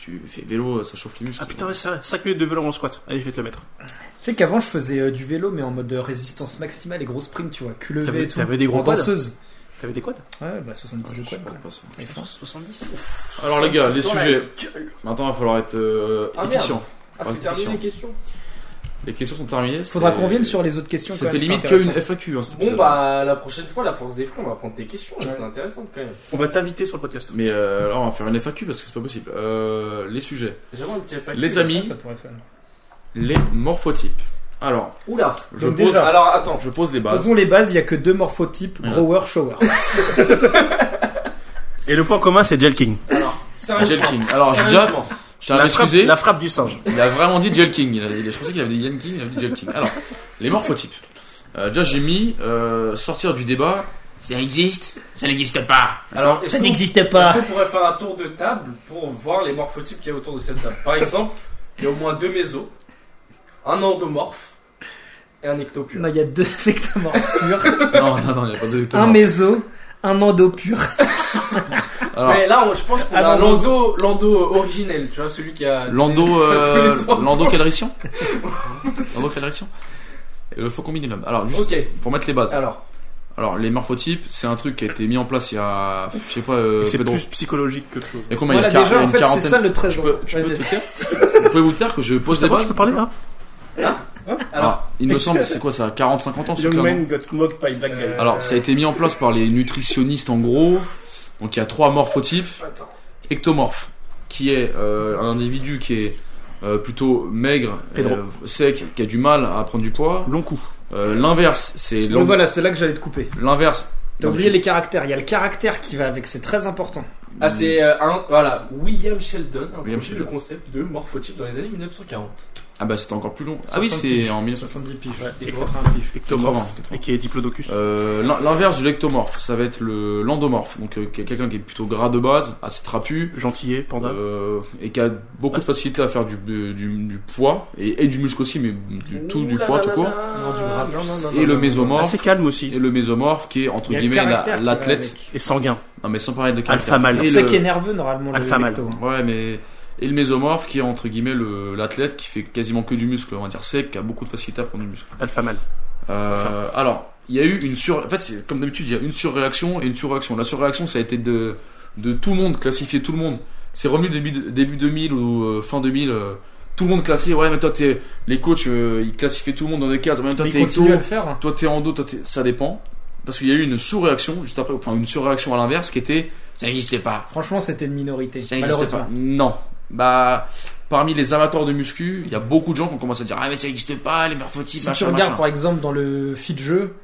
Tu fais vélo, euh, ça chauffe les muscles.
Ah putain, ouais, c'est vrai. 5 minutes de vélo en squat. Allez, je vais te le mettre.
Tu sais qu'avant je faisais euh, du vélo mais en mode euh, résistance maximale et gros sprint, tu vois, cul levé
T'avais-
et tout.
t'avais des gros
En
quads
danseuse.
T'avais des quads
Ouais, bah 70 de
Je sais
quad.
pas
quoi.
quoi, ça.
Et force.
70
Alors les gars, les
Dans la
sujets.
gueule.
Maintenant, il va falloir être euh,
Ah, merde.
efficient.
Ah,
Ouais,
c'est terminé
question.
les questions.
Les questions sont terminées.
Faudra
c'était-
qu'on revienne sur les autres questions. quand
C'était
même,
limite
c'est
qu'une
intéressant.
FAQ. hein, cet
Bon
épisode.
bah la prochaine fois, la force des fronts, on va prendre tes questions. là, C'est intéressant quand même.
On va t'inviter sur le podcast.
Mais euh, alors, on va faire une FAQ parce que c'est pas possible. Euh, les sujets.
J'aimerais un petit FAQ.
Les amis,
Ça pourrait faire.
les morphotypes. Alors,
Oula.
je
Donc
pose,
déjà-
Alors attends.
je pose les bases.
Posons les bases, il y a que deux morphotypes,
Ouais.
grower,
[laughs]
shower.
Et le point commun, c'est Jelking.
Gel
Sérieusement.
King. Alors, j'ai déjà.
Sérieusement.
Je
La,
t'avais
frappe-
excusé. Euh,
la frappe du singe.
Il a vraiment dit Gel King. Il a- il a- je pensais qu'il avait dit Yan King, il avait dit Gel King. Alors, les morphotypes. Euh, déjà, j'ai mis euh, sortir du débat. Ça existe Ça n'existe pas
Alors, est-ce qu'on-
n'existait
Est-ce qu'on pourrait faire un tour de table pour voir les morphotypes qu'il y a autour de cette table Par exemple, il y a au moins deux mésos, un endomorphe et un ectopure.
Non, il y a deux ectomorphes purs,
Non, non, non, il n'y a pas de
un méso, un endo pur.
Alors,
Mais là, on- je pense qu'on
Ah
a
non,
l'ando, l'ando euh, originel, tu vois, celui qui a... [laughs]
Lando,
ça, tous
euh,
les ans.
Lando Calrissian Lando Calrissian Euh, Faut combiner l'homme. Alors, juste
Ok,
pour mettre les bases.
alors,
Alors, les morphotypes, c'est un truc qui a été mis en place il y a. Je sais pas, euh,
C'est
Pedro.
plus psychologique que chose.
Il y a combien
Voilà,
Il y a quar- il y
déjà,
a
en
une
fait, c'est
quarantaine.
ça le 13
Je peux- je peux te Vous pouvez vous dire que je pose les
Moi, je
bases
peux parler hein là
Alors, il me semble, c'est quoi ça 40-50 ans ce
Young
truc-là, non
man got mocked by black guy.
Alors, ça a été mis en place par les nutritionnistes en gros. Donc, il y a trois morphotypes. Ectomorphe, qui est euh, un individu qui est euh, plutôt maigre,
Pedro.
euh, sec, qui a du mal à prendre du poids.
Long coup.
Euh, L'inverse, c'est
Donc
l'on-
voilà, c'est là que j'allais te couper.
l'inverse.
T'as
Non, mais
oublié
je-
les caractères, il y a le caractère qui va avec, c'est très important.
ah, c'est euh, un... Voilà, William Sheldon
William
a introduit
Sheldon.
le concept de morphotype dans les années 1940.
Ah bah c'était encore plus long. Ah oui,
60
c'est
piges.
en 1960.
70 piges.
Et
Et
toi
80 piges.
Et qui est diplodocus.
Euh, l'in- L'inverse de l'ectomorphe, ça va être le l'endomorphe, donc euh, qui est quelqu'un qui est plutôt gras de base, assez trapu,
Gentillet, panda.
euh, et qui a beaucoup de facilité à faire du, du, du poids et, et du muscle aussi, mais du tout du
Ouh là
poids
là
tout
là
court.
là.
Non, du gras. Non, non, non,
Et le
Euh, Assez
mésomorphe,
calme aussi.
et le mésomorphe qui est entre
Il y a le
guillemets la-
caractère qui va
l'athlète.
avec.
Et sanguin.
Non mais sans parler de
Alpha mâle.
Et
C'est ça
le-
qui est nerveux normalement, le
Alpha male.
lecto, hein.
Ouais, mais et le mésomorphe qui est entre guillemets le l'athlète qui fait quasiment que du muscle, on va dire sec, qui a beaucoup de facilité à prendre du muscle.
Alpha mal.
Euh, alors, il y a eu une sur. En fait, c'est comme d'habitude, il y a une surréaction et une surréaction. La surréaction, ça a été de de tout le monde classifier tout le monde. C'est revenu début début 2000 ou euh, fin 2000. euh, tout le monde classé, ouais, mais toi, t'es, les coachs, euh, ils classifiaient tout le monde dans des cases, ouais, mais toi,
Mais
t'es
il continue à
ecto,
le faire. hein.
toi t'es en dos, toi t'es... ça dépend. Parce qu'il y a eu une sous-réaction juste après, enfin une surréaction à l'inverse qui était ça n'existait pas.
Franchement, c'était une minorité,
Ça n'existait
malheureusement.
pas. Non. Bah parmi les amateurs de muscu, il y a beaucoup de gens qui ont commencé à dire ah mais ça n'existe pas les morphotypes
Si tu
machin
regardes
machin.
par exemple dans le feed jeu,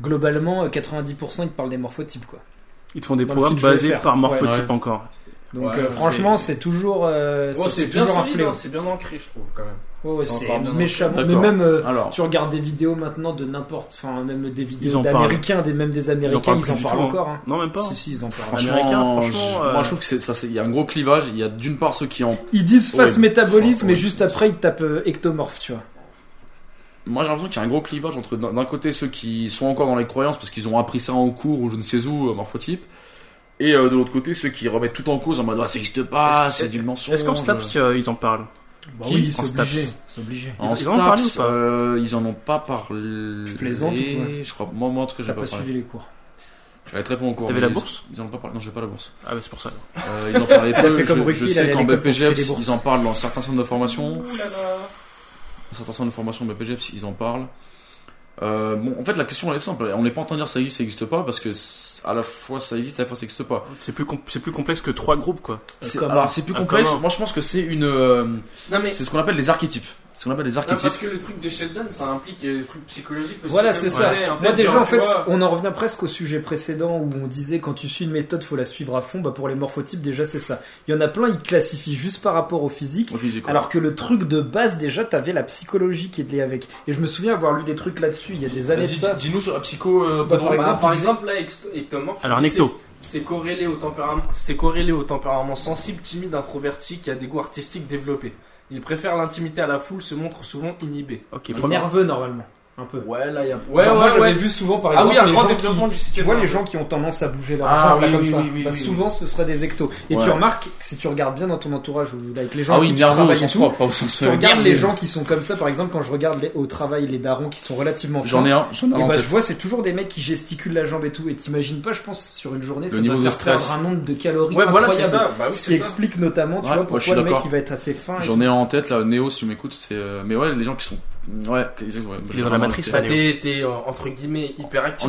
globalement, euh, 90% ils te parlent des morphotypes quoi.
Ils te font des
Dans le
programmes
film, je vais
basés
faire.
par morphotype
Ouais.
encore.
Donc
Ouais,
euh,
c'est-
franchement, c'est toujours, euh,
Oh,
c'est-
c'est
c'est
bien
toujours un
solide,
fléau.
hein, c'est bien ancré, je trouve, quand même.
Ouais, ouais,
C'est
c'est
encore bien
méchamment.
ancré.
Mais
D'accord.
même, euh,
Alors
tu regardes des vidéos maintenant de n'importe, enfin même des vidéos
en parlent.
d'Américains, des même des Américains,
parlent
ils
plus
en
du
parlent
tout,
encore. hein.
Non, même pas.
Si si, ils en parlent.
franchement,
Américain, franchement,
je-
euh,
moi je trouve que c'est ça c'est il y a un gros clivage. Il y a d'une part ceux qui en
Ils disent face
Ouais,
métabolisme,
ouais,
et
ouais,
juste
c'est-
après ils tapent euh, ectomorphe, tu vois.
moi j'ai l'impression qu'il y a un gros clivage entre d'un d'un côté ceux qui sont encore dans les croyances parce qu'ils ont appris ça en cours ou je ne sais où euh, morphotype et euh, de l'autre côté ceux qui remettent tout en cause en mode ah ça n'existe pas,
Est-ce-
c'est du mensonge.
Est-ce qu'en Staps, euh, ils en parlent
Bah
Qui
oui,
en
c'est
Staps
obligé, c'est obligé.
Ils-
en
ils en ont parlé
Staps,
ou pas
euh, ils en ont pas parlé.
Tu plaisantes ou quoi
Je crois. Moi, moi en tout cas, j'ai
T'as
pas,
pas
parlé.
suivi les cours.
J'avais très peu en cours.
T'avais
mais
la
ils-
bourse
Ils en ont pas parlé. Non, j'ai pas la bourse.
Ah, bah c'est pour ça. alors.
Euh, ils en parlaient
a
peu.
fait comme
je,
Ruki,
je
il
sais
allait à
qu'en
l'école pour chercher des
BPGEPS,
bourses.
ils en parlent dans certains centres de formation. Dans certains centres de formation BPGEPS, ils en parlent. Euh, bon, en fait, la question elle est simple. On n'est pas en train de dire ça existe, ça existe pas, parce que c'est- à la fois ça existe, à la fois ça existe pas.
C'est plus, com- c'est plus complexe que trois groupes, quoi.
C'est- ah,
commun.
Alors c'est plus
Un
complexe.
commun.
Moi, je pense que c'est une, euh,
Non, mais
c'est ce qu'on appelle les archétypes. ce qu'on appelle des
Non, parce
archétypes.
que le truc de Sheldon, ça implique euh, des trucs psychologiques aussi.
Voilà,
comme
c'est
tu
ça.
disais,
Moi, déjà,
genre,
en
tu
fait,
vois,
on en revient presque au sujet précédent où on disait quand tu suis une méthode, faut la suivre à fond. Bah, pour les morphotypes, déjà, c'est ça. Il y en a plein, ils classifient juste par rapport au physique.
Au physique, ouais.
Alors que le truc de base, déjà, t'avais la psychologie qui est liée avec. Et je me souviens avoir lu des trucs là-dessus il y a des années de ça.
Vas-y, dis-nous sur la psycho. euh,
Bah,
Pedro.
par
bah,
exemple,
par
il disait-
exemple, là, ecto- ectomorphe.
Alors, un
c'est-
ecto.
C'est corrélé au tempérament, c'est corrélé au tempérament sensible, timide, introverti, qui a des goûts artistiques développés. Il préfère l'intimité à la foule, se montre souvent inhibé.
Ok,
il est nerveux, normalement. Un peu.
Ouais, là, il y a.
Genre, moi, j'avais
ouais.
vu souvent, par
Ah
exemple,
oui, un
les
grand
gens qui-
développement du
Tu
système
vois les
nerveux.
gens qui ont tendance à bouger leur
Ah,
jambe là,
oui,
comme
oui,
ça.
oui, oui,
Bah,
oui, oui.
souvent, ce serait des ectos. Et tu
Ouais.
remarques, si tu regardes bien dans ton entourage ou avec les gens
Ah
avec
oui,
qui tu
nerveux au
travailles et
sens
tout,
propre, pas au sens euh,
Tu regardes les
nerveux.
gens qui sont comme ça, par exemple, quand je regarde les- au travail les darons qui sont relativement
J'en ai un, j'en ai un
Et
en
bah,
tête.
je vois, c'est toujours des mecs qui gesticulent la jambe et tout. Et t'imagines pas, je pense, sur une journée, ça
niveau
doit
de
faire
stress.
perdre un nombre de calories
Ouais, voilà,
incroyable.
c'est ça.
Ah
Bah oui,
Ce
c'est
qui
ça.
explique notamment, tu
Ouais,
vois,
moi, je
pourquoi
suis
le mec
d'accord.
il va être assez fin. et
J'en ai un en tête là, Néo si tu m'écoutes, c'est. euh, Mais ouais, les gens qui sont. Ouais, ils
Il est dans la matrice,
Bah,
là.
t'es, t'es, euh, entre guillemets hyperactif.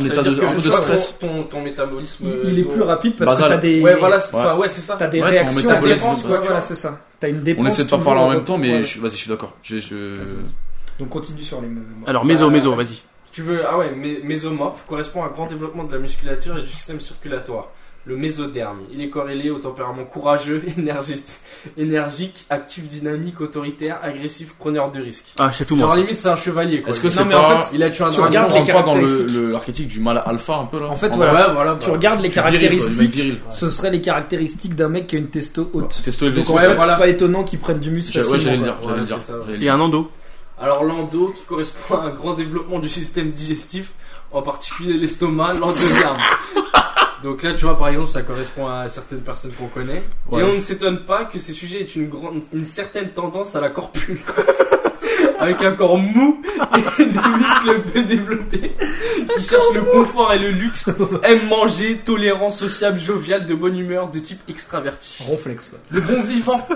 En
ça veut
état de-
dire que
en
je
de
vois
stress.
Ton, ton métabolisme.
tout. Il, il est
doit-
plus rapide parce
Basal.
que t'as des,
Ouais, voilà, c'est,
Ouais.
enfin, ouais, c'est ça.
t'as des
Ouais, ton
réactions à
métabolisme,
dépense, quoi.
ouais.
Voilà, c'est ça. T'as une dépense.
On essaie de pas
toujours
parler en
au
même
retour,
temps, mais
voilà.
je- vas-y, je suis d'accord. Je- je-
Vas-y, vas-y. Donc continue sur les. mouvements.
Alors, méso, méso, vas-y.
Tu veux, ah ouais, mé- mésomorphe correspond à un grand développement de la musculature et du système circulatoire. Le mésoderme, il est corrélé au tempérament courageux, [laughs] énergique, énergique actif, dynamique, autoritaire, agressif, preneur de risques.
Ah, c'est tout,
Genre
moi.
limite c'est un chevalier quoi.
Est-ce que
Non,
c'est
mais
pas-
en fait, il a tué un
Ah, tu
Est-ce
dragon.
regardes
qu'on
les
rentre pas dans le-
caractéristiques.
le- l'archétype du mal alpha un peu là
En fait,
vrai,
voilà.
Ouais, voilà. bah.
Tu regardes les
viril, quoi, le mec
caractéristiques.
viril.
Ce seraient les caractéristiques d'un mec qui a une testo haute.
Testo élevé
Donc
sur
en
Ouais,
fait,
voilà.
c'est pas étonnant qu'ils prennent du muscle.
J'ai- Ouais, j'allais
facilement,
le dire,
quoi.
j'allais le
Ouais,
dire.
c'est ça.
J'allais le
Et
dire.
un endo.
Alors l'endo qui correspond à un grand développement du système digestif, en particulier l'estomac, l'endoderme. Donc là, tu vois, par exemple, ça correspond à certaines personnes qu'on connaît.
Ouais.
Et on ne s'étonne pas que ces sujets aient une, grande, une certaine tendance à la corpulence. Avec un corps mou et des muscles peu développés, qui cherchent le confort et le luxe, aiment manger, tolérant, sociable, jovial, de bonne humeur, de type extraverti.
Ronflex, quoi.
Le bon vivant,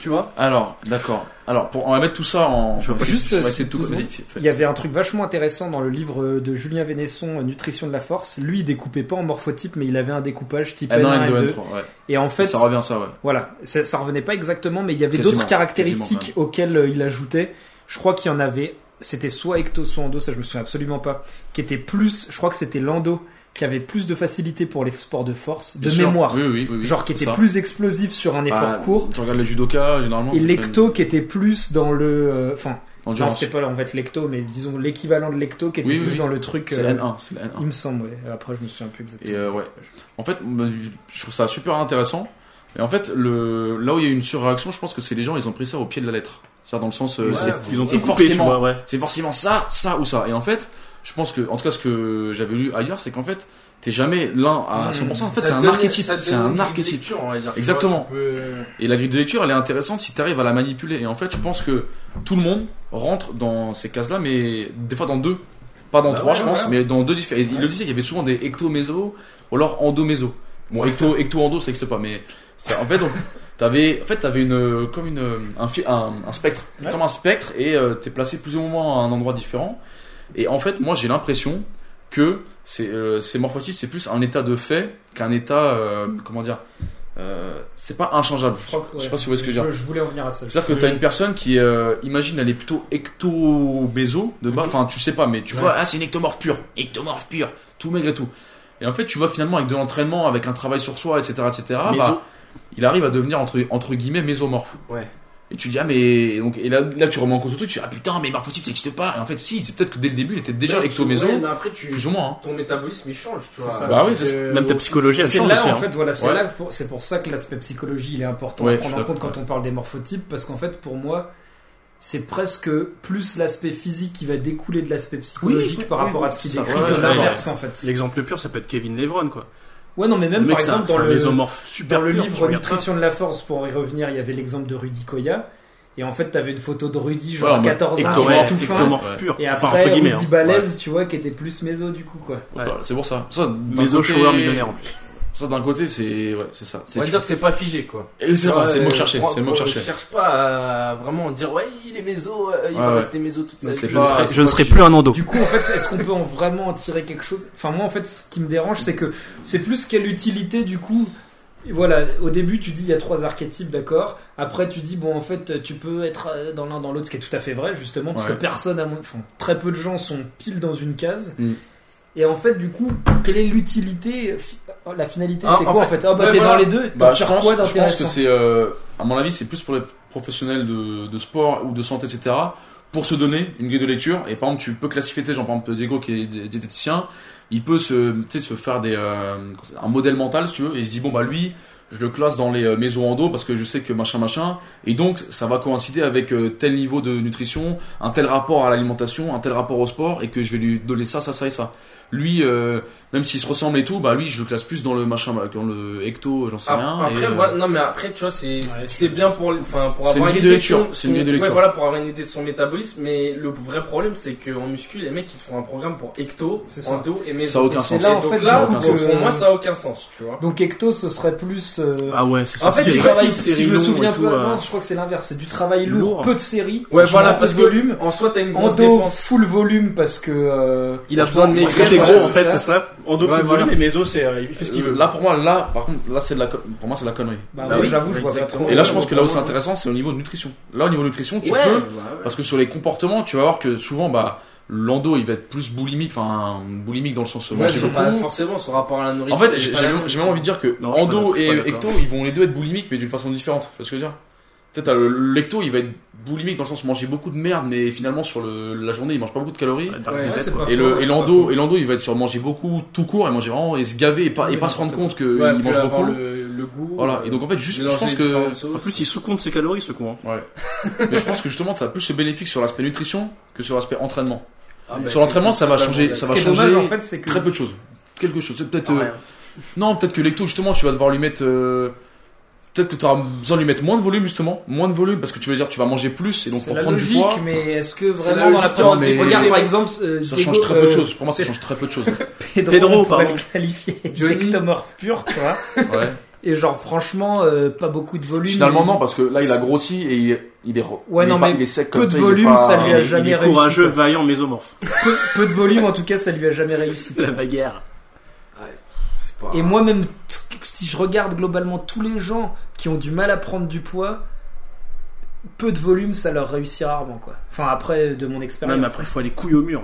tu vois.
Alors, d'accord. Alors, pour, on va mettre tout ça en.
pas- Juste, euh,
on va essayer de tout.
deux
Vas-y,
secondes.
fais- fais-
Il y avait un truc vachement intéressant dans le livre de Julien Vénesson, Nutrition de la Force. Lui, il découpait pas en morphotype, mais il avait un découpage type N1,
N1,
N2.
N2, N3. Ouais.
Et en fait,
Ça revient ça, ouais.
voilà, ça, ça revenait pas exactement, mais il y avait
Quasiment,
d'autres caractéristiques
quasiment,
auxquelles euh, il ajoutait. Je crois qu'il y en avait, c'était soit ecto, soit endo, ça je me souviens absolument pas, qui était plus, je crois que c'était l'endo, qui avait plus de facilité pour les sports de force, de
Bien sûr.
mémoire.
Oui, oui, oui, oui.
genre qui
C'est
était
ça.
plus explosif sur un effort
Bah,
court.
Tu regardes les judokas, généralement.
Et
c'est
l'ecto qui était plus dans le. euh, Enfin,
quand même
non,
endurance.
c'était pas là, on va être l'ecto, mais disons l'équivalent de l'ecto qui était
Oui, oui,
plus
oui.
dans le truc.
C'est
euh,
N1, c'est la N1.
Il me semble, ouais. Après, je me souviens plus exactement.
Et euh, ouais. En fait, bah, je trouve ça super intéressant. Et en fait, le... là où il y a eu une surréaction, je pense que c'est les gens, ils ont pris ça au pied de la lettre. C'est-à-dire dans le sens, euh, c'est-
Ils ont
c'est
tout coupé, tu
forcément-
vois, ouais.
c'est forcément ça, ça ou ça. Et en fait, je pense que, en tout cas, ce que j'avais lu ailleurs, c'est qu'en fait, t'es jamais l'un à 100%. En fait,
Hmm. Ça
c'est
te
un
donne-
archétype.
ça te
C'est
donne
un
une
archétype.
lecture, on va dire, tu
Exactement.
vois, tu peux- euh,
Et la grille de lecture, elle est intéressante si t'arrives à la manipuler. Et en fait, je pense que tout le monde rentre dans ces cases-là, mais des fois dans deux. Pas dans
Bah
trois,
ouais,
je pense,
ouais.
mais dans deux différents. Il le disait, il y avait souvent des ecto-méso ou alors endo-méso. Bon, ecto, ecto-endo, ça n'existe pas, mais ça, en fait, donc, t'avais, en fait, t'avais une, euh, comme une, euh, un, fi- un, un spectre.
Ouais.
Comme un spectre, et euh, t'es placé plus ou moins à un endroit différent. Et en fait, moi, j'ai l'impression que c'est, euh, ces morphotypes, c'est plus un état de fait qu'un état, euh, comment dire, euh, c'est pas inchangeable.
Mm. Je, crois que,
Je
ouais.
sais pas si vous voyez ce que je veux dire.
je, je voulais en venir à ça.
C'est-à-dire que t'as une personne qui, euh, imagine, elle est plutôt ecto-bézo de base. Enfin, tu sais pas, mais tu vois, ah, c'est une ectomorphe pure. Ectomorphe pure. Tout maigre et tout. Et en fait, tu vois, finalement, avec de l'entraînement, avec un travail sur soi, etc., etc., bah,
Méso.
il arrive à devenir, entre, entre guillemets, mésomorphe.
Ouais.
Et tu dis, ah, mais. et Donc, et là, là, tu remets en cause le truc, tu dis, ah putain, mais morphotype, ça n'existe pas. Et en fait, si, c'est peut-être que dès le début, il était déjà
Ouais,
ecto-méso,
ouais, mais après, tu,
plus ou moins. hein.
ton métabolisme il change, tu vois.
C'est ça,
Bah oui,
c'est
c'est-
que-
Même ta psychologie, elle
C'est
change
là,
aussi.
en
hein.
fait, voilà, c'est
Ouais.
là pour- c'est pour ça que l'aspect psychologie, il est important
Ouais,
à
je suis
prendre en compte
d'accord,
quand on parle des morphotypes, parce qu'en fait, pour moi, c'est presque plus l'aspect physique qui va découler de l'aspect psychologique
oui,
par
oui,
rapport
oui,
à ce qu'il
c'est ça.
décrit
Ouais,
je
de
suis
l'inverse, en fait.
L'exemple le pur, ça peut être Kevin Levron, quoi.
Ouais, non, mais même
le mec,
par
c'est un-
exemple,
c'est
dans
un
le,
mésomorphe super
dans le
pur, tu
livre
regardes ça.
Nutrition de la Force, pour y revenir, il y avait l'exemple de Rudy Koya, et en fait, t'avais une photo de Rudy, genre
Ouais,
à
en
14 ans,
ectomorphe,
tout
Ectomorphe,
fin,
ectomorphe.
ectomorphe
Ouais.
pur.
et
Enfin,
après,
entre guillemets.
Rudy
hein.
Balèze, tu vois, qui était plus méso, du coup, quoi.
Ouais.
Voilà, hein. c'est pour ça. Ça, d'un
Méso
côté,
shower millionnaire en plus.
ça, d'un côté, c'est, ouais, c'est ça. C'est,
On va dire c'est pas figé quoi.
Et c'est vrai, c'est le mot que
Euh,
je cherchais,
prends-
c'est le mot que je
Je
cherchais.
cherche pas à vraiment dire ouais il est méso, euh, il
Ouais,
va
ouais.
rester méso toute sa
Non, c'est
vie.
pas-
Je serai-
c'est
Je ne serai
figé.
plus un endo.
Du coup, en fait, est-ce qu'on peut en vraiment en tirer quelque chose Enfin, moi, en fait, ce qui me dérange, c'est que c'est plus quelle utilité, du coup, Voilà, au début tu dis il y a trois archétypes, d'accord. Après tu dis bon en fait tu peux être euh, dans l'un dans l'autre, ce qui est tout à fait vrai justement, parce
Ouais.
que personne, à mon- enfin, très peu de gens sont pile dans une case.
Mm.
Et en fait du coup, quelle est l'utilité, fi- oh, la finalité,
Ah,
c'est
en
quoi en fait Ah bah
ouais,
t'es
voilà.
dans les deux, t'en
Bah, je
tires
pense,
quoi
je pense que
d'intéressant
c'est, euh, à mon avis, c'est plus pour les professionnels de, de sport ou de santé, etc. Pour se donner une grille de lecture. Et par exemple, tu peux classifier tes gens. Par exemple, Diego qui est dé- diététicien, il peut se, tu sais, se faire des, euh, un modèle mental, si tu veux, et il se dit bon bah lui, je le classe dans les euh, méso endo parce que je sais que machin machin. Et donc, ça va coïncider avec euh, tel niveau de nutrition, un tel rapport à l'alimentation, un tel rapport au sport, et que je vais lui donner ça, ça, ça et ça. Lui, euh, même s'il se ressemble et tout, bah lui, je le classe plus dans le machin, bah, dans le hecto, j'en sais rien.
Ah,
et,
Après,
euh,
voilà, non, mais après, tu vois, c'est c'est bien pour, enfin, pour
C'est une
avoir
grille de
idée
lecture,
son-
c'est une grille de
son-
lecture.
ouais, voilà, pour avoir une idée de son métabolisme. Mais le vrai problème, c'est qu'en muscu, les mecs, ils te font un programme pour hecto,
C'est ça.
endo et méso.
Ça a aucun
Et
sens.
Là,
Et
en
donc
fait,
là,
là,
ça a aucun
pour-
sens.
pour moi, ça a aucun sens, tu vois.
Donc Ecto ce serait plus... euh,
Ah ouais, c'est ça.
En fait,
du
c'est
série-
travail,
série
si je me
longue et
souviens
tout,
pas,
euh.
non, je crois que c'est l'inverse, c'est du travail lourd,
Lourd.
peu de séries,
Ouais,
franchement,
voilà,
peu
parce
de
que
volume,
en soi, t'as une
en
grosse
dos
dépense.
full volume parce que... euh,
Il a besoin
franchement,
de maigrir,
franchement,
Quand t'es
Ouais,
gros, en fait, c'est ça. En dos,
Ouais,
fait
voilà.
volume et méso, c'est, euh, il fait ce qu'il
Euh,
veut.
Là pour moi, là par contre, là c'est de la, con- pour moi c'est de la connerie.
Bah,
Bah
oui,
oui,
j'avoue, je vois pas
exactement.
trop.
Et là je pense que là où c'est intéressant, c'est au niveau de nutrition. Là au niveau nutrition, tu
Ouais,
peux,
bah ouais.
parce que sur les comportements, tu vas voir que souvent bah l'endo il va être plus boulimique, enfin boulimique dans le sens
Ouais,
manger
son-
beaucoup.
bah, forcément, son rapport à la nourriture.
En fait,
il est
j'ai
pas la
j'ai
même.
même j'ai même envie de dire que
Non, je suis pas
endo
d'accord, je
et
suis pas
ecto, ils vont les deux être boulimiques mais d'une façon différente. Tu vois ce que je veux dire Peut-être t'as le- l'ecto, il va être boulimique dans le sens manger beaucoup de merde, mais finalement sur le- la journée, il mange pas beaucoup de calories.
Dark
Ouais,
Z,
c'est
quoi.
pas
Et
faux,
le
ouais,
et
c'est pas
l'endo,
faux.
et l'endo, il va être sur manger beaucoup tout court et manger vraiment et se gaver et pas et
Oui,
pas se rendre compte que
Ouais,
il
puis
mange
avoir
beaucoup.
le, le goût.
Voilà.
euh,
Et donc en fait, juste, je
mélanger
pense
les
que
différentes sauces.
En plus, il sous-compte ses calories, ce con. hein.
Ouais. Mais je pense que justement, ça a plus ses bénéfices sur l'aspect nutrition que sur l'aspect entraînement.
Ah, bah,
sur l'entraînement,
c'est
ça va
totalement
changer,
dingue.
Ce
ça va
qui est
changer
dommage en fait, c'est que
très peu de choses. Quelque chose. C'est peut-être.
Ah,
euh,
ouais.
non, peut-être que l'ecto, justement, tu vas devoir lui mettre. euh, peut-être que tu auras besoin de lui mettre moins de volume, justement. Moins de volume, parce que tu veux dire, tu vas manger plus, et donc
C'est
pour
la
prendre
logique,
du poids.
mais est-ce que
C'est la
vraiment dans la
logique,
présente-
mais-
Regarde par exemple, euh,
Ça
Diego,
change très peu de
euh,
choses. Pour moi, ça change très
[laughs]
peu de choses.
Pedro,
Pedro,
on pourrait
pardon.
le qualifier
Johnny.
d'ectomorphe pur, tu vois.
Ouais.
Et genre franchement, euh, pas beaucoup de volume.
Finalement, non, parce que là, il a grossi et il, il est. re-
Ouais,
il est
non,
pas-
mais
il est sec
peu
comme
de
ça, il est
volume,
pas-
ça lui a
il est-
Il
jamais
est
réussi,
courageux,
quoi.
vaillant,
[laughs]
mésomorphe.
Peu, peu de volume, en tout cas, ça lui a jamais réussi.
La bagarre.
C'est
Bah,
pas-
Et moi-même, t- si je regarde globalement tous les gens qui ont du mal à prendre du poids, peu de volume, ça leur réussit rarement, quoi. Enfin, après, de mon expérience.
Même après, il faut aller couille au mur.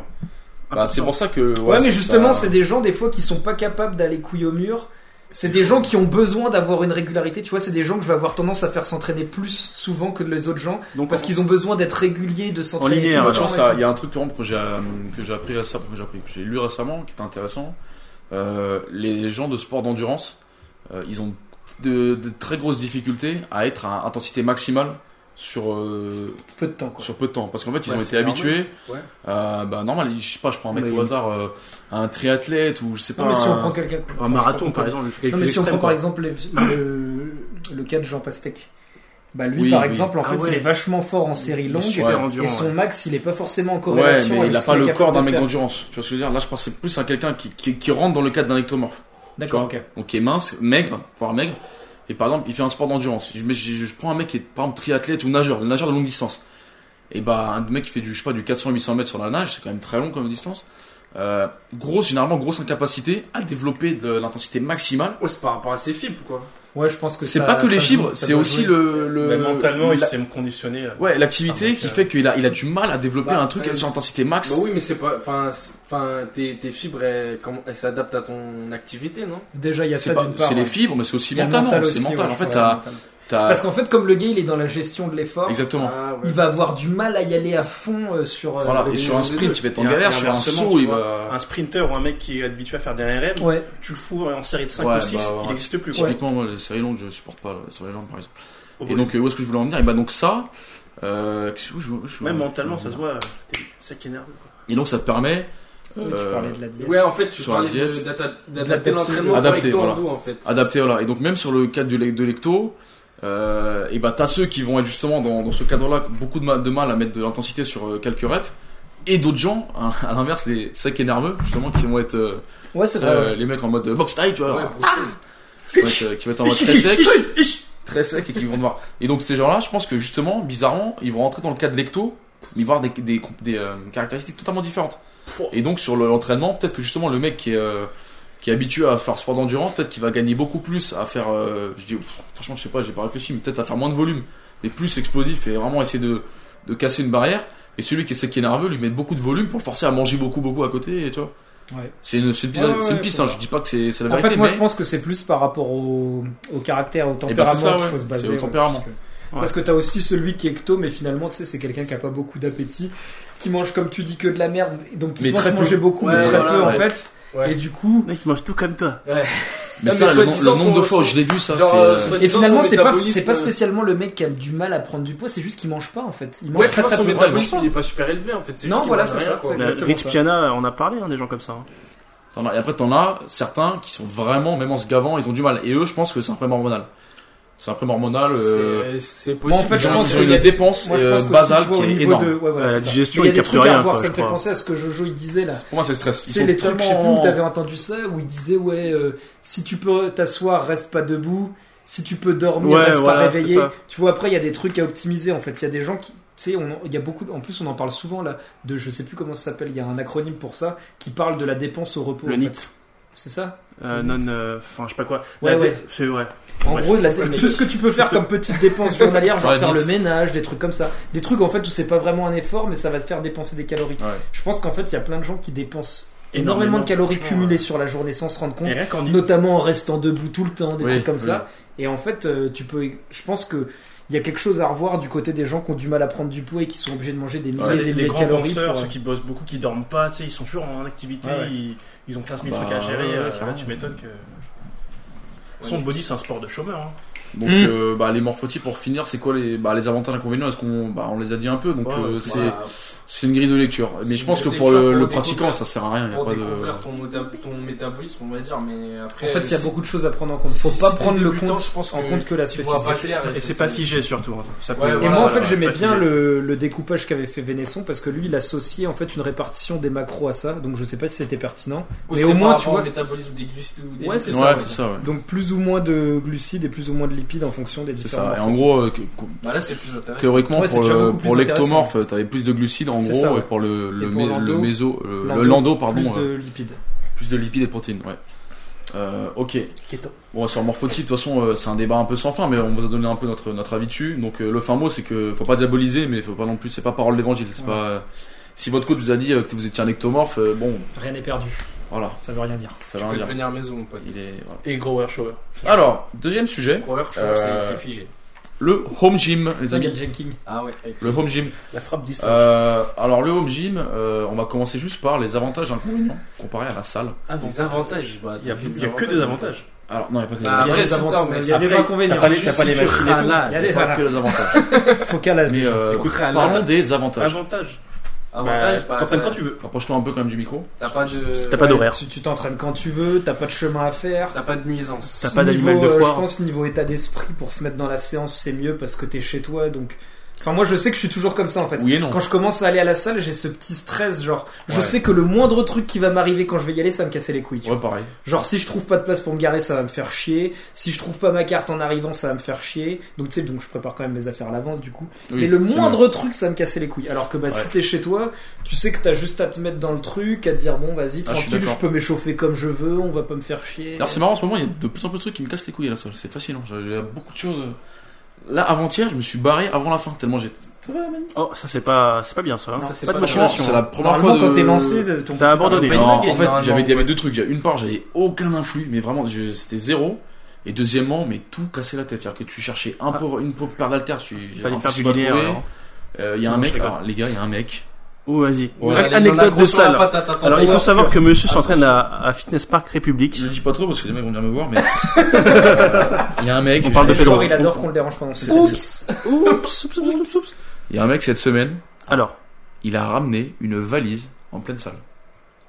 Bah, c'est pour ça que.
Ouais, mais
ça-
justement, c'est des gens des fois qui sont pas capables d'aller couille au mur. C'est des gens qui ont besoin d'avoir une régularité. Tu vois, c'est des gens que je vais avoir tendance à faire s'entraîner plus souvent que les autres gens
Donc,
parce qu'ils ont besoin d'être réguliers, de s'entraîner.
linéaire,
tout le
Tu
temps
vois,
et
ça,
tout.
il y a un truc par exemple, que j'ai euh, que j'ai appris récemment, que j'ai appris, que j'ai lu récemment, qui était intéressant. Euh, les gens de sport d'endurance, euh, ils ont de, de très grosses difficultés à être à intensité maximale sur euh,
Peu de temps, quoi.
sur peu de temps, parce qu'en fait ils
Ouais,
ont
c'est
été habitués.
normal.
Euh, bah normal, je sais pas, je prends un mec
Mais
au
il-
hasard, euh, un triathlète ou je sais pas.
Non, mais si
un-
on prend quelqu'un.
Un marathon, par exemple. quelque
Non, mais
chose
si on prend
d'extrême,
par
quoi.
exemple les- le, le cas de Jean Pastèque. Bah lui,
Oui,
par
oui.
exemple, en
Ah
fait, il
ouais.
est vachement fort en série
Il est
longue.
super
Ouais.
endurant,
et son
ouais.
max, il est pas forcément en
Ouais,
corrélation.
mais
avec
il a
ce
pas
qu'il est
le
capable
corps d'un
de
mec
faire.
d'endurance. Tu vois ce que je veux dire Là, je pensais plus à quelqu'un qui, qui, qui rentre dans le cadre d'un ectomorphe.
D'accord,
Tu
ok.
vois. Donc qui est mince, maigre, voire maigre. Et par exemple, il fait un sport d'endurance. Je, mais je- je prends un mec qui est par exemple triathlète ou nageur, le nageur de longue distance. Et bah un mec qui fait du je sais pas du 400-800 mètres sur la nage, c'est quand même très long comme distance. Euh, grosse généralement grosse incapacité à développer de l'intensité maximale.
Ouais, c'est par rapport à ses fibres, quoi.
Ouais, je pense que
C'est
ça-
pas que
ça
les
joue,
fibres,
ça
c'est
doit
aussi
jouer. Ah,
le,
euh,
le
Mais mentalement, il
la-
s'est conditionné. euh,
ouais l'activité
Enfin,
qui
donc,
fait qu'il a il a du mal à développer
Bah,
un truc
euh,
sur intensité max.
Bah oui, mais c'est pas. Enfin, c'est- enfin, tes, tes fibres, elles, comment- elles s'adaptent à ton activité, non
Déjà, il y a
c'est
ça
pas-
d'une part.
c'est les
ouais.
fibres, mais c'est aussi
Il y a le
mentalement,
mental
c'est
aussi,
mental.
ouais,
En
je
fait,
crois,
t'as,
mental.
t'as-
Parce qu'en fait, comme le gars, il est dans la gestion de l'effort,
exactement.
Ah, ouais.
il va avoir du mal à y aller à fond euh, sur. euh,
Voilà,
le-
et sur un sprint, il va être en
Et
galère, sur un
inversement,
saut,
tu
il
vois,
va.
Un sprinter ou un mec qui est habitué à faire des RM,
Ouais.
tu le fous en série de 5
Ouais,
ou 6,
bah, ouais.
il n'existe plus. quoi.
Typiquement, moi, les séries longues, je supporte pas là, sur les jambes, par exemple.
Au
Et
volume.
donc, euh, où est-ce que je voulais en venir Et bah, donc, ça, euh, qu'est-ce que je- je-
Même mentalement, ça se voit, euh, t'es sec et nerveux. quoi.
Et donc, ça te permet
Tu
euh,
parlais de la diète.
Ouais, en fait, tu
Sur
parlais
la
de-
diète.
d'ata- d'adapter
Adapter,
l'entraînement
adapter,
avec ton
voilà.
dos, en fait.
adapté, voilà. Et donc, même sur le cadre du lec- de l'ecto, euh, et bah, t'as ceux qui vont être justement dans, dans ce cadre-là, beaucoup de, ma- de mal à mettre de l'intensité sur euh, quelques reps. Et d'autres gens, à, [laughs] à l'inverse, les secs et nerveux, justement, qui vont être euh,
Ouais, c'est
très,
vrai.
euh, les mecs en mode euh, box style, tu vois,
Ouais,
alors,
Bruce Lee.
[laughs] qui, vont être, euh, qui vont être en mode très sec, très sec et qui vont devoir. Et donc ces gens-là, je pense que justement, bizarrement, ils vont rentrer dans le cas de l'ecto, mais voir des, des, des, euh, caractéristiques totalement différentes.
Pouah.
Et donc sur le- l'entraînement, peut-être que justement le mec qui est euh, qui qui est habitué à faire sport d'endurance, peut-être qu'il va gagner beaucoup plus à faire. euh, je dis, pff, franchement, je sais pas, j'ai pas réfléchi, mais peut-être à faire moins de volume, mais plus explosif et vraiment essayer de, de casser une barrière. Et celui qui est sec et nerveux, lui met beaucoup de volume pour le forcer à manger beaucoup, beaucoup à côté, et tu vois.
Ouais.
C'est une, c'est une piste,
Ouais, ouais,
c'est une
ouais,
piste
c'est
hein,
vrai.
je dis pas que c'est c'est la
En
vérité.
fait, moi,
mais-
je pense que c'est plus par rapport au, au caractère, au
Eh ben,
tempérament
c'est ça,
qu'il
ouais.
faut se baser.
C'est au
ouais,
tempérament.
parce que- Parce que t'as aussi celui qui est ecto, mais finalement, tu sais, c'est quelqu'un qui a pas beaucoup d'appétit, qui mange, comme tu dis, que de la merde, et donc qui
Mais
pense
très peu.
manger beaucoup,
Ouais,
mais très
voilà,
peu, en
ouais.
fait.
Ouais.
Et du coup...
Mec, il mange tout comme toi.
Mais
Non,
ça,
mais
le, nom-
soi-disant,
le nombre de
son-
fois où
son-
je l'ai vu, ça,
genre,
c'est.
euh,
euh,
soit
Et
disant,
finalement,
son
c'est pas,
métabolisme-
c'est pas spécialement le mec qui a du mal à prendre du poids, c'est juste qu'il mange pas, en fait. Il mange
Ouais, tu
très
vois,
très
son
peu.
métabolisme, il est pas super élevé en fait. c'est
Non,
juste qu'il
voilà,
mange
c'est
rien,
ça,
quoi.
c'est
Mais
exactement
Rich
ça.
Piana, on a parlé, hein, des gens comme ça. hein.
T'en as- et après, t'en as certains qui sont vraiment, même en se gavant, ils ont du mal. Et eux, je pense que c'est un problème hormonal. C'est un problème hormonal. euh,
C'est- C'est
Bon, en
possible.
fait, je
ils ont-
pense
ils ont
qu'il y
une
a des-
dépense
Moi, je
euh,
pense que
basale
si tu vois,
qui
au
est
niveau
énorme.
de... ouais, voilà,
Ouais, la
c'est ça.
digestion,
Mais il y
il
a des
capte
trucs
rien,
à voir,
quoi,
ça
je
me fait
crois.
penser à ce que Jojo, il disait, là.
Pour moi, c'est le stress. Ils
C'est
sont
les trucs, je sais plus
tellement-
où t'avais entendu ça, où il disait, ouais, euh, si tu peux t'asseoir, reste pas debout. Si tu peux dormir,
Ouais,
reste
voilà,
pas
c'est
réveillé.
ça.
Tu vois, après, il y a des trucs à optimiser, en fait. Il y a des gens qui, tu sais, on- il y a beaucoup, en plus, on en parle souvent, là, de, je sais plus comment ça s'appelle, il y a un acronyme pour ça, qui parle de la dépense au repos.
Le
en fait.
NIT.
C'est ça?
Euh, non, euh, enfin, je sais pas quoi.
Ouais,
La dé-
ouais.
C'est vrai.
En
Bref.
gros, la- tout ce que tu peux faire comme petite dépense
[laughs]
journalière, genre
Ouais,
faire
nice.
le ménage, des trucs comme ça. Des trucs en fait où c'est pas vraiment un effort, mais ça va te faire dépenser des calories.
Ouais.
Je pense qu'en fait, il y a plein de gens qui dépensent
Énormément,
énormément de calories
franchement,
cumulées
ouais.
sur la journée sans se rendre compte,
Et rien qu'en y-
notamment en restant debout tout le temps, des
Oui,
trucs comme
oui.
ça. Et en fait, euh, tu peux. Je pense que il y a quelque chose à revoir du côté des gens qui ont du mal à prendre du poids et qui sont obligés de manger des milliers
Ouais,
et des
les, les
milliers de
grands
calories.
penseurs,
pour, euh,
ceux qui bossent beaucoup, qui dorment pas, tu sais, ils sont toujours en activité,
Ouais, ouais.
Ils, ils ont 15 000
Bah,
trucs à gérer.
ouais,
euh, qui-
ouais.
tu m'étonnes que. Son body, c'est un sport de chômeur. Hein.
Donc,
Hmm.
euh, bah, les morphotypes, pour finir, c'est quoi les, bah, les avantages inconvénients Est-ce qu'on bah, on les a dit un peu Donc,
Ouais,
euh,
ouais.
c'est
Voilà,
c'est une grille de lecture. Mais
C'est
je pense que
une grille de
pour le,
lecture
le
pour
pratiquant,
découvrir-
ça sert à rien. y a
Pour
pas de-
découvrir ton, mota- ton métabolisme, on va dire, mais après.
En fait, il y a
c'est-
beaucoup de choses à prendre en compte. Faut
si
pas
t'es
prendre le
débutant,
compte,
je pense
en
que
compte que
tu
l'aspect
vois pas
physique.
clair.
Et c'est pas figé surtout. hein. Ça peut-
Ouais,
Et
voilà,
moi, en fait,
voilà,
j'aimais
c'est pas
bien
figé.
le, le découpage qu'avait fait Vénesson parce que lui, il associait en fait une répartition des macros à ça. Donc, je sais pas si c'était pertinent. Mais au moins, tu vois.
métabolisme des glucides ou des
Ouais, c'est
Ouais,
lipides.
ça,
c'est ça. ouais.
Donc, plus ou moins de glucides et plus ou moins de lipides en fonction des
C'est
différents.
ça. Et en
morphotypes.
gros, euh, que-
Bah là, c'est plus intéressant.
Théoriquement,
Ouais, c'est
pour,
déjà
le,
beaucoup plus
pour l'ectomorphe, euh, t'avais plus de glucides en
C'est
gros,
ça, ouais.
et pour le, le,
Et pour
mé-
l'endo,
le méso, euh, le,
Lando,
lando, pardon,
Plus
euh,
de lipides.
plus de lipides et protéines, ouais. Euh, ok.
Keto.
Bon, sur le morphotype, de toute façon, euh, c'est un débat un peu sans fin, mais on vous a donné un peu notre, notre avis dessus. Donc, euh, le fin mot, c'est que faut pas diaboliser, mais faut pas non plus, c'est pas parole d'évangile. C'est
Ouais.
pas. euh, si votre coach vous a dit euh, que vous étiez un ectomorphe, euh, bon,
Rien n'est perdu.
voilà,
Ça veut rien dire.
ça
Tu
va
peux
rien dire.
devenir maison, mon pote.
Il est, voilà.
Et grower shower.
Alors, deuxième sujet,
Horreur, je
Euh,
trouve, c'est c'est figé.
le home gym, les amis.
Jenkins.
Ah ouais. avec-
Le home gym.
La frappe distance.
Euh, alors, le home gym, euh, on va commencer juste par les avantages et inconvénients comparé à la salle.
Les avantages, bah.
Il y a,
des
il y a que des avantages.
Alors, non, il n'y a pas que les
Bah,
avantages.
il y a
après,
des
c'est- non,
avantages,
mais
il y a des
après,
inconvénients.
t'as pas les-
juste
t'as pas
si
les
tu
machines et
[laughs]
tout.
râles,
Il y a
C'est
des-
c'est-
pas
voilà.
que
[laughs]
les avantages.
Faut qu'à la
Mais euh,
Faut créer un
parlons
lien.
des
Ah
avantages.
Avantage.
Avantages, bah,
T'entraînes
t'as-
quand tu veux.
Rapproche-toi un peu quand même du micro.
T'as pas de.
T'as pas d'horaire.
Tu tu t'entraînes quand tu veux, t'as pas de chemin à faire.
T'as pas de nuisance.
T'as pas d'animal
Niveau,
de
euh,
foire.
Je pense niveau état d'esprit pour se mettre dans la séance c'est mieux parce que t'es chez toi donc. Enfin moi je sais que je suis toujours comme ça en fait.
Oui et non.
Quand je commence à aller à la salle j'ai ce petit stress genre je
Ouais.
sais que le moindre truc qui va m'arriver quand je vais y aller ça va me casser les couilles. tu
Ouais,
vois.
pareil.
Genre si je trouve pas de place pour me garer ça va me faire chier. Si je trouve pas ma carte en arrivant ça va me faire chier. Donc tu sais donc je prépare quand même mes affaires à l'avance du coup.
Oui,
Mais le
c'est
moindre truc ça va me casser les couilles. Alors que bah si
Ouais.
t'es chez toi tu sais que t'as juste à te mettre dans le truc à te dire bon vas-y
Ah, je suis
tranquille je,
d'accord.
peux m'échauffer comme je veux on va pas me faire chier.
D'ailleurs, c'est marrant en ce moment, il y a de plus en plus de trucs qui me cassent les couilles à la salle. C'est fascinant. J'ai j'ai beaucoup de choses. euh. Là, avant-hier, je me suis barré avant la fin, tellement j'ai.
Oh, ça c'est pas, c'est pas bien ça. hein.
Ça, c'est
pas,
pas
de
bien.
motivation.
c'est la première fois.
Normalement,
de-
quand t'es lancé, ton
T'as abandonné.
Non,
Pas
en
une blague,
fait, j'avais il y avait
normalement,
deux trucs. Il y a Une part, j'avais aucun influx, mais vraiment, je- c'était zéro. Et deuxièmement, mais tout cassait la tête. C'est-à-dire que tu cherchais un
Ah.
pauvre, une pauvre paire d'altères. tu-
Il fallait
un
faire
petit
du
pas
linéaire.
trouvé.
alors.
Euh, Il y a un
Non, je
mec,
rigole.
alors, les gars, il y a un mec.
Oh, vas-y. An-
Ouais.
Allez, dans la
Anecdote de
grosse
salle.
patate, attends,
Alors, il faut
attends.
savoir que monsieur s'entraîne
Attention.
à, à Fitness Park République.
Je le dis pas trop parce que les mecs vont
[laughs]
venir me voir, mais. [laughs] Euh, Il y a un mec.
On parle de
Pedro,
Pedro.
il adore qu'on le dérange pendant ce
Oups. Oups. Oups. Oups. Oups.
Il y a un mec cette semaine,
Alors,
il a ramené une valise en pleine salle.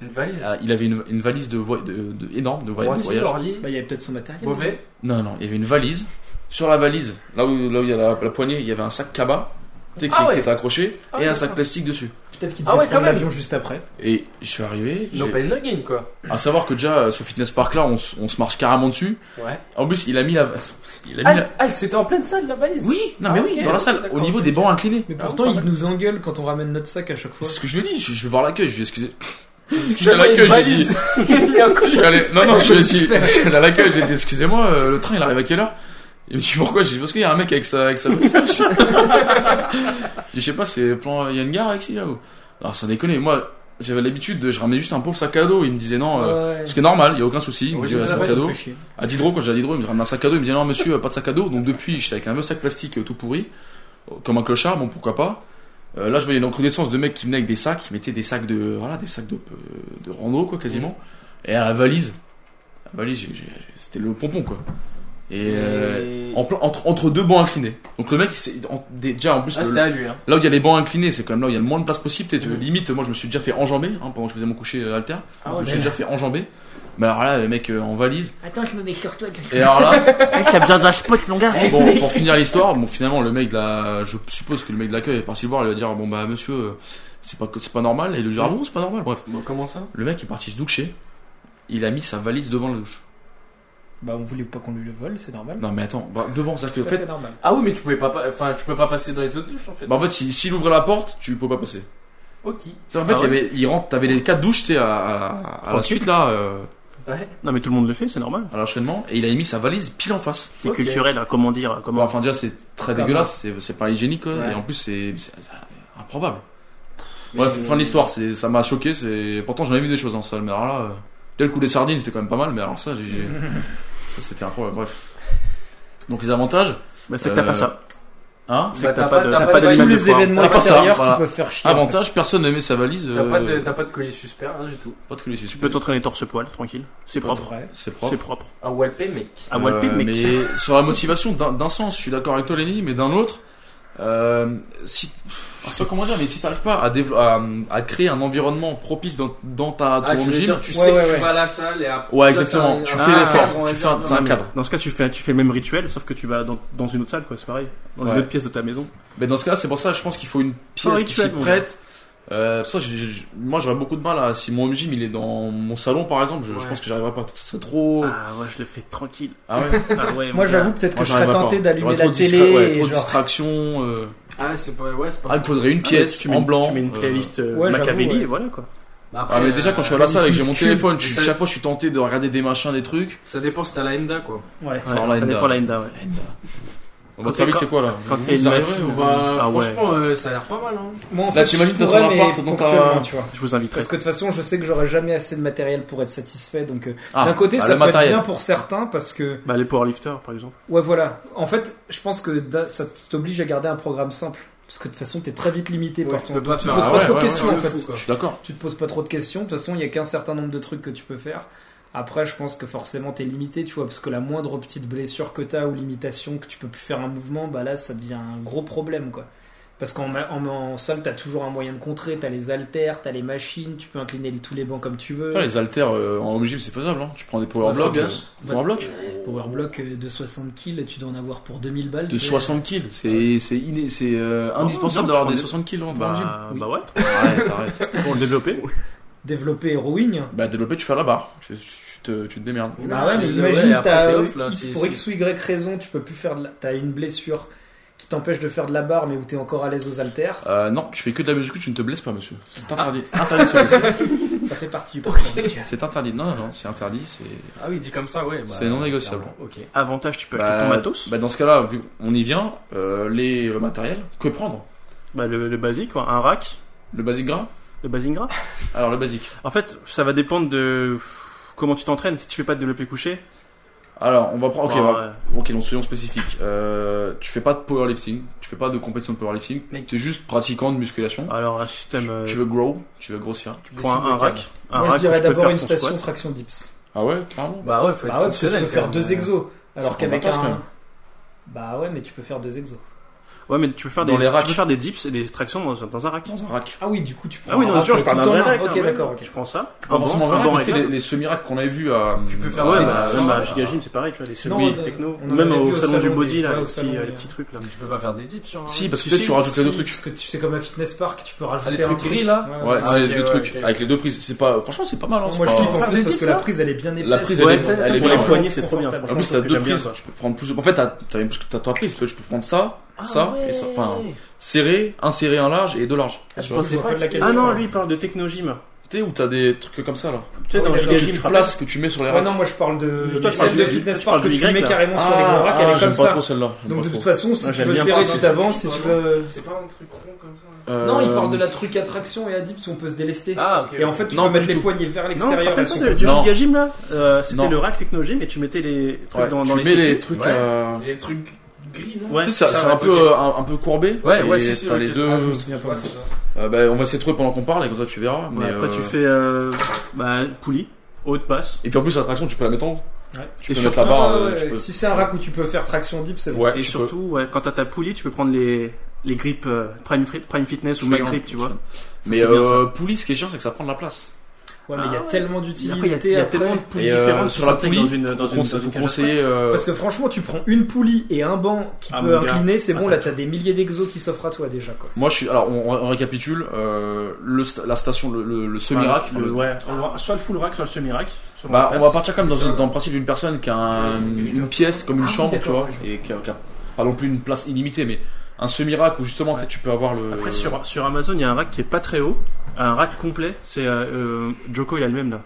Une valise.
Ah, Il avait une, une valise de, voy- de- de- énorme de voy- de
Voici
voyage.
l'orlier.
Bah, il y avait peut-être son matériel.
Mauvais.
Non, non, il y avait une valise. Sur la valise, là où, là où il y a la, la poignée, il y avait un sac cabas tu sais, qui
Ah ouais.
qui était accroché
Ah
et
ouais,
un sac
d'accord.
plastique dessus.
Peut-être qu'il
Ah
devait
ouais, quand
prendre
même.
l'avion juste après.
Et je suis arrivé. j'ai-
No pain, no gain, quoi.
À savoir que déjà, euh, ce fitness park là, on, s- on se marche carrément dessus.
Ouais.
En plus, il a mis la. [laughs] Il a
Ah,
mis la...
ah, c'était en pleine salle la valise
Oui, non, mais
Ah,
oui,
ok,
dans la
ok,
salle, au
d'accord,
niveau
ok,
des
ok.
bancs inclinés.
Mais
Ah,
pourtant,
pas
il
mal.
nous engueule quand on ramène notre sac à chaque fois.
[laughs]
C'est ce que je lui ai dit, je, je vais voir l'accueil, je lui ai excusé. suis à l'accueil, j'ai dit.
Il y a un
Je suis allé- Non, non, je
Super.
suis allé- je suis allé à l'accueil, j'ai dit, excusez-moi, euh, le train il arrive à quelle heure Il me dit pourquoi J'ai dit parce qu'il y a un mec avec sa, avec
[laughs]
sa moustache. je sais pas, c'est plan, il y a une gare avec ici là-haut. Alors ça déconne, moi j'avais l'habitude de, je ramenais juste un pauvre sac à dos, il me disait non, euh,
Ouais.
ce qui est normal, il y a aucun souci, il me dit
Ouais,
un sac
ouais,
à dos.
ça fait chier.
À Diderot, quand j'ai à Diderot, il me ramène un sac à dos, il me dit non monsieur, pas de sac à dos. Donc depuis, j'étais avec un vieux sac plastique euh, tout pourri, euh, comme un clochard, bon pourquoi pas. Euh, là, je voyais une recrudescence de mecs qui venaient avec des sacs, ils mettaient des sacs de, voilà, des sacs de, euh, de rando quoi, quasiment. Et à la valise, la valise, j'ai- j'ai- j'ai- c'était le pompon quoi. Et euh, en plein- entre, entre deux bancs inclinés. Donc le mec, il s'est- en- des- déjà en plus
Ah,
le-
c'était à lui, hein.
Là où il y a les bancs inclinés, c'est quand même là où il y a le moins de place possible. t'es- tu-
Mhm.
Limite, moi je me suis déjà fait enjamber hein, pendant que je faisais mon coucher euh, alter.
Ah
je
ouais,
me suis déjà fait enjamber. Mais alors là, les mecs euh, en valise.
Attends, je me mets sur toi.
Et
[laughs]
alors là,
T'as besoin d'un spot, mon gars.
bon, pour finir l'histoire, bon, finalement, le mec de la, je suppose que le mec de l'accueil est parti le voir, il lui a dit, bon bah monsieur, euh, c'est pas, c'est pas normal. Et il lui a dit, ah bon, c'est pas normal, bref.
Bon, comment ça
Le mec est parti se doucher. Il a mis sa valise devant la douche.
Bah, on voulait pas qu'on lui le vole, c'est normal.
Non mais attends, bah, devant, c'est-à-dire que, en
Tout à
fait,
normal.
Ah oui, mais tu pouvais pas, pa- enfin, tu peux pas passer dans les autres douches en fait.
bah, en fait, si- s'il ouvrait la porte, tu peux pas passer.
Ok.
C'est- En fait,
Ah
il y avait, il rentre, t'avais les quatre douches, tu sais, à, à- à la suite là, euh,
Ouais.
Non, mais tout le monde le fait, c'est normal.
à l'enchaînement, et il a mis sa valise pile en face.
C'est
Ok.
culturel, hein, comment dire,
Bon,
comment.
Bah, enfin déjà c'est très
Clairement.
dégueulasse, c'est, c'est pas hygiénique quoi,
Ouais.
et en plus c'est, c'est- c'est improbable. Bref, fin de l'histoire, c'est, ça m'a choqué, c'est... pourtant j'en ai vu des choses en salle, mais alors là, euh, dès le coup des sardines c'était quand même pas mal, mais alors ça,
[laughs]
j'ai... ça, c'était improbable, bref. Donc les avantages,
Bah, c'est que t'as
Euh,
pas ça.
Ah,
hein
C'est que t'as pas de- t'as pas
de
d'animal
Tous
de
les
foire.
événements
T'as pas ça, hein.
extérieurs
voilà.
qui peuvent faire chier. en fait.
Avantage, personne ne met sa valise.
T'as
euh,
pas de, t'as pas de collier hein. super, rien du tout.
pas de collier, c'est
Tu
super.
peux t'entraîner torse-poil, tranquille. C'est propre.
Ouais.
C'est propre.
C'est propre.
Un walpé, Ah, mec.
À
Euh,
Walpé, mec. [laughs]
Mais sur la motivation, d'un d'un sens, je suis d'accord avec toi, Lenny, mais d'un autre, euh, si, je sais pas comment dire, mais si t'arrives pas à, dévelop- à, à créer un environnement propice dans, dans ta ton
Ah, tu veux
gym,
dire, tu
Ouais,
sais
ouais,
que
ouais.
tu vas à la salle et après.
ouais,
ça,
exactement,
c'est un-
tu
un
fais
cadre,
l'effort,
on va
tu
dire,
fais un,
non,
c'est un
mais-
cadre.
Dans ce cas, tu fais, tu fais le même rituel, sauf que tu vas dans, dans une autre salle, quoi, c'est pareil. Dans
Ouais.
une autre pièce de ta maison.
Mais dans ce cas, c'est pour ça, je pense qu'il faut une
Un
pièce qui
rituel,
s'y
mon
prête. Euh, pour ça, j'ai- j'ai- moi, j'aurais beaucoup de mal à, si mon gym il est dans mon salon, par exemple, je, je
Ouais.
pense que j'arriverais pas. Ça serait trop.
Ah ouais, je le fais tranquille.
Oh. Ah ouais. [laughs]
Ah ouais,
Moi,
mon
j'avoue
gars.
peut-être que
Moi,
je serais
j'arriverais pas.
tenté
Il y aurait
d'allumer
trop
la
de distra-
télé.
ouais, trop
et
de
genre-
distractions. euh,
Ah, c'est pas, ouais, c'est pas.
Ah, il faudrait une
Ah,
pièce
tu mets,
en blanc.
Tu mets une
euh,
playlist euh,
Ouais, j'avoue,
Machiavelli,
ouais.
et voilà quoi.
Bah,
Ah mais déjà quand je suis à la
euh,
salle et que j'ai mon
Discussion.
téléphone, je-
Ça-
chaque fois je suis tenté de regarder des machins, des trucs.
Ça dépend si t'as la Enda quoi.
Ouais.
Ouais,
Enfin, la
ça
Enda.
dépend la Enda, ouais.
On va
Quand t'es-
avis c'est quoi là
quand
Vous
t'es une
y arriverez
machine,
ou-
Bah,
Ah ouais.
franchement, euh, ça a l'air pas mal hein.
Moi, en
Là,
fait,
tu imagines
je
t'as
pourrais,
ton appart,
mais
donc euh,
ponctuellement,
t'as-
tu vois.
Je vous inviterai.
Parce que de toute façon, je sais que j'aurais jamais assez de matériel pour être satisfait. Donc, euh,
Ah,
d'un côté,
bah,
ça
le
peut
matériel.
être bien pour certains parce que,
Bah, les powerlifters, par exemple.
ouais, voilà. En fait, je pense que da- ça t'oblige à garder un programme simple. Parce que de toute façon, t'es très vite limité
Ouais,
par
tu
ton.
peux pas
tu te
faire-
poses
Ah
pas
ouais,
trop de
ouais,
questions
ouais,
en
le
fait.
fou, quoi.
Je suis d'accord.
Tu te poses pas trop de questions. De toute façon, il y a qu'un certain nombre de trucs que tu peux faire. Après, je pense que forcément, t'es limité, tu vois, parce que la moindre petite blessure que t'as ou limitation que tu peux plus faire un mouvement, bah là, ça devient un gros problème, quoi. Parce qu'en ma- en, en salle, t'as toujours un moyen de contrer. T'as les haltères, t'as les machines, tu peux incliner les- tous les bancs comme tu veux.
Putain, les haltères euh, en home gym c'est faisable hein. Tu prends des power
Bah,
blocks.
faut
euh,
bien.
Power blocks
Power block euh, de 60 kills, tu dois en avoir pour 2000 balles.
de
tu sais.
60 kills. C'est c'est iné- c'est euh, indispensable
non,
d'avoir
je
des
prends
60 kills dans un gym.
Bah,
oui.
bah ouais,
Arrête, arrête.
pour le développer.
Développer Heroing.
Bah développer tu fais à la barre. Tu, tu te, tu te démerdes.
Bah ouais, mais
Ouais,
imagine,
après,
t'as,
t'es off, là,
il-
si-
pour
si-
X ou Y raison, tu peux plus faire de la- t'as une blessure qui t'empêche de faire de la barre, mais où t'es encore à l'aise aux haltères.
Euh, non, tu fais que de la muscu, tu ne te blesses pas monsieur. C'est interdit. Interdit de se blesser.
Ça fait partie du programme. monsieur.
C'est interdit. Non, non, non, c'est interdit. C'est
Ah oui, dit comme ça, ouais. bah,
C'est non négociable.
clairement, Ok.
Avantage, tu peux
Bah,
acheter ton matos.
bah, dans ce cas-là, vu on y vient, euh, les, le matériel, que prendre
Bah, le, le basique, quoi. Un rack,
Le basique gras
le basique gras.
Alors le basique.
En fait, ça va dépendre de comment tu t'entraînes. Si tu fais pas de développer couché,
Alors on va prendre. Ok,
bah,
bah, ok, donc soyons spécifiques. Euh, tu fais pas de powerlifting, tu fais pas de compétition de powerlifting,
Mec.
tu es juste pratiquant de musculation.
alors un système. euh,
Tu veux grow, tu veux grossir.
tu prends un, un rack. Un
Moi,
rack
je
où
dirais
tu peux
d'abord
faire
une
ton
station
squat.
traction dips.
Ah ouais, carrément.
Bah ouais, faut être
Bah ouais, parce que tu
fonctionnel,
peux faire
quand
deux
même.
exos.
Ça
Alors
prend
qu'avec
pas quand
un.
même.
Bah ouais, mais tu peux faire deux exos.
Ouais, mais tu peux faire
Dans
des,
les
tu
racks.
peux faire des dips et des tractions dans, dans un rack.
Dans un rack.
Ah oui, du coup, tu prends.
Ah oui,
un
non, sûr,
rack
je parle
tout
d'un
en
vrai
un.
rack.
Ok,
hein, ouais.
d'accord, ok.
Je prends ça.
Pas forcément
un
un rack,
banc
mais tu sais,
réglable.
les, les semi-racks qu'on avait vu à. Tu
peux faire
Ouais, bah,
Ouais, bah,
même
ça,
à
bah,
Giga Gym, c'est pareil, tu vois, les
Non,
semi
de-
techno.
on en
Même
avait vu
au
au
salon du
salon
body,
des-
là,
ouais,
les
au
petits,
salon,
euh, les
ouais.
petits trucs, là.
Mais tu peux pas faire des dips sur un.
Si, parce que
Si,
peut-être tu rajoutes les deux
si.
trucs.
Parce que tu sais, comme un fitness park, tu peux
Ah, les
rajouter un
trucs
truc.
gris là
Ouais,
Ouais,
ouais.
tu sais, les
ok,
deux
ouais,
trucs.
ok.
Avec les deux prises. C'est pas. Franchement, c'est pas mal. Hein, c'est
Moi, je
pas-
kiffe en
Faire
plus
des
parce
dips,
que la
ça
prise elle est bien épaisse.
La prise, elle
Ouais,
est
ça,
elle est
pour
bien,
les
ouais.
poignets, c'est trop bien.
Confortable.
En plus, t'as deux prises, tu peux prendre plusieurs. En fait, t'as t'as une- t'as trois prises. Tu vois, tu peux prendre ça,
Ah
ça et ça. Enfin, serré, un serré, un large et deux larges.
Ah, je
Je
pensais
vois
pas
pas
que
laquelle
c'était-
Ah
tu
non,
vois.
lui, il parle de techno gym.
Tu sais, où t'as des trucs comme ça là.
Tu sais,
Ah
dans
oui,
le
d'accord.
Tu
Gigajim, je
te
rappelle.
places que tu mets sur les
Ouais,
racks.
non, moi je parle de.
Mais toi, tu parles
celle de
du-
fitness
tu
park
parles
que
du
tu
Y,
mets
là.
carrément sur les gros
Ah,
racks, elle
ah,
est comme
j'aime pas
ça.
trop celle-là. J'aime
Donc
pas
de toute
trop.
façon, si
Ouais,
tu
j'aime
veux
bien
serrer,
parler
si
de-
t'avances, si tu veux.
C'est pas un truc rond comme ça.
Non, il
Euh,
parle de la truc attraction et addict où on peut se délester.
Ah, ok.
Et en fait, tu
Non,
peux
pas
mettre
du
les
tout.
poignées vers
Non, tu te
l'extérieur.
rappelles
elles
pas
sont
de-
comme
du
ça.
Non.
Gigajim là Euh, C'était
Non.
le rack technologie, mais tu mettais les trucs
ouais,
dans,
tu
dans les
mets les
sécu.
trucs.
Ouais.
euh,
Les trucs gris, non
Ouais,
Tu sais, c'est-
ça,
c'est
ouais,
un peu
ok.
euh, un un peu courbé.
Ouais, ouais,
et
si, si,
t'as
ok,
les
ça-
deux.
Ah, je me souviens pas.
Ouais, c'est ça.
Euh, bah, on va s'y trouver pendant qu'on parle et comme ça tu verras.
Ouais,
mais,
après,
euh,
tu fais euh, bah, poulie, haute passe.
Et puis en plus, l'attraction, tu peux la mettre en haut.
Ouais.
Tu
Et
peux
surtout,
mettre là-bas.
Ouais,
euh,
ouais,
tu
ouais.
peux-
Si c'est un rack où tu peux faire traction deep, c'est bon.
Ouais,
et
tu peux.
surtout, ouais, quand t'as ta poulie, tu peux prendre les, les grips euh, Prime, Fri- Prime Fitness ou
Je fais
MyGrip,
un-
tu vois. Ça,
Mais
c'est bien, ça.
euh, poulie, ce qui est chiant, c'est que ça prend de la place.
Ouais, mais il y
Ah
a
ouais.
tellement
Et Après, il y a- il
d'utilité. hein.
y a
après.
tellement de poulies
Et, euh,
différentes qui
sur la
s'intègrent
poulie,
dans une dans
Faut
une
conse-
dans une
faut
cage à
conseiller. euh,
Parce que franchement, tu prends une poulie et un banc qui
Ah,
peut
mon gars.
incliner, c'est bon,
Attends.
là t'as des milliers d'exos qui s'offrent à toi déjà quoi.
Moi, je suis. Alors, on, on récapitule. euh, le, sta- la station, le, le- le semi-rack.
Enfin,
enfin, le-
le- ouais, on va- soit le full rack, soit le semi rack.
Bah, on va partir quand même dans, une- dans le principe d'une personne qui a un- une pièce comme une chambre, tu vois, et qui a, qui a pas non plus une place illimitée, mais un semi-rack où justement tu sais, tu peux avoir le.
Après, sur, sur Amazon, il y a un rack qui est pas très haut, un rack complet. C'est euh, euh, Joko, il a le même là,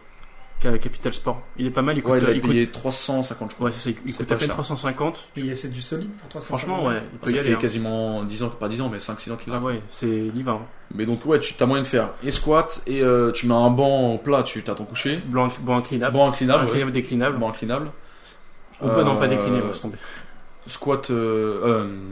qu'à Capital Sport. Il est pas mal, il coûte.
Ouais, il a
il coûte
payé 350, je crois.
ouais, c'est ça, il- il
C'est
coûte
pas
à peine
cher.
350.
Et C'est du solide pour toi,
Franchement,
150.
ouais, il peut y
Ça
aller.
fait
hein.
quasiment 10 ans, pas 10 ans, mais 5-6 ans qu'il
Ah
l'a.
ouais, c'est il y va. hein.
Mais donc, ouais, tu as moyen de faire et squat, et euh, tu mets un banc plat, tu t'as ton coucher.
Blanc, blanc inclinable,
Banc inclinable. ouais.
inclinable, déclinable.
Banc inclinable.
On peut non pas
Euh,
décliner, ouais, c'est tombé.
Squat, euh, euh,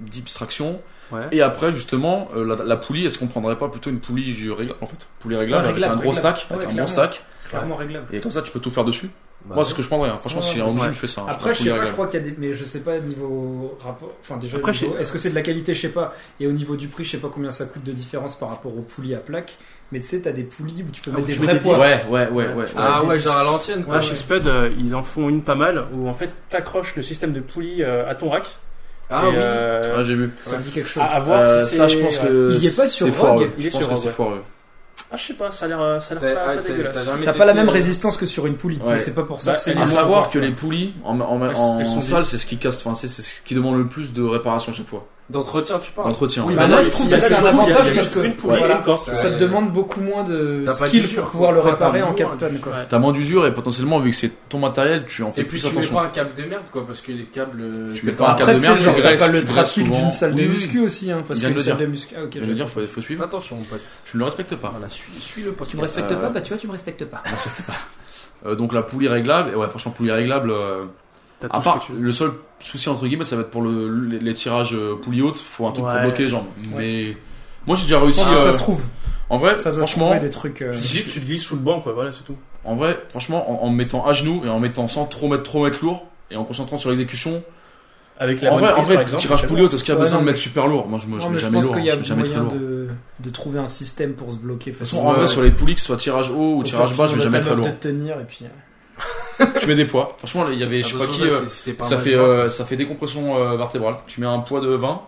deep traction.
Ouais.
Et après, justement, euh, la, la poulie, est-ce qu'on prendrait pas plutôt une poulie du régla- en fait Poulie réglable
Ouais,
avec
réglable,
un gros
réglable.
stack, avec
Ouais,
un bon
clairement.
stack.
Clairement réglable.
Et comme ça, tu peux tout faire dessus. Moi, c'est ce que je prendrais. hein. Franchement,
Ouais,
si j'ai
ouais,
envie,
ouais.
je fais ça. hein.
Après, je sais
prends
pas,
poulie
je crois qu'il y a des. Mais je sais pas, niveau rapport. Enfin, déjà,
Après,
niveau-
je
est-ce que c'est de la qualité Je sais pas. Et au niveau du prix, je sais pas combien ça coûte de différence par rapport aux poulies à plaque. Mais tu sais, t'as des poulies où tu peux
Ah,
mettre
où
des
tu mets
vrais
des
poids.
réglable. Ouais, ouais, ouais, ouais. ouais.
Ah
Ouais,
ouais,
des-
genre à l'ancienne,
Là,
quoi.
chez
Ouais.
Spud, euh, ils en font une pas mal où en fait t'accroches le système de poulie euh, à ton rack.
Ah
Et,
oui.
euh,
Ah, j'ai vu.
Ça me dit quelque chose.
à, à voir
Euh,
si c'est-
ça, je pense que
Il est pas sur
c'est
Rogue,
foireux.
il
Je
est
pense
sur
que
Rogue,
c'est
ouais.
foireux.
Ah, je sais pas, ça a l'air euh, ça a l'air
T'as-
pas,
ah,
pas
t'as-
dégueulasse.
T'as jamais
T'as pas la
testé
même
le-
résistance que sur une poulie.
Ouais.
Mais c'est pas pour ça
Bah,
que c'est
elle
bon
À
est
pour
savoir
voir,
que
quoi.
les poulies en, en,
Elles-
en
elles sont
salle, c'est ce qui casse, enfin, c'est c'est ce qui demande le plus de réparation à chaque fois. Ah,
D'entretien, tu parles.
Entretien.
Oui,
ouais.
bah là, je trouve que c'est un avantage
parce
parce
que une
que-
poulie
voilà.
et le corps.
Ça te
Ouais.
demande beaucoup moins de
T'as pas
skill
d'usure,
pour pouvoir le
quoi.
réparer en
Enfin, t'as
4 tonnes.
moins
quoi.
Ouais.
Ta main d'usure et potentiellement, vu que c'est ton matériel, tu en fais
Et puis
plus
tu mets
attention.
pas un câble de merde, quoi, parce que les câbles.
Tu
que
mets
t'as
pas un
en-
câble
Après,
de
tu sais,
merde,
genre,
tu
t'as
graisses,
pas
tu
le
graisses
trafic
souvent.
d'une salle de
Oui, oui.
muscu aussi, hein, parce
Il vient de
qu'une
le
salle de
dire.
muscu. Ah, ok,
Je
j'avais
veux dire, faut, faut
Fais
suivre.
attention, mon pote.
Tu ne le respectes pas.
Voilà, suis, suis le pote.
Tu me respectes
Euh,
pas, bah tu vois, tu me respectes pas.
Euh, donc la poulie réglable, et ouais, franchement, poulie réglable. euh,
T'as tout
à
ce que
part,
tu veux.
le seul souci entre guillemets, ça va être pour le, les, les tirages euh, poulie haute, faut un truc pour
Ouais.
bloquer les jambes. Mais moi, j'ai déjà réussi.
pense que
euh,
ça se trouve.
En vrai,
Ça doit se
franchement,
trouver des trucs. euh,
C'est juste que tu te glisses sous le banc, quoi, voilà, c'est tout.
en vrai, franchement, en, en me mettant à genoux et en mettant sans trop mettre trop mettre lourd et en concentrant sur l'exécution.
Avec la
En
bonne
vrai, en
prise,
vrai,
par exemple,
tirage
c'est
poulie haute, est-ce qu'il y a
Ouais,
besoin
non,
de
mais
mettre super lourd Moi, je me je
Non,
mets
mais je
jamais
pense
lourd.
qu'il
hein,
y
Je
a
mets jamais très
moyen
lourd. De
de, de trouver un système pour se bloquer
toute façon, en vrai, sur les poulies, que ce soit tirage haut ou tirage bas, je mets jamais très lourd.
peut tenir et puis. euh,
Tu mets des poids. Franchement, il y avait, je sais pas qui. euh, Ça fait, euh, ça fait décompression euh, vertébrale. Tu mets un poids de 20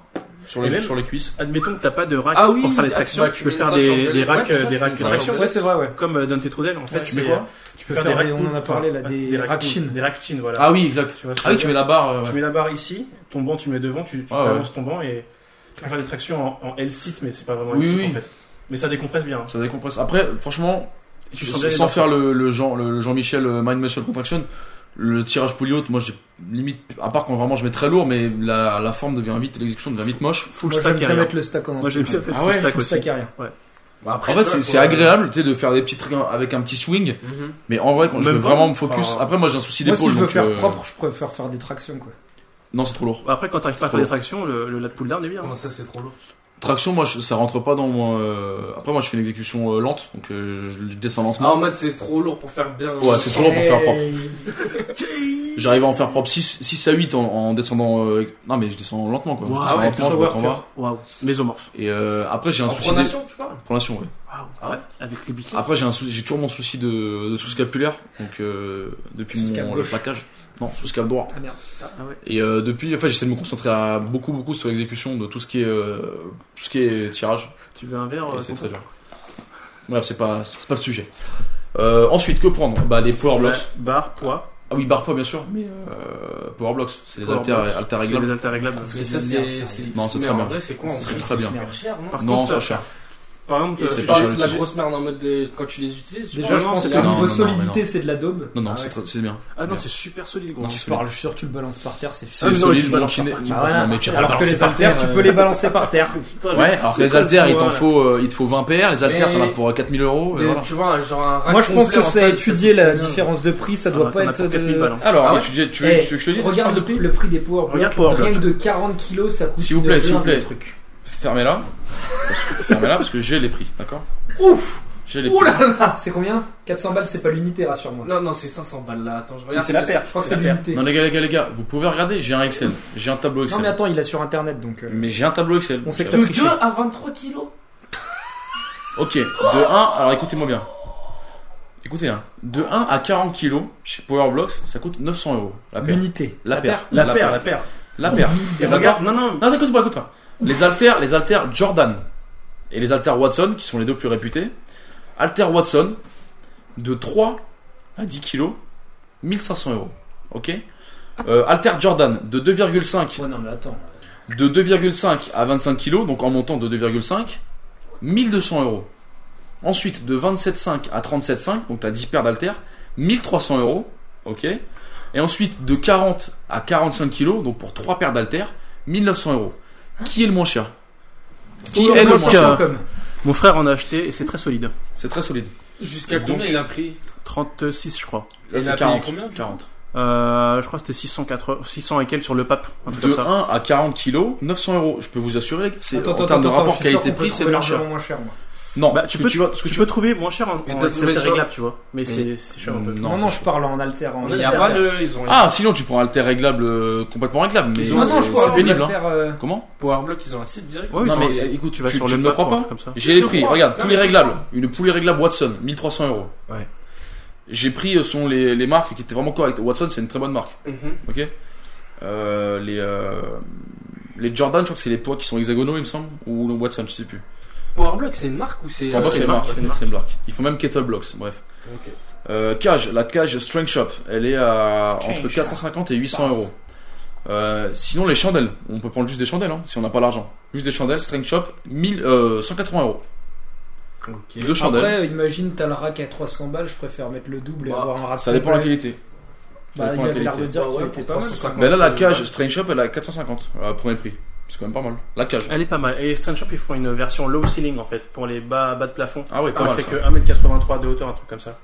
sur les,
Et même-
sur les cuisses.
Admettons que t'as pas de rack
Ah oui,
pour faire les
ah,
tractions,
bah,
tu
tu
peux
mets
faire
une
des, des
ceinture de- ouais,
racks,
c'est
euh,
ça,
des
tu
racks
mets
de
une
traction.
ceinture
Ouais, c'est vrai, ouais.
Comme euh, Dante Trudel, en fait,
Tu mets
c'est-
quoi
tu
peux faire des- on en a parlé, là,
ouais,
des
racks
rack chin.
Des rack chin, voilà.
Ah oui, exact.
Tu vois ce que
Ah oui,
je
tu
veux
mets
dire
la barre. euh, ouais.
Tu mets la barre ici, ton banc tu mets devant, tu, tu
Ouais, ouais.
t'avances ton banc et tu peux faire des tractions en, en L-sit, mais c'est pas vraiment
Oui,
L-sit
oui.
en fait. Mais ça décompresse bien.
Ça décompresse. Après, franchement,
Tu
s-
sens bien les
sans
dorsaux.
faire le, le Jean, le Jean-Michel euh, Mind Muscle Contraction, le tirage poulie haute, moi, j'ai limite, à part quand vraiment je mets très lourd, mais la, la forme devient vite, l'exécution devient vite moche.
Full
Moi, j'aime
stack et
bien
rien.
mettre le stack en
Moi
entier.
j'aime bien faire
Ah ouais,
full stack
Full
aussi.
stack à rien.
En vrai, c'est
euh,
c'est agréable, tu sais, de faire des petits trucs avec un petit swing, mais en vrai, quand je
Mhm. Même
veux
pas.
vraiment me focus,
Enfin,
après, moi, j'ai un souci
Moi,
d'épaule.
si je veux
donc,
faire
euh,
propre, je préfère faire des tractions, quoi.
Non, c'est trop lourd.
Après, quand t'arrives pas à
trop
faire
lourd.
des tractions, le, le lat pull down est bien.
Comment ça, c'est trop lourd
Traction, moi, je- ça rentre pas dans mon. euh, Après, moi, je fais une exécution euh, lente, donc euh, je, je descends lentement.
Ah, en mode, c'est trop lourd pour faire bien.
Ouais, c'est trop lourd pour faire propre.
Et-
J'arrive à en faire propre 6, à 8 en, en descendant. euh, non, mais je descends lentement quoi.
Wow,
je descends
ouais,
lentement, je
toujours
me prends voir.
Waouh, mésomorphe.
Et euh, après, j'ai un
En
souci. des-
pronation, tu parles
Pronation, ouais.
Waouh,
Ah ouais.
avec les biquets.
Après, j'ai un souci, j'ai toujours mon souci de, de sous-scapulaire. Donc, euh, depuis
Sous-scap
mon le
gauche.
plaquage. Non, sous-scap droit.
Ah, merde.
Et euh, depuis, en fait, j'essaie de me concentrer à beaucoup, beaucoup sur l'exécution de tout ce qui est, euh, tout ce qui est tirage.
Tu veux un verre
Et
euh,
c'est
contre-
très dur. Bref, c'est pas, c'est pas le sujet. Euh, ensuite, que prendre Bah, des power blocks.
Ouais, Barre, poids,
Ah oui, barre bien sûr, mais euh, power blocks, c'est les
Power
haltères,
blocks,
haltères
c'est
réglables.
des haltères réglables.
Mais ça, c'est.
Non, c'est
mais
très
en
bien.
vrai, c'est quoi en
C'est
vrai
très bien.
Super cher, non
Par
Non,
contre,
c'est pas cher.
Par exemple,
Et
euh,
c'est
tu-
pas-
c'est de la grosse merde en mode de- quand tu les utilises. tu
Déjà,
parles-
je pense
c'est
que
pas-
niveau
non, non, mais
solidité, c'est de la daube.
Non, non,
Ah
c'est
ouais.
très- c'est bien.
ah
C'est
non,
bien.
c'est super solide, gros.
Non,
Tu
c'est
parles, je suis sûr, tu le balances par terre, c'est
C'est
Ah, non,
solide,
tu balances
martinet-
par-
tu-
par-
non,
voilà.
mais tu
Ah Alors
balances
que les
par terre,
haltères, tu
euh,
peux les balancer par terre.
Ouais, alors que les haltères, il t'en faut, euh, il te faut 20 paires, les haltères, t'en as
Mais-
pour euh, 4000 euros. et
des-
voilà.
Tu vois, un- genre un rack
Moi, je pense
complet
que
en
c'est
salle, ça
étudier
coûte
la
combien
différence de prix, ça doit
Ah,
pas
t'en as
être
pour 4000 balles,
de.
hein.
Alors,
Ah ouais
tu dis, tu,
Eh,
tu- je te dis,
regarde
ce
le,
de prix.
le prix des power blocks.
Regarde Power
Rien que
Block.
de 40 kilos, ça coûte.
S'il vous plaît, s'il vous
plein de
plaît.
trucs.
Fermez-la. Parce que- Fermez-la parce que j'ai les prix, d'accord
Ouf
J'ai les prix.
Ouh là là C'est combien 400 balles, c'est pas l'unité, rassure-moi.
Non, non, c'est 500 balles là. Attends, je regarde.
C'est la paire.
Je crois que c'est l'unité.
Non, les gars, les gars, les gars, vous pouvez regarder, j'ai un Excel. J'ai un
Non,
tableau
mais
Excel.
attends, il a sur internet donc. euh,
Mais j'ai un tableau Excel.
On sait que
De
t'as triché.
2 à 23 kilos
[laughs] Ok, de 1, alors écoutez-moi bien. Écoutez, hein. de 1 à 40 kilos chez Powerblocks, ça coûte 900 euros.
Ah,
La paire.
L'unité.
La paire.
La paire, la paire.
La paire.
Et regarde, non, non,
Non, t'écoutes pas, écoute pas. Les haltères, les haltères Jordan et les haltères Watson, qui sont les deux plus réputés. Alter Watson, de 3 à 10 kilos, 1500 euros. Ok euh, Alter Jordan, de 2,5
Ouais, non, mais attends.
de 2,5 à 25 kilos, donc en montant de 2,5, 1200 euros. Ensuite, de 27,5 à 37,5, donc t'as 10 paires d'alter, 1300 euros, ok. Et ensuite, de 40 à 45 kilos, donc pour 3 paires d'alter, 1900 euros. Qui est le moins cher Qui est le moins cher
Comme.
mon frère en a acheté et c'est très solide.
C'est très solide.
Jusqu'à
Donc-
combien il a pris
36, je crois.
Là,
Et il a
c'est
payé
40.
combien
40.
Euh, je crois que c'était 680, 600 et quelques sur le pape. Un truc comme
De
ça.
1 à 40 kilos, 900 euros. Je peux vous assurer, les gars, c'est
Attends,
en
attends,
termes de
attends,
rapport
je suis sûr qu'on peut
qualité-prix, c'est le
trouver
moins cher.
largement moins cher. moi.
Non,
Bah,
ce
tu
que
peux-
tu vois, ce que
Tu
tu
peux trouver moins cher en,
Mais
en
t'as trouvé
haltères
sur-
réglables, tu vois. Mais
Mais-
c'est c'est cher un
Mm.
peu.
Non, non, je parle en alter. en
Il y a
alter.
pas le. Ils ont.
Ah, sinon tu prends alter réglable, euh, complètement réglable, mais
Ils ont
Non,
c'est-
Ah, non, je parle
c'est
en
pénible. hein.
alter. euh,
Comment
Powerblock, ils ont un site direct.
Ouais, oui,
Non,
ils
mais,
sont-
euh, écoute,
tu vas
tu-
sur
tu
le
me
map
crois
ou
pas
un truc comme ça.
J'ai
Je
les
te
prix,
crois.
regarde,
Non,
tous
mais
les
je te
réglables.
crois.
Une poulie réglable Watson, 1300 euros.
Ouais.
J'ai pris euh, sont les, les marques qui étaient vraiment correctes. Watson, c'est une très bonne marque.
Mhm.
Ok. Euh, les euh, les Jordan, je crois que c'est les poids qui sont hexagonaux, il me semble, ou le Watson, je sais plus.
Powerblock, c'est une marque ou c'est.
Enfin, bref,
euh,
c'est une marque,
c'est une
c'est une marque. Ils font même kettle blocks, bref.
Ok.
Euh, cage, la cage Strength Shop, elle est à
Strength
entre
Shop.
450 et 800 euros. Euh, sinon les chandelles, on peut prendre juste des chandelles hein, si on n'a pas l'argent. Juste des chandelles, Strength Shop, 1000, euh, 180 euros.
Ok.
Deux chandelles.
Après, euh, imagine, t'as le rack à 300 balles, je préfère mettre le double et
Bah,
avoir un rack.
Ça dépend la
complet.
qualité. Ça
Bah,
dépend
il
la
avait l'air de
qualité.
dire
Bah
qu'il
ouais,
était
pour pas mal,
350.
Mais là, la
Ouais.
cage Strange Shop, elle est à 450, euh, premier prix. C'est quand même pas mal. La cage.
Elle est pas mal. Et Strange Shop, ils font une version low ceiling en fait, pour les bas, bas de plafond.
Ah ouais, pas
Elle
mal.
fait
ça.
que 1m83 de hauteur, un truc comme ça.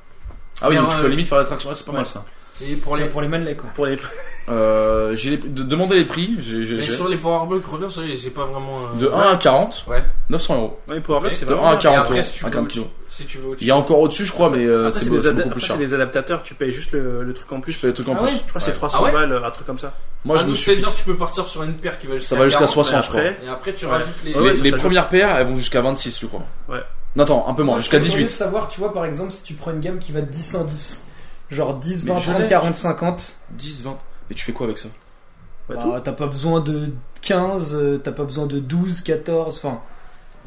Ah oui,
Mais
donc tu
alors,
peux
euh,
limite faire l'attraction, ouais, c'est pas
ouais.
mal ça.
Et pour les.
Mais Pour les manlets, quoi.
Pour les.
Euh, j'ai les... de- demandé les prix. j'ai- j'ai-
Mais
j'ai-
sur les Powerblock, reviens, sur les- j'ai pas vraiment. euh,
De 1 à 40,
Ouais.
900 euros.
Ouais, pour
Ok.
c'est
De
vraiment
1 à
bien.
40
après,
euros.
si tu
à
veux
40
au-dessus.
kilos.
Si tu veux
Il
au-dessus.
y a encore au-dessus, je crois, mais euh,
Après,
c'est
c'est
beau-
des,
c'est
ad-
beaucoup
après,
plus
c'est
cher.
des adaptateurs, tu payes juste le, le truc en plus.
Je fais des trucs en
Ah
plus.
ouais
Je crois que c'est
Ouais.
300
Ah ouais
balles, un truc comme ça.
Moi, je
Ah,
me
donc,
suis
c'est-à-dire
fixé-
que tu peux partir sur une paire qui va jusqu'à
Ça va jusqu'à
40,
60, je crois.
après,
Et après, tu
Ouais.
rajoutes les.
Ah ouais,
Les
ça,
les
ça
premières paires, elles vont jusqu'à 26, je crois.
Ouais.
Non, attends, un peu moins, jusqu'à
Je suis curieux de
18.
savoir, tu vois, par exemple, si tu prends une gamme qui va de 10 en 10, genre 10,
Mais
20,
je
30,
l'ai.
40, 50,
10, 20. Mais tu fais quoi avec ça
Bah,
bah,
tout.
t'as pas besoin de 15, euh, t'as pas besoin de 12, 14, enfin,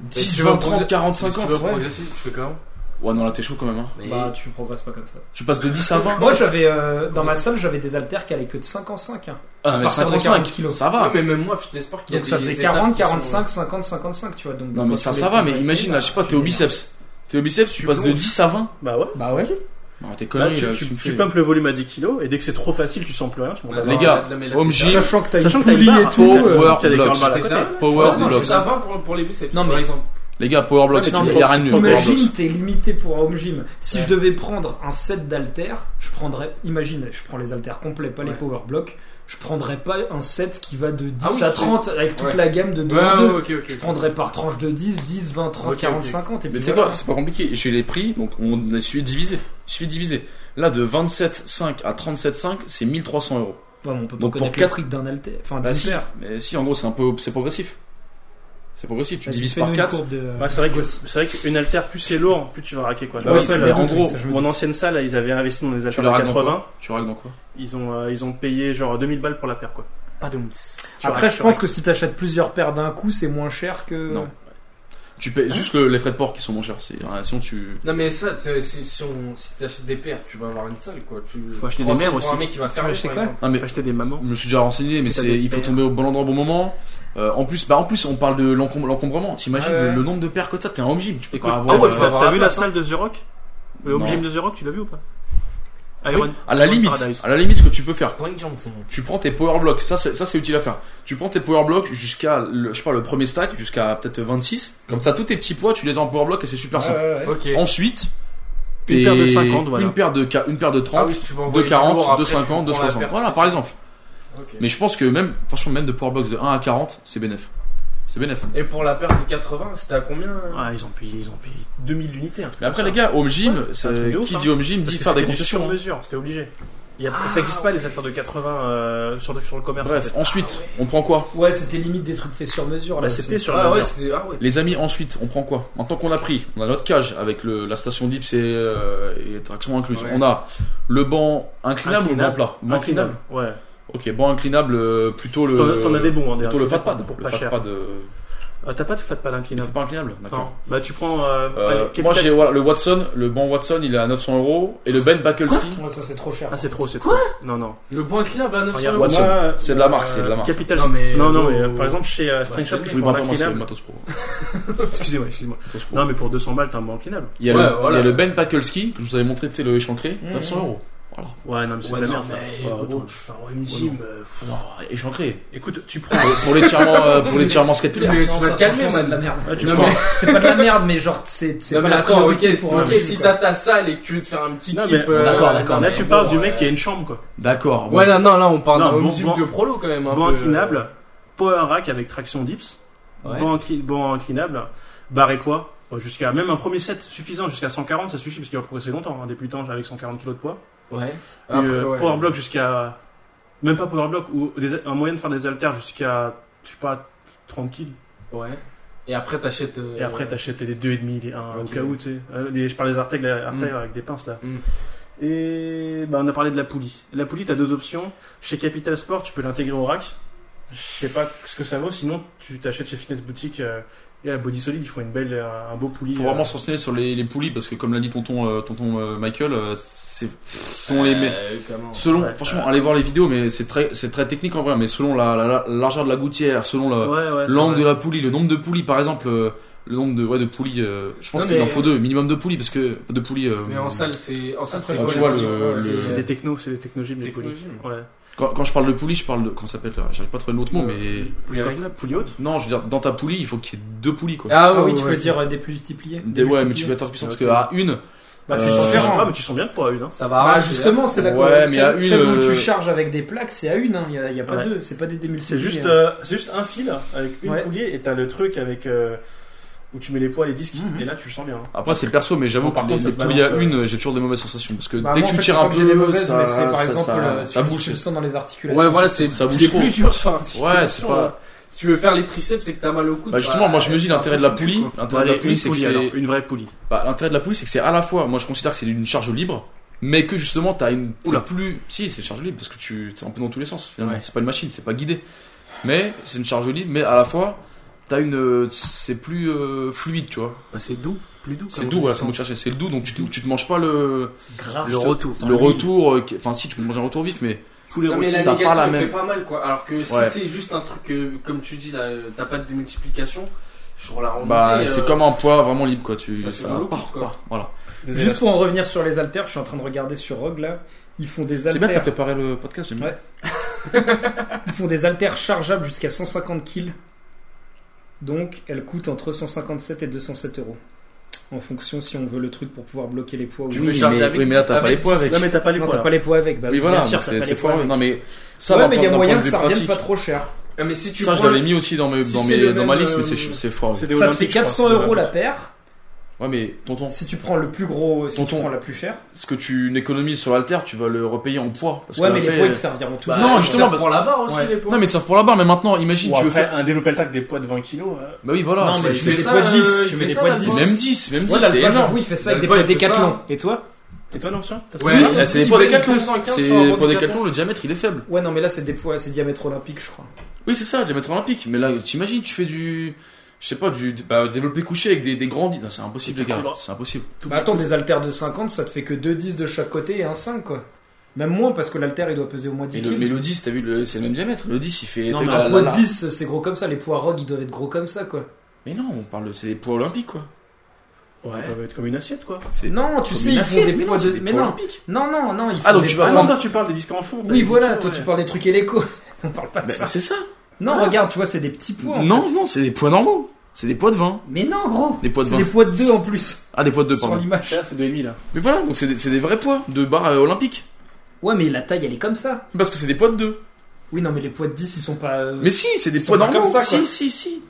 10,
tu veux
20, 30,
progresser-
40,
Si tu
50.
veux
ouais.
progresser, tu fais comment
Ouais, non, là, t'es chaud quand même. hein.
Mais-
bah tu progresses pas comme ça.
Je passe de 10 à 20.
Moi j'avais, euh, dans ma salle, j'avais des haltères qui allaient que de 5 en 5. hein.
Ah,
partir
mais
de
55,
40 kilos.
ça va.
Ouais, mais même moi, Fitness Park, il y a
Donc ça
des
faisait
étapes
40,
qui sont-
45, 50, 55, tu vois. Donc,
Non,
quand
mais
tu
ça,
les
ça va, mais
progresses,
imagine, là,
bah,
je sais pas,
tu
t'es au
les-
biceps. T'es au biceps, tu passes de
plonges.
10 à 20.
Bah ouais.
Bah ouais.
Non, t'es
Bah,
connerie,
tu,
là,
tu,
tu me
tu
fais-
pumpes le volume à 10 kilos et dès que c'est trop facile, tu sens plus rien. Je m'en
Ouais,
bats.
bah,
Les
non,
gars,
là, de la mêlée,
home
t'as-
gym,
Sachant que t'as
Sachant
une
que t'as
poulie
une barre,
et tout.
t'as-
euh,
Power
t'as des
blocks.
curls à côté.
Power
euh, Non, je
blocks.
suis à 20 pour, pour les biceps,
Non,
par
mais-
exemple.
Les gars, Power Blocks,
Ouais, mais tu
il y
prends-
a rien de
tu
mieux.
prends-
Power
Imagine,
Blocks.
t'es limité pour home gym. Si
Ouais.
je devais prendre un set d'haltères, je prendrais. Imagine, je prends les haltères complets, pas les
Ouais.
power blocks. Je prendrais pas un set qui va de 10
Ah oui,
à
ok.
30 avec toute
Ouais.
la gamme de 2 en 2.
Ouais, ok, ok.
Je prendrais par tranche de 10, 10, 20, 30,
Ok,
40,
ok.
50. Et puis
Mais tu sais
voilà.
quoi, c'est pas compliqué. J'ai les prix, donc on a suivi divisé. Suivi divisé. Là, de 27,5 à 37,5, c'est 1300 euros.
Ouais, mais on peut pas
Donc, pour
connaître
quatre-
le prix d'un haltère. Enfin,
Bah
d'une
si,
paire.
mais si, en gros, c'est un peu, c'est progressif. C'est progressif, tu
Vas-y,
divises
fais-nous
par
une
4.
courbe de-
Ouais, c'est vrai que c'est vrai qu'une haltère plus c'est lourd, plus tu vas raquer quoi.
Bah
Moi,
oui,
ça,
mais
j'avais-
en gros,
ça, je me
mon
dis.
ancienne salle, ils avaient investi dans des
Tu
haltères
le
de
règles dans
80.
quoi Tu règles dans quoi
Ils ont euh, ils ont payé genre 2000 balles pour la paire quoi.
Pas de
Tu
Après,
raquettes,
je
tu
pense
raquettes.
que si t'achètes plusieurs paires d'un coup, c'est moins cher que.
Non. Tu payes juste le- les frais de port qui sont moins chers. C'est, ah, sinon tu.
Non, mais ça, t'sais, si, si, on- si t'achètes des paires, tu vas avoir une salle, quoi. Tu
Faut acheter
Trois
des mères
salles pour
aussi.
un mec qui va
vas
faire
acheter
par
quoi
exemple.
Non mais,
Acheter des mamans.
je me suis déjà renseigné, mais
Si t'as
c'est,
des
il faut
paires.
tomber au bon endroit au bon moment. Euh, en plus, bah en plus, on parle de l'encom- l'encombrement. T'imagines
Ouais, ouais.
le, le nombre de paires que t'as T'es en gym, tu peux
Écoute, ah
pas
t'as
avoir.
ouais,
euh,
t'as-
avoir
t'as
la
vu la
place,
salle de The Rock Le home
Non. Ah
gym de The Rock, tu l'as vu ou pas
oui,
Iron.
à la
Iron
limite,
Paradise.
à la limite, ce que tu peux faire,
Dwayne Johnson.
tu prends tes power blocks. Ça, c'est ça, c'est utile à faire. Tu prends tes power blocks jusqu'à, le, je sais pas, le premier stack jusqu'à peut-être 26. Comme ça, tous tes petits poids, tu les as en power block et c'est super simple.
Ok.
Ensuite,
Une
t'es-
paire de 50, voilà.
une paire de ca- une paire de 30,
Ah oui, si tu veux
de
envoyer du
40,
lourd,
de
après,
50, de
tu prends la
60.
paire
Voilà, par exemple. Mais je pense que même, franchement, même de powerbox de 1 à 40, c'est bénéf. C'est bénéf.
Et pour la perte de 80, c'était à combien euh
Ah, ils ont payé, ils ont payé 2000 unités, un truc.
Mais après,
comme
les
ça.
gars, home gym,
c'est
c'est-
un truc de
qui
ouf,
dit home gym
Parce
dit
que
faire des
c'était
concessions. hein.
sur-mesure, c'était obligé. Il y a- ça n'existe pas les acteurs de 80 euh, sur, le, sur le commerce. en
Bref,
fait.
ensuite, on prend quoi
Ouais, c'était limite des trucs faits sur mesure.
Bah,
là,
c'était sur
Ah
mesure.
ouais, c'était. Ah ouais.
Les amis, ensuite, on prend quoi Maintenant qu'on a pris, on a notre cage avec le, la station dips et, euh, et traction incluse.
Ouais.
On a le banc inclinable, ou le banc
Inclinable.
plat Banc
Inclinable. Ouais.
Ok, banc inclinable, euh, plutôt le.
T'en- T'en as des bons, hein, des
Plutôt le fat
inclinables
pad.
Pour
Le
pas
fat
cher.
pad. euh,
Ah, T'as pas de fat pad
Il ne fait
inclinable
pas inclinable, d'accord.
Non. Bah, tu prends. euh,
Euh,
allez, quel
moi
test
j'ai voilà, le Watson, le banc Watson il est à 900 euros et le Ben Bakelski,
Ouais, ça c'est trop cher.
Ah, c'est trop, c'est trop. Non, non.
Le point bah, inclinable à 900
Regarde,
euros.
Watson.
moi,
c'est de la marque, c'est de la
euh,
marque.
Capital.
Non, mais-
non, non, mais,
euh,
euh, par exemple, chez euh, String Shop,
c'est
tu
Oui,
prends
bah, pour moi, c'est le
l'inclinable.
Matos Pro.
Excusez-moi, excusez-moi.
Matos Pro.
Non, mais pour 200 balles, t'as un banc inclinable.
Il y a,
Ouais,
le,
voilà.
il y a le Ben Pakelski que je vous avais montré, tu sais, le échancré,
Mmh.
900 euros.
Ouais, non, mais c'est
Ouais,
de la
non,
merde, ça.
mais
Ouais,
gros,
retourne.
tu fais un home gym. euh, pff,
Ouah, Ah, échancré.
Écoute, tu prends.
Pour, pour les tirements, euh, pour les
[laughs]
tirements skate
Mais tu
Non,
vas
ça,
te calmer,
franchement, C'est de la
man.
merde.
Ah, tu
Non,
prends.
mais-
C'est pas de la merde, mais genre, c'est c'est
Non,
pas
mais
la
attends, ok,
priorité pour un
ok,
gym,
si
quoi.
t'as ta salle et que tu veux te faire un petit
Non,
kiff.
mais-
euh,
D'accord, d'accord.
Là,
mais
tu
bon,
parles du mec qui a une chambre, quoi.
D'accord.
Ouais, non, non, là, on parle
Non,
d'un
bon,
home gym
bon.
de prolo quand même. un
Banc
euh,
peu.
inclinable, power rack avec traction dips,
Ouais.
banc, incli- banc inclinable, barre et poids, euh, jusqu'à même un premier set suffisant jusqu'à 140, ça suffit parce qu'il va progresser longtemps, un débutant avec 140 kg de poids.
Ouais.
Et,
Après,
euh,
ouais.
Power block jusqu'à même pas power block ou des- un moyen de faire des haltères jusqu'à je sais pas 30 kg.
euh, Ouais. Et après, t'achètes. euh,
Et après t'achètes les deux et demi, les 1
Ok.
au cas où tu sais. Euh, les- je parle des artères, artères avec des pinces là.
Mm.
Et bah, on a parlé de la poulie. La poulie t'as deux options. Chez Capital Sport tu peux l'intégrer au rack. Je sais pas ce que ça vaut. Sinon tu t'achètes chez Fitness Boutique euh, et à Body Solid ils font une belle euh, un beau poulie.
Faut
euh,
vraiment se renseigner sur les, les poulies parce que comme l'a dit tonton, euh, tonton euh, Michael, euh, c'est sont les mais
euh, comment
selon
ouais,
franchement allez voir les vidéos mais c'est très c'est très technique en vrai mais selon la, la- la largeur de la gouttière, selon la,
ouais, ouais, c'est
L'angle
vrai.
de la poulie, le nombre de poulies par exemple, euh, le nombre de ouais de poulies, euh, je pense
Non,
qu'il en
mais-
faut deux, minimum de poulies parce que de poulies. euh,
Mais en salle, c'est. En salle,
Après,
c'est
tu vois,
quoi la
le-
mesure
le-
C'est
euh,
C'est
des technos, c'est des technogymes les poulies.
Technogymes.
Ouais.
quand, quand je parle de poulies, je parle de comment ça s'appelle là, j'arrive pas à trouver l'autre mot, mais
Poulie inclinable, poulie haute.
non, je veux dire dans ta poulie, il faut qu'il y ait deux poulies quoi.
Ah, oui,
ouais,
tu
ouais.
veux dire euh, des plus multipliés
Des- ouais, multiplicateur de puissance parce que à une,
Bah, c'est
Euh,
différent.
Ah mais tu sens bien de poids à une hein.
Ça va
Ah,
arracher,
justement, c'est la
Ouais,
corde.
mais
Celle-
à une,
Celle où
euh,
tu charges avec des plaques, c'est à une, hein. il y a, il y a pas
Ouais.
deux, c'est pas des démultipliés.
C'est juste,
hein.
euh, c'est juste un fil avec une
Ouais.
poulie et t'as le truc avec euh, où tu mets les poids, les disques.
Mhm.
Et là, tu le sens bien. hein.
après c'est perso, mais j'avoue
Bon, par
que les,
contre, ça
les
se
poulies à
balance, euh,
une, j'ai toujours des mauvaises sensations parce que
Bah,
dès
moi,
que
en
tu
fait,
tires
c'est
un
pas que j'ai des
peu,
mauvaises,
ça
mais c'est par
ça-
exemple
ça-
le-
ça
tu-
bouge.
tu le sens dans les articulations.
Ouais, voilà, c'est
Ça bouge
c'est
trop.
plus dur sur articulation.
Ouais, c'est pas-
Si tu veux faire les triceps, c'est que t'as mal au coude.
Bah justement, moi je me dis l'intérêt de la poulie, l'intérêt de la poulie
Allez, Bah, une
c'est que
poulie alors,
c'est
une vraie poulie.
Bah, l'intérêt de la poulie, c'est que c'est à la fois, moi je considère que c'est une charge libre, mais que justement t'as une.
Oula.
c'est plus. Si, c'est une charge libre parce que tu. C'est un peu dans tous les sens finalement.
Ouais.
C'est pas une machine, c'est pas guidé. Mais c'est une charge libre, mais à la fois t'as une. euh, C'est plus euh, fluide, tu vois.
Bah, c'est doux, plus doux.
C'est doux, voilà, c'est bon de chercher. C'est le doux, donc tu, te- tu te manges pas le.
grave.
Le retour. Le retour. euh, qui- Enfin, si, tu peux te manger un retour vif, mais.
Poulet
Non, mais la
t'as pas
négative,
la
elle
même.
fait pas mal, quoi. Alors que si
Ouais.
c'est juste un truc, euh, comme tu dis, là, euh, t'as pas de démultiplication, sur la remontée.
Bah,
euh,
c'est comme un poids vraiment libre, quoi. Tu.
ça fait mal au
part,
coude, quoi.
part, Voilà.
Juste pour en revenir sur les haltères, je suis en train de regarder sur Rogue là. Ils font des
C'est bien, t'as
haltères,
préparé le podcast, j'aime bien.
Ouais. ils font des haltères chargeables jusqu'à 150 kg. Donc, elles coûtent entre 157 et 207 euros. En fonction si on veut le truc pour pouvoir bloquer les poids ou
Je
Oui,
vais charger
mais-
avec
oui, mais là t'as pas
avec
les poids avec.
Non, mais t'as pas les
Non,
poids.
t'as
là.
pas les poids avec. Bah,
Oui, voilà,
bien sûr, t'as
c'est
pas
c'est
les poids
foireux.
avec.
Non, mais. Ça,
ouais,
d'un
mais il y
point-
a
d'un point
moyen
de
que
vue
ça revienne
pratique.
pas trop cher.
Ah, mais si tu
Ça, je
prends
l'avais
[laughs] le-
mis aussi dans, mes,
si
dans, mes,
c'est le
dans ma
même,
liste, mais c'est,
euh,
c'est fort.
C'est des
Ça te
Olympiques,
fait
je crois,
400
c'est des
euros la
Olympiques.
paire.
Ouais, mais tonton,
Si tu prends le plus gros, si
Tonton.
tu prends la plus chère.
ce que tu économises sur Alter, tu vas le repayer en poids. Parce
Ouais,
que
mais
après-
les poids ils serviront tout.
Bah,
Non,
ils
justement,
servent pour la barre aussi,
Ouais.
les poids.
Non, mais ils servent pour la barre, mais maintenant, imagine,
Ou
tu veux
après,
faire.
un développé avec des poids de 20 kilos. euh,
Bah oui, voilà.
non, mais
c'est-
tu
fais
mets des
ça,
poids de 10,
euh,
tu
il
mets
fait
des
ça,
poids de
la
10.
poids.
Même 10, même 10,
Ouais,
c'est
l'alpha, j'avoue,
énorme.
il fait ça avec des
L'alpha,
poids
il fait ça.
décathlon. Et toi
Et toi, non, tiens t'as
Ouais,
ça
là, bah, c'est les poids
il pèse
Decathlon.
215
C'est
sur un
pour
Decathlon.
Decathlon, le diamètre il est faible.
Ouais, non, mais là c'est des poids, c'est diamètre olympique, je crois.
Oui, c'est ça, diamètre olympique. Mais là, t'imagines, tu fais du. Je sais pas, du. Bah, développé couché avec des, des grands. Non, c'est impossible, les gars. C'est impossible.
Bah, attends, des haltères de 50, ça te fait que 2 10 de chaque côté et un 5, quoi. Même moins parce que l'alter il doit peser au moins 10
Et le,
kg.
mais le 10, t'as vu, le- c'est le même diamètre. Le 10, il fait.
Non, mais
t'as vu, la-
un poids
la-
de 10, c'est gros comme ça. Les poids rogue, ils doivent être gros comme ça, quoi.
Mais non, on parle, de- c'est des poids olympiques, quoi.
Ouais, ça va être comme une assiette quoi.
C'est
Non, tu
comme
sais,
une
ils font
assiette,
des
mais
poids
non, c'est
de.
des
Mais
poids
non
olympiques.
Non, non, non, ils
Ah,
font
donc
des-
tu
Ah
vas
Ah,
non,
non.
toi tu parles des disques en fond. t'as
Oui,
des
voilà,
disques,
toi
ouais.
tu parles des trucs éléco. On parle pas de
Mais
ça.
Bah, c'est ça.
Non,
Ah.
regarde, tu vois, c'est des petits poids. en
Non,
fait.
non, c'est des poids normaux. C'est des poids de 20.
Mais non, gros.
Des poids de
C'est
20.
des poids de 2 en plus.
Ah, des poids [laughs] de 2,
Sur
pardon.
l'image.
Là, c'est de Amy là.
Mais voilà, donc c'est des, c'est des vrais poids de barres euh, olympiques.
Ouais, mais la taille, elle est comme ça.
Parce que c'est des poids de 2.
Oui, non, mais les poids de 10, ils sont pas. euh,
Mais si, c'est des
Ils
poids
sont pas
normaux.
comme ça,
si,
quoi.
si, si.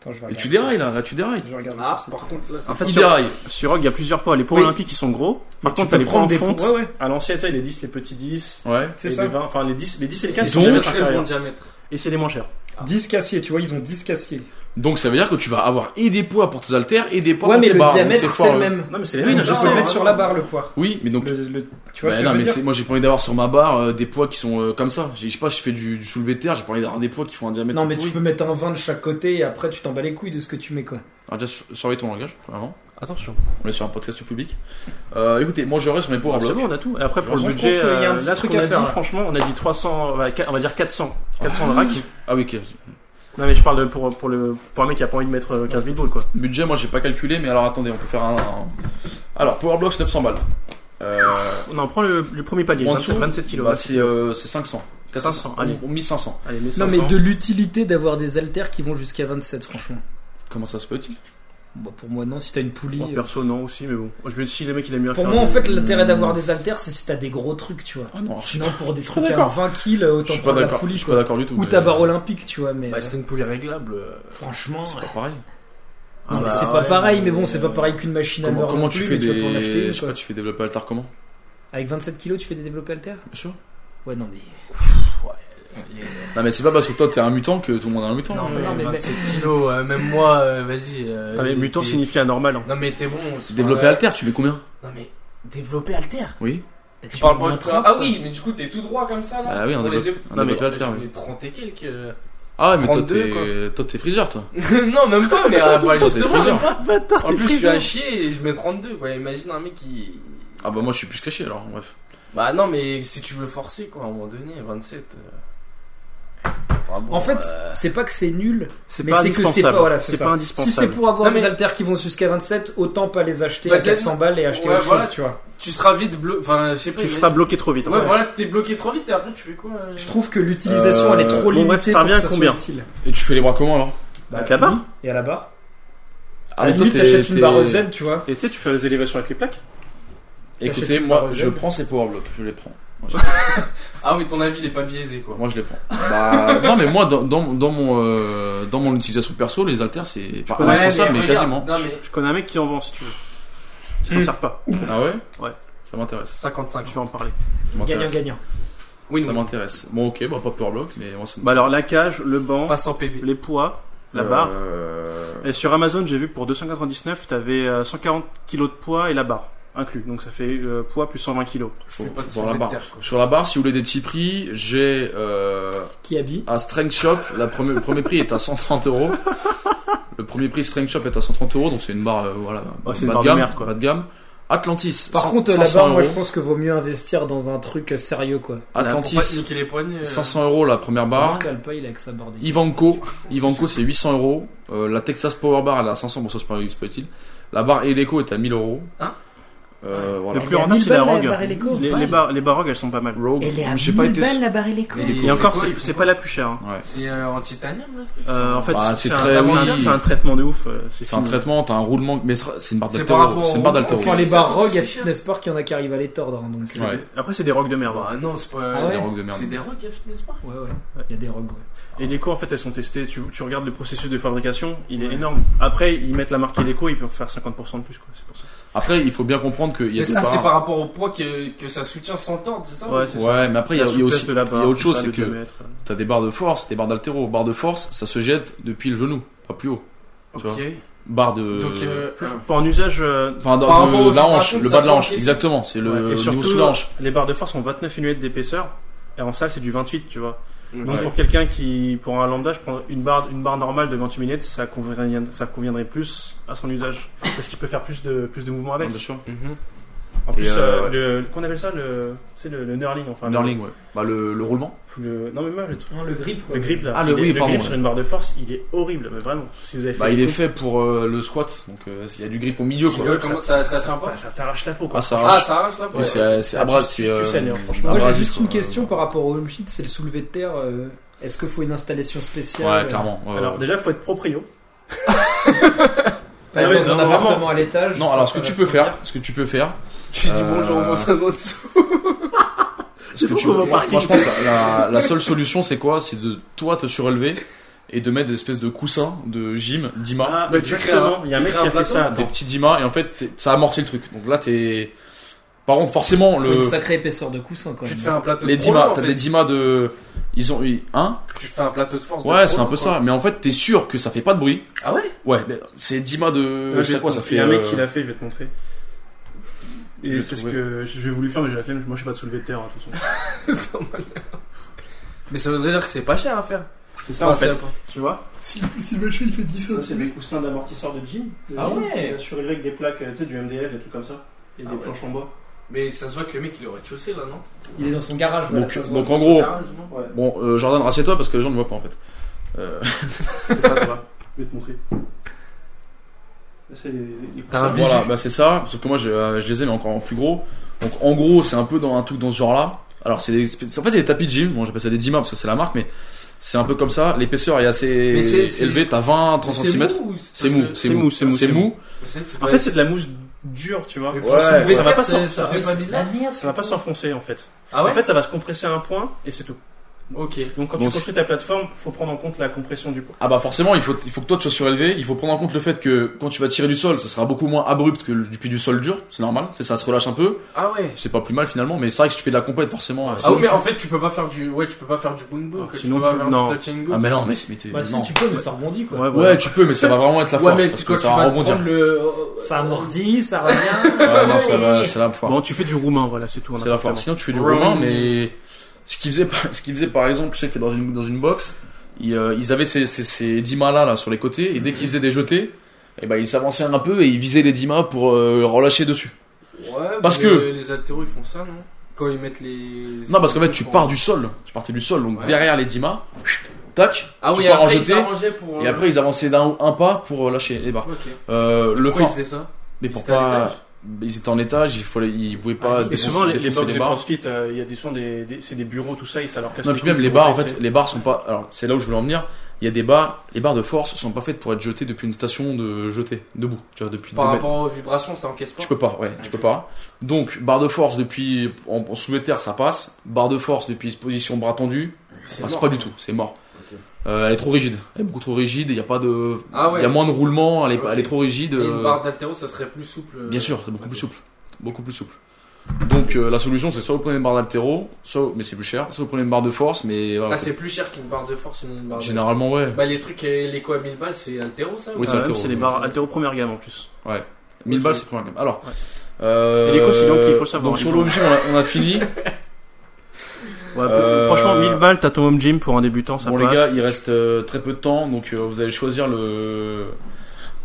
Attends, je vais
Et tu
regarder
dérailles
ça,
là,
ça.
là, tu dérailles.
Je regarde
Ah, par contre, là, c'est
En fait,
Il
sur,
déraille.
sur Rogue, il y a plusieurs poids. Les poids
Oui.
olympiques, ils sont gros. Par
Tu
contre, t'as
peux
les poids en
prendre des
fonte.
poids, ouais, ouais.
À l'ancienne, t'as les 10, les petits 10.
Ouais.
C'est
et
ça.
Les 20, enfin, les 10, les 10 et les 15 sont
donc,
les
c'est
moins
très bon
inférieurs.
diamètre.
Et c'est les moins chers.
10 cassiers, tu vois, ils ont 10 cassiers.
Donc ça veut dire que tu vas avoir et des poids pour tes haltères et des poids
ouais,
pour
mais
tes
le
barres. Donc
diamètre, c'est
foireux.
le même.
Non, mais c'est les
Oui,
mêmes.
non, je
Tu
hein.
sais,
peux le
hein.
mettre sur la barre, le poids.
Oui, mais donc.
Le- le- Tu vois
Bah
ce que je
non,
veux
mais
dire
c'est- moi j'ai pas envie d'avoir sur ma barre euh, des poids qui sont euh, comme ça. J'ai- Je sais pas, je fais du, du soulevé de terre, j'ai pas envie d'avoir des poids qui font un diamètre.
Non,
tout
mais tu
pourri.
peux mettre un 20 de chaque côté et après tu t'en bats les couilles de ce que tu mets, quoi.
Alors déjà, sur- surveille ton langage, vraiment.
Attention.
On est sur un podcast au public. Euh, écoutez, moi je reste sur mes poids à
Bon,
bloc.
c'est bon, on a tout. Et après, pour
Moi,
le
je pense
budget,
qu'il y a un
euh,
petit
là, ce
truc
qu'on
à
a
faire,
dit,
là.
franchement, on a dit 300, on va- on va dire 400. 400 le rack.
Ah oui, ok.
Non, mais je parle de- pour, pour, le, pour un mec qui a pas envie de mettre euh, 15 000 balles, quoi.
Budget, moi j'ai pas calculé, mais alors attendez, on peut faire un. un- Alors, Power Blocks 900 balles. Euh,
Non, prends le, le premier palier,
en
27,
dessous,
27 kilos.
bah, c'est euh, c'est 500.
500, allez.
On- on- 1500.
Allez, mets
Non,
500.
mais de l'utilité d'avoir des haltères qui vont jusqu'à 27, franchement.
Comment ça se peut-il
Bah, pour moi, non, si t'as une poulie.
Moi,
euh,
Oh, perso, non, aussi, mais bon. Je me dis, si le mec, il a mieux à
Pour
faire Hmm.
moi, en
du-
fait, l'intérêt d'avoir des haltères, c'est si t'as des gros trucs, tu vois.
Ah non, je suis
Sinon, pour des trucs à
d'accord.
20 kills, autant
je suis pas
prendre la
d'accord.
poulie,
Je suis pas d'accord du tout.
Ou
mais-
ta barre olympique, tu vois, mais.
Bah,
euh,
c'était une poulie réglable. euh,
Franchement.
C'est
ouais.
pas pareil.
Non,
Ah
mais
bah,
c'est pas
ouais,
pareil, mais
mais,
bon, c'est pas
euh,
pareil qu'une machine à
Comment,
meurtre.
comment
non
tu
plus,
fais
mais tu vas pouvoir
des.
l'acheter,
je sais
quoi.
pas, tu fais développer Altar comment
Avec 27 kilos, tu fais des développés haltères
Bien sûr.
Ouais, non, mais.
Non, mais c'est pas parce que toi t'es un mutant que tout le monde est un mutant.
Non,
hein.
mais,
Non, mais-
27 kilos, euh, même moi, euh, vas-y. euh,
Ah, mais
t'es-
mutant
t'es-
signifie anormal. hein.
Non, mais t'es bon. c'est-
Développer
ouais.
Alter, tu mets combien
Non, mais développer alter.
Oui.
Bah, Tu
parles
mets
pas
un
de
30,
Ah
quoi.
oui, mais du coup, t'es tout droit comme ça là.
Bah oui, on
Pour
développe-
les Bah, ép-
on
Non,
développe
mais
alter,
j'en ai
oui.
30 et quelques. euh. [laughs]
Ah, mais toi
32,
t'es. Toi t'es freezer, toi.
non, même pas, mais
[laughs]
euh, bah,
Toi, t'es
justement,
freezer.
En plus, je suis à chier et je mets 32, quoi. Imagine un mec qui.
Ah, bah moi je suis plus caché alors, bref.
Bah non, mais si tu veux forcer, quoi, à un moment donné, 27. euh, enfin, bon,
En fait,
euh,
c'est pas que c'est nul,
C'est
mais
pas
c'est que c'est pas.
indispensable.
Voilà,
C'est
ça.
pas
Si c'est
indispensable.
pour avoir
Non, mais-
des haltères qui vont jusqu'à 27, autant pas les acheter
Bah,
à 400 balles et acheter
Ouais,
autre
voilà.
chose, tu vois.
tu seras vite bloqué. Enfin, je sais pas.
Tu
il-
seras bloqué trop vite. hein.
Ouais, voilà, t'es bloqué trop vite et après, tu fais quoi euh
Je trouve que l'utilisation,
Euh,
elle est trop
bon,
limitée.
bref, ça
pour
revient
que
à
soit
combien
utile.
Et tu fais les bras comment alors
Bah,
Avec la
poulie
barre
Et à la barre
Ah,
À la
donc, toi,
limite,
t'es-
t'achètes une
t'es-
barre Z, tu vois.
Et tu sais, tu fais les élévations avec les plaques
T'achètes
Écoutez,
une
moi
barre Z.
je prends ces power blocks, je les prends.
Ah oui, ton avis, il est pas biaisé, quoi.
Moi je les prends. Bah, non, mais moi dans, dans, dans mon, euh, dans mon utilisation perso, les haltères c'est pas
Ouais,
indispensable, mais,
regarde,
quasiment.
Non, mais
Je connais un mec qui en vend si tu veux. Qui s'en
Hmm.
sert pas.
Ah ouais
Ouais.
Ça m'intéresse.
55.
Je vais en parler.
Ça m'intéresse.
Gagnant-gagnant.
Oui,
Ça
non.
m'intéresse. Bon, ok, bah pas power block, mais moi ça me.
Bah alors, la cage, le banc,
Pas sans PV.
les poids,
Euh,
la barre. Et sur Amazon, j'ai vu que pour 299, t'avais euh, 140 kilos de poids et la barre inclus. Donc ça fait euh, poids plus 120 kilos.
Je fais
Faut-
pas de
faut voir la
soulevé de
barre.
terre, quoi.
Sur la barre, si vous voulez des petits prix, j'ai euh,
Qui habille
un Strength Shop. La première- le premier prix est à 130 euros. Le premier prix Strength Shop est à 130 euros, donc c'est une barre, euh, voilà,
Ouais, c'est une
bas
barre
de
de
gamme,
merde, quoi.
bas de gamme. Atlantis.
Par
100
contre, la
500
barre, moi, je
euros.
pense que vaut mieux investir dans un truc sérieux, quoi.
Pour pas te
Atlantis,
niquer les poignets. euh.
500 euros la première barre.
Marc Alpa, il est avec sa barre des-
Ivanko, Ivanko c'est 800 euros. Euh, La Texas Power Bar elle est à 500, bon ça c'est pas c'est pas utile. La barre Eleco est à 1000 euros.
Hein
Euh, voilà.
Le plus
Ah. Elle est à
rentable,
1000
c'est la
balles, la
rogue.
barre Eleco.
Les, les barres, les barres rogue, elles sont pas mal.
Rogue,
Elle est à
j'ai pas
1000
été.
balles la barre et les
Mais
couilles.
les-
Et encore,
quoi,
c'est
ils font
c'est
quoi
pas la plus chère. hein.
Ouais.
C'est euh, en titanium, le truc.
Euh, en fait,
Bah, c'est
c'est
très
un, c'est un-
bon.
c'est un traitement de ouf. euh,
C'est un
fini.
traitement, t'as un roulement, mais c'est une barre
C'est par
d'altéro.
rapport
C'est une
au-
barre
au-
d'altéro.
Enfin,
Oui,
les
ça
barres
coûte
rogue, il y a
aussi cher.
Fitness Park, il y en a qui arrivent à les tordre, hein, donc. euh,
Ouais.
Après, c'est des rogues de merde. hein.
Bah non, c'est pas.
Ah
C'est des
ouais
rogues de merde.
C'est des rocs, n'est-ce pas
Ouais, ouais. Il y a des rogues, ouais.
Et l'écho, en fait, elles sont testées. Tu, tu regardes le processus de fabrication, il est énorme. Après, ils mettent la marque l'écho, ils peuvent faire 50% de plus, quoi. C'est pour ça.
Après, il faut bien comprendre qu'il y a
Mais
des
ça, c'est
barres.
par rapport au poids que, que ça soutient sans tordre, c'est ça
Ouais,
ou-
c'est ça.
Ah, Ouais, mais après, il y a,
La
il y a
souplesse
aussi,
de la
il y a
barre,
autre chose,
tout ça,
c'est
le
que
2 mètres.
t'as des barres de force, des barres d'altéro. Barre de force, ça se jette depuis le genou, pas plus haut. Tu vois.
Ok.
Barre de.
Donc, euh,
Pour un usage, euh,
Enfin, de,
par
de
rapport aux
la hanche,
vibrations,
le
ça
bas de la
peut
hanche,
encaisser.
exactement. C'est
ouais,
le
et
niveau
surtout,
sous la hanche.
les barres de force ont 29 mm d'épaisseur. Et en salle, c'est du 28, tu vois. Donc,
Mm. Ouais.
euh, pour quelqu'un qui, pour un lambda, je prends une barre, une barre normale de 28 mm, ça conviendrait, ça conviendrait plus à son usage. Parce qu'il peut faire plus de, plus de mouvements avec.
Bien sûr.
Mhm.
En
Et
plus,
euh,
euh, le- qu'on appelle ça le, c'est le, le knurling enfin. le-
Underling, ouais. Bah, le, le roulement.
le- non mais moi le truc,
Non, le grip, quoi.
le grip là,
Ah, le-
il est-
oui, pardon,
grip
ouais.
sur une barre de force, il est horrible, mais vraiment. Si vous avez fait,
Bah,
le
il est
coup-
fait pour euh, le squat, donc euh, il y a du grip au milieu,
Si,
quoi.
ouais. Comment ça- ça tient pas
ça- ça t'arrache la peau quoi.
Ah, ça
Ah,
arrache.
ça arrache là pour
Oui, c'est c'est
Ah,
abrasif,
tu-
c'est,
tu
euh,
sais, hein, franchement.
abrasif,
Moi, j'ai juste
quoi.
une question par rapport au home sheet, c'est le soulevé de terre. euh, Est-ce qu'il faut une installation spéciale euh,
Ouais, clairement. ouais,
Alors
ouais.
déjà, faut être proprio.
Pas être
Ah ouais,
dans
non,
un
vraiment.
appartement à l'étage.
Non,
ça,
alors
ça
ce que
va
tu
te
peux
servir.
faire, ce que tu peux faire,
Tu dis bon,
Euh,
j'envoie ça en dessous.
ce que tu peux- moi, moi, je pense que la, la seule solution c'est quoi C'est de toi te surélever et de mettre des espèces de coussins de gym, d'ima,
Ah,
mais tu crées
exactement.
un-
Il y a un
tu
mec
crées
qui
un
a fait ça.
des
Attends.
petits dimas et en fait t'es- ça amortit le truc. Donc là t'es. Par contre, forcément,
Faut
le,
Une sacrée épaisseur de coussin quand
Tu
même.
te fais un plateau
les
de prolo,
dimas,
en
t'as
fait.
des dimas de. Ils ont eu. Hein
Tu te fais un plateau de force. de
Ouais, c'est
prolo,
un peu
quoi.
ça. Mais en fait, t'es sûr que ça fait pas de bruit.
Ah ouais
Ouais, mais c'est Dima de.
Ouais,
je sais quoi, ça fait.
Il y a un mec
euh,
qui l'a fait, je vais te montrer.
Je
Et
vais
c'est ce
trouver.
que j'ai voulu faire, mais j'ai la flemme. Moi, je sais pas de soulever de terre, hein, de toute façon.
[laughs] Mais ça voudrait dire que c'est pas cher à faire.
C'est ça, en
Enfin,
fait.
c'est-
Tu vois Ça, c'est des coussins d'amortisseur de gym. de
Ah
gym,
ouais
euh, Surélevé avec des plaques, euh, tu sais, du MDF, des trucs comme ça. Et
Ah
des
ouais.
planches en bois.
Mais ça se voit que le mec il est au rez-de-chaussée là, non
Il est dans son garage. voilà,
Donc,
ça se voit.
donc en gros,
Garage, non
Ouais,
bon, euh, Jordan, rassieds-toi parce que les gens ne voient pas en fait. Euh,
c'est ça, tu vois. Je vais te montrer. Là, c'est les, les coussins.
un
voilà, bah c'est ça. Sauf que moi, je, euh, je les ai, mais encore en plus gros. Donc en gros, c'est un peu dans un truc dans ce genre-là. Alors, c'est des. espèces- En fait, c'est des tapis de gym. Bon, j'appelle ça des Dima parce que c'est la marque, mais c'est un peu comme ça. L'épaisseur est
Mais c'est-
assez
c'est-
élevée. T'as 20, 30
Mais c'est
cm.
mou ou
C'est
parce
mou,
que-
c'est
c'est
mou,
mou, c'est mou,
C'est
c'est
mou.
Mais c'est- c'est
En
pas-
fait, c'est de la mousse dure, tu vois.
Mais pour se soulever
Ça
de
va
terre,
pas
c'est-
s'en-
fait pas bizarre.
Ça va pas s'enfoncer, en fait.
Ah ouais
En fait, ça va se compresser à un point, et c'est tout.
Ok.
Donc, quand
Donc,
tu construis ta plateforme, faut prendre en compte la compression du poids.
Ah bah forcément, il faut, il faut que toi tu sois surélevé, il faut prendre en compte le fait que quand tu vas tirer du sol, ça sera beaucoup moins abrupt que le- du pied du sol dur, c'est normal, c'est- ça se relâche un peu,
Ah ouais
c'est pas plus mal finalement, mais c'est vrai que si tu fais de la compète forcément... euh,
Ah oui, mais en fait, tu peux pas faire du. Ouais, tu peux pas faire du boom boom.
Ah,
que
sinon,
tu peux pas
tu-
faire
non.
du touch and go.
ah mais non, mais, c'est- mais t'es-
Bah,
non.
si tu peux, mais ça rebondit quoi.
Ouais, tu peux, mais ça va vraiment être la force,
Ouais, mais
parce
quand
que
tu
ça va
vas
rebondir.
prendre le. euh,
Ça amortit, ça revient. [laughs]
Ouais, non, ça va- c'est la force.
Bon, tu fais du roumain, voilà, c'est tout. en
C'est la
appartement.
force. Sinon tu fais du
Rowing.
roumain, mais ce qu'ils faisaient, par- ce qu'ils faisaient par exemple, je sais que dans une, dans une box, ils, euh, ils avaient ces, ces, ces dimas là, là sur les côtés, et dès qu'ils faisaient des jetés, et ben ils s'avançaient un peu et ils visaient les dimas pour euh, relâcher dessus.
Ouais,
Parce
mais
que-
Les altéros ils font ça, non Quand ils mettent les.
Non, parce qu'en fait, tu
en-
pars du sol. Tu partais du sol, donc
Ouais.
derrière les Dima, tac,
Ah
tu
oui,
pars en
après ils
jeté,
s'arrangeaient pour.
et après ils avançaient d'un un pas pour euh, lâcher les barres.
Ok.
Euh, le
Pourquoi
fin,
ils faisaient ça
mais
ils
pour
étaient à
pas,
l'étage
ils étaient en étage, il fallait, ils pouvaient pas
Ah, Et
défoncer,
souvent, les, les
défoncer
box
les
de
barres.
CrossFit, euh, il y a des souvent des, des- c'est des bureaux, tout ça, et ça leur casse
Non,
les
puis même
couilles
les
pour
barres, en
essayer.
fait, les barres sont pas. Alors, c'est là où je voulais en venir. Il y a des barres, les barres de force sont pas faites pour être jetées depuis une station de jeté, debout. Tu vois, depuis
Par
deux mètres.
rapport aux vibrations, ça encaisse pas.
Tu peux pas, ouais, tu peux pas. Donc, barre de force depuis en, en soulevé de terre, ça passe. Barre de force depuis position bras tendu, ça passe
mort.
pas du tout, c'est mort. Euh, elle est trop rigide, elle est beaucoup trop rigide. Il y a pas de, il
Ah ouais.
y a moins de roulement, elle est, pas-
Ok.
elle est trop rigide.
Et
euh,
une barre d'altéro, ça serait plus souple.
Bien sûr, c'est beaucoup plus
Ok.
souple, beaucoup plus souple. Donc euh, la solution, c'est soit vous prenez une barre d'altéro, soit, mais c'est plus cher, soit vous prenez une barre de force, mais euh,
Ah, c'est plus cher qu'une barre de force, une barre de.
généralement ouais.
Bah, les trucs, euh, les quoi, 1000 balles, c'est altéro ça ou
Oui,
Ah,
c'est
même,
altéro,
c'est les
oui.
barres altéro première gamme en plus.
1000
Ok.
balles, c'est trop bien. Alors,
Ouais.
euh,
Et les coûts, c'est donc, il faut le savoir,
Donc
ils
sur
sont-
l'OMG, on, a- on a fini.
Ouais,
Euh,
Franchement, 1000 balles, t'as ton home gym pour un débutant, ça
bon
passe.
les gars, il reste euh, très peu de temps, donc euh, vous allez choisir le.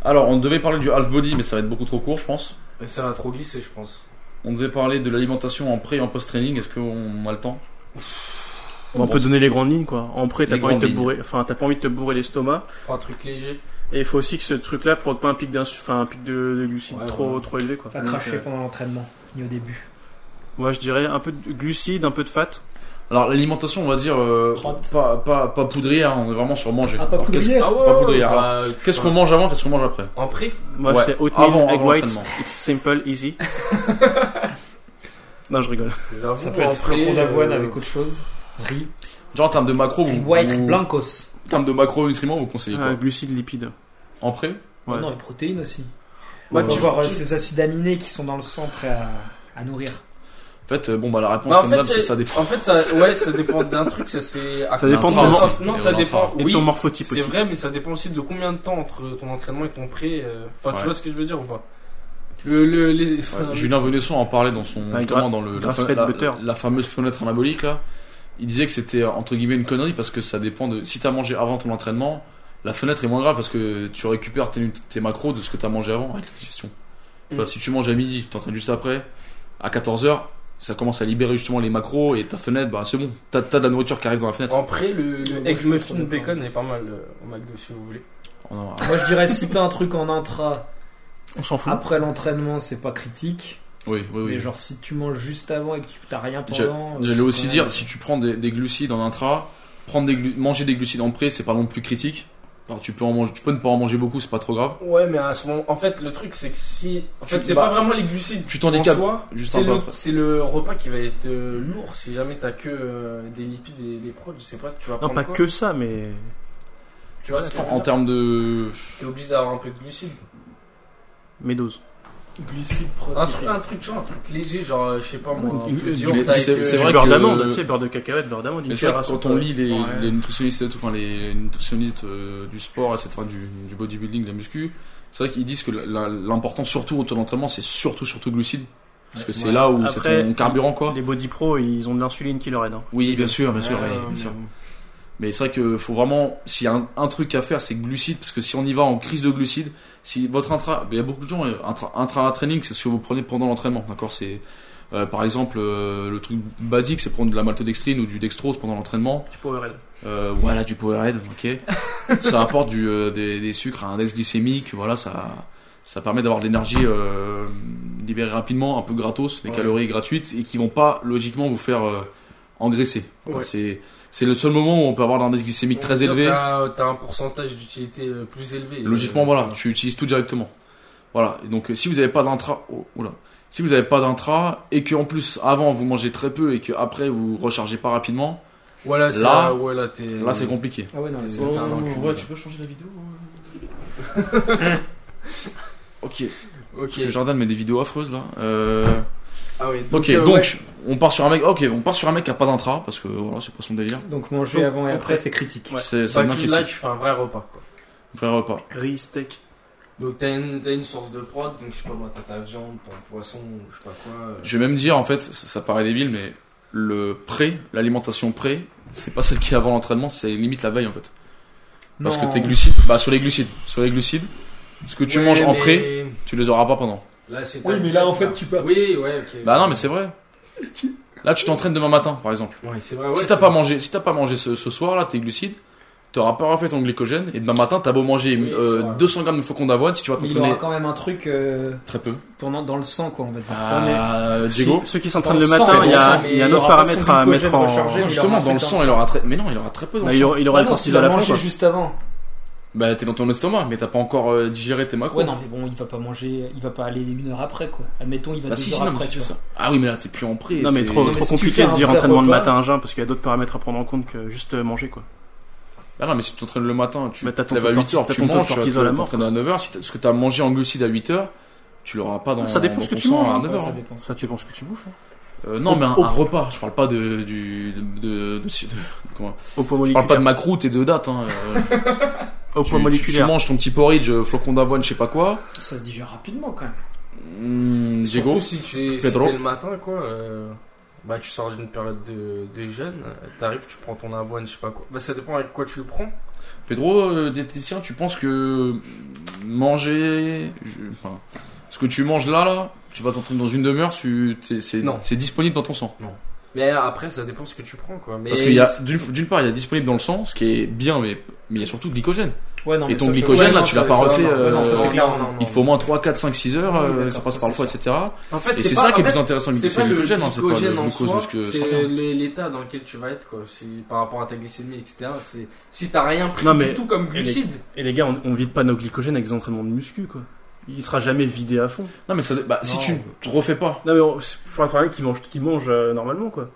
Alors on devait parler du half body, mais ça va être beaucoup trop court, je pense.
Et Ça va trop glisser, je pense.
On devait parler de l'alimentation en pré et en post training. Est-ce qu'on a le temps
Bon, on peut donner les grandes lignes quoi. En prêt, t'as
Les
pas envie de te
grandes
bourrer, enfin t'as pas envie de te bourrer l'estomac.
Faut un truc léger.
Et il faut aussi que ce truc-là pour pas un pic d'insu- enfin un pic de, de glucides
Ouais,
trop
ouais.
trop élevé quoi.
Pas
Donc,
cracher
euh,
pendant l'entraînement, ni au début.
Moi, je dirais un peu de glucides, un peu de fat.
Alors l'alimentation, on va dire euh,
Crotte.
pas, pas, pas poudrière, hein, on est vraiment sur manger.
Ah, pas
Alors, qu'est-ce-
poudrière
Pas poudrière. Alors,
bah, tu
Qu'est-ce
vois.
qu'on mange avant, qu'est-ce qu'on mange après
En pré
Moi,
Ouais.
c'est oatmeal,
Avant-
egg
avant
white,
l'entraînement.
it's simple,
[laughs]
easy. non, je rigole.
J'avoue,
Ça peut
en
être flocon
pré,
d'avoine
euh,
avec autre chose. Riz.
Genre en termes de macro, vous,
White
vous-
blancos.
en termes de macronutriments, vous conseillez quoi
Ah, glucides, lipides.
En pré
Ouais.
Non, et protéines aussi.
Ouais,
On
tu-
va voir
tu-
euh, ces acides aminés qui sont dans le sang prêts à, à nourrir.
En fait, euh, bon bah la réponse
Bah, en
comme
fait,
d'hab, c'est
c'est-
ça dépend.
En fait, ça, ouais, ça dépend d'un truc, ça c'est.
Ça dépend de
L'intra
ton, mor-
aussi.
Non,
Et
ça
on
dépend.
intra.
et
Oui,
ton morphotype
c'est
aussi.
vrai, mais ça dépend aussi de combien de temps entre ton entraînement et ton pré. euh, Enfin,
Ouais.
tu vois ce que je veux dire ou pas Le, le, les.
Ouais,
enfin,
Julien Venesson en parlait dans son
Ah,
justement
gra-
dans le, la,
grass
fa-
fed
la-
butter.
la fameuse fenêtre anabolique là. Il disait que c'était euh, entre guillemets une connerie parce que ça dépend de si t'as mangé avant ton entraînement, la fenêtre est moins grave parce que tu récupères tes, nut- tes macros de ce que t'as mangé avant avec la digestion. Tu vois,
Mm.
si tu manges à midi, t'entraînes juste après, à 14h, ça commence à libérer justement les macros et ta fenêtre, bah c'est bon, t'as t'as de la nourriture qui arrive dans la fenêtre.
En pré, le, le
Ouais,
egg
je
muffin
comprends pas.
bacon est pas mal euh, au McDo si vous voulez.
On en-
Moi, je dirais si t'as un truc en intra
On s'en fout.
après l'entraînement, c'est pas critique.
Oui, oui, oui.
Mais genre, si tu manges juste avant et que tu t'as rien
J'a-
pendant. euh,
J'allais
c'est
aussi
quand
dire,
même-
si tu prends des, des glucides en intra, prendre des glu- manger des glucides en pré, c'est pas non plus critique. Alors, tu peux en manger, tu peux ne pas en manger beaucoup, c'est pas trop grave.
Ouais, mais à ce moment, en fait, le truc c'est que si, en fait,
Tu-
c'est
bah,
pas vraiment les glucides.
tu t'handicapes
En soi,
juste
c'est
un peu
le,
après.
c'est le repas qui va être euh, lourd si jamais t'as que euh, des lipides et des prods. Je sais pas, tu vas
Non,
prendre
pas
quoi.
que ça, mais.
Tu vois, ce que je veux
En
dire
termes de.
t'es obligé d'avoir un peu de glucides.
Mes doses.
Glucides,
Un
protéines.
truc, un truc genre, un truc léger, genre, euh, je sais pas moi. un
Une-
peu
une-
dur,
mais
t'as
c'est-
avec,
c'est
euh,
Du
vrai
beurre
que-
d'amande, tu sais, beurre de cacahuète, beurre d'amande, une
Mais c'est
cuillère
vrai
à
que
soupe.
quand on lit les,
Ouais.
les nutritionnistes et tout, enfin les nutritionnistes euh, du sport, etc., enfin, du, du bodybuilding, de la muscu, c'est vrai qu'ils disent que la- la- l'important surtout autour de l'entraînement, c'est surtout surtout le glucide. Parce que c'est là où c'est
Après,
ton carburant quoi.
Les body pro, ils ont de l'insuline qui leur aide. hein.
Oui, bien sûr, bien sûr,
Ouais,
oui,
mais
bien sûr.
bon.
Mais c'est vrai que faut vraiment, s'il y a un, un truc à faire, c'est glucides, parce que si on y va en crise de glucides, si votre intra, ben, il y a beaucoup de gens, euh, intra- intra-training, c'est ce que vous prenez pendant l'entraînement, d'accord C'est euh, par exemple euh, le truc basique, c'est prendre de la maltodextrine ou du dextrose pendant l'entraînement.
Du Powerade.
Euh, voilà du Powerade, ok. ça apporte du, euh, des, des sucres à un index glycémique, voilà, ça, ça permet d'avoir de l'énergie euh, libérée rapidement, un peu gratos, des
Ouais.
calories gratuites et qui vont pas logiquement vous faire euh, engraisser. Voilà,
Ouais.
C'est c'est le seul moment où on peut avoir un index glycémique
On va
très
dire,
élevé.
T'as euh, t'as un pourcentage d'utilité euh, plus élevé.
Logiquement,
Euh,
voilà, tu utilises tout directement. Voilà, et donc euh, si vous n'avez pas d'intra, oh, oula. si vous n'avez pas d'intra et que en plus avant vous mangez très peu et que après vous rechargez pas rapidement,
Voilà, c'est
Là-
là, ouais, là, t'es. euh,
là c'est compliqué.
Ah ouais, non, mais c'est-
Oh,
t'as un enculé.
ouais, tu
peux changer la vidéo
hein.
[laughs] Ok.
Ok.
Parce que Jordan met des vidéos affreuses là. Euh...
Ah ouais,
Ok,
euh,
donc
ouais.
on part sur un mec. Ok, on part sur un mec qui a pas d'intra parce que voilà, c'est pas son délire.
Donc, manger
Donc,
avant et
en
après, c'est critique.
C'est ça
Bah,
me
tu- là,
critique.
tu fais un vrai repas, quoi.
Frère repas.
Riz, steak.
Donc, t'as une, t'as une source de prod, donc je sais pas, moi, t'as ta viande, ton poisson, ou je sais pas quoi. euh.
Je vais même dire en fait, ça, ça paraît débile, mais le pré, l'alimentation pré, c'est pas celle qui est avant l'entraînement, c'est limite la veille en fait. Parce que
Non.
tes glucides, bah sur les glucides, sur les glucides, ce que tu
Ouais,
manges en
mais
pré, tu les auras pas pendant.
Là, c'est ta
Oui, mais
diète,
là, en fait, tu peux.
Oui, ouais, ok.
Bah non, mais c'est vrai. Là, tu t'entraînes demain matin, par exemple.
Ouais, c'est vrai, ouais.
si t'as
c'est
pas
vrai.
mangé, si t'as pas mangé ce, ce soir là, tes glucides, t'auras pas fait ton glycogène et demain matin t'as beau manger
Oui,
euh,
c'est vrai.
200 grammes de flocons d'avoine, si tu vas
Mais il aura
t'entraîner
quand même un truc euh,
très peu.
pendant, dans le sang, quoi, on va dire.
Ah, Diego.
Si- Ceux qui s'entraînent
Dans
le
le sang,
matin, il y
mais
a,
bon,
il y a un
il
autre
aura pas son
paramètre à
glycogène
mettre en.
rechargé.
Non, justement, dans le sang, il aura très. Mais non, il aura très peu dans
Là,
le
Bah, il
sang.
aura, il aura le
non, s'il
cortisol à
a
la fin.
mangé
quoi.
juste avant.
Bah, t'es dans ton estomac, mais t'as pas encore euh, digéré tes macros.
Ouais, non, mais bon, il va pas manger, il va pas aller une heure après, quoi. Admettons, il va deux
Ah, si,
heures
si, non, mais
après,
si,
tu
c'est
vois.
ça. Ah oui, mais là, t'es plus en pré.
Non mais
c'est- Ah,
trop,
mais
trop
si tu
compliqué
fais
de
un
dire
vrai
entraînement le
repas-
matin à jeun parce qu'il y a d'autres paramètres à prendre en compte que juste manger quoi.
Ah non, mais si tu t'entraînes le matin, tu
Mais t'as
te
ton
lèves à
taux de
8 heures,
cortis-
tu
t'as ton taux de
manges, tu
cortisol à
vas
mort,
t'entraîner à 9 heures. Si t'as- ce que t'as mangé en glucides à 8 heures, tu l'auras pas dans.
Ça dépend
dans
ce que
ton
tu
sang
manges,
à
hein,
9
Ouais, ça
heures.
dépend.
Ça tu penses que tu bouffes. hein.
Euh, Non, mais un
Au-
un repas. Je parle pas de. du- de- de- de- de- comment
Au poids
Je parle pas de
moléculaire.
macroutes et de dates. Hein. euh,
Au
tu-
poids
tu- Tu
moléculaire.
manges ton petit porridge, euh, flocon d'avoine, je sais pas quoi.
Ça se digère rapidement, quand même.
Mmh,
Surtout
Diego.
si tu si
Pedro.
t'es le matin, quoi. euh, Bah, tu sors d'une période de, de jeûne, euh, t'arrives, tu prends ton avoine, je sais pas quoi. Bah, ça dépend avec quoi tu le prends.
Pedro, euh, diététicien, tu penses que manger, je- enfin, ce que tu manges là, là, tu vas t'entraîner dans une demeure, tu, t'es- c'est,
Non.
c'est disponible dans ton sang.
Mais après, ça dépend ce que tu prends, quoi. Mais
Parce qu'il y a, d'une, d'une part, il y a disponible dans le sang, ce qui est bien, mais, mais il y a surtout glycogène.
Ouais, non,
Et
mais
ton
ça, c'est-
glycogène,
ouais,
là,
non,
tu
ça,
l'as pas
c'est-
refait,
non,
euh,
non, ça, c'est clair.
non, non,
Il
non.
faut au moins 3, 4, 5, 6 heures,
Oui,
euh,
d'accord,
ça passe
ça,
par le
c'est
foie, etc.
En fait,
Et c'est
pas-
ça
en
qui est
fait,
plus intéressant que
C'est pas
le
le
glycogène, hein, c'est pas
glycogène
le
en
glucose,
soi,
parce que sans
c'est
rien.
le- l'état dans lequel tu vas être, quoi. Si, par rapport à ta glycémie, etc. c'est- Si t'as rien pris
Non,
du
mais-
tout comme
mais-
glucides,
Et les gars, on, on vide pas nos glycogènes avec des entraînements de muscu quoi. Il sera jamais vidé à fond.
Non, mais ça, bah, si
Non. euh,
tu te refais pas,
Non mais on- c'est pour un travail qui mange, qui mange euh, normalement quoi.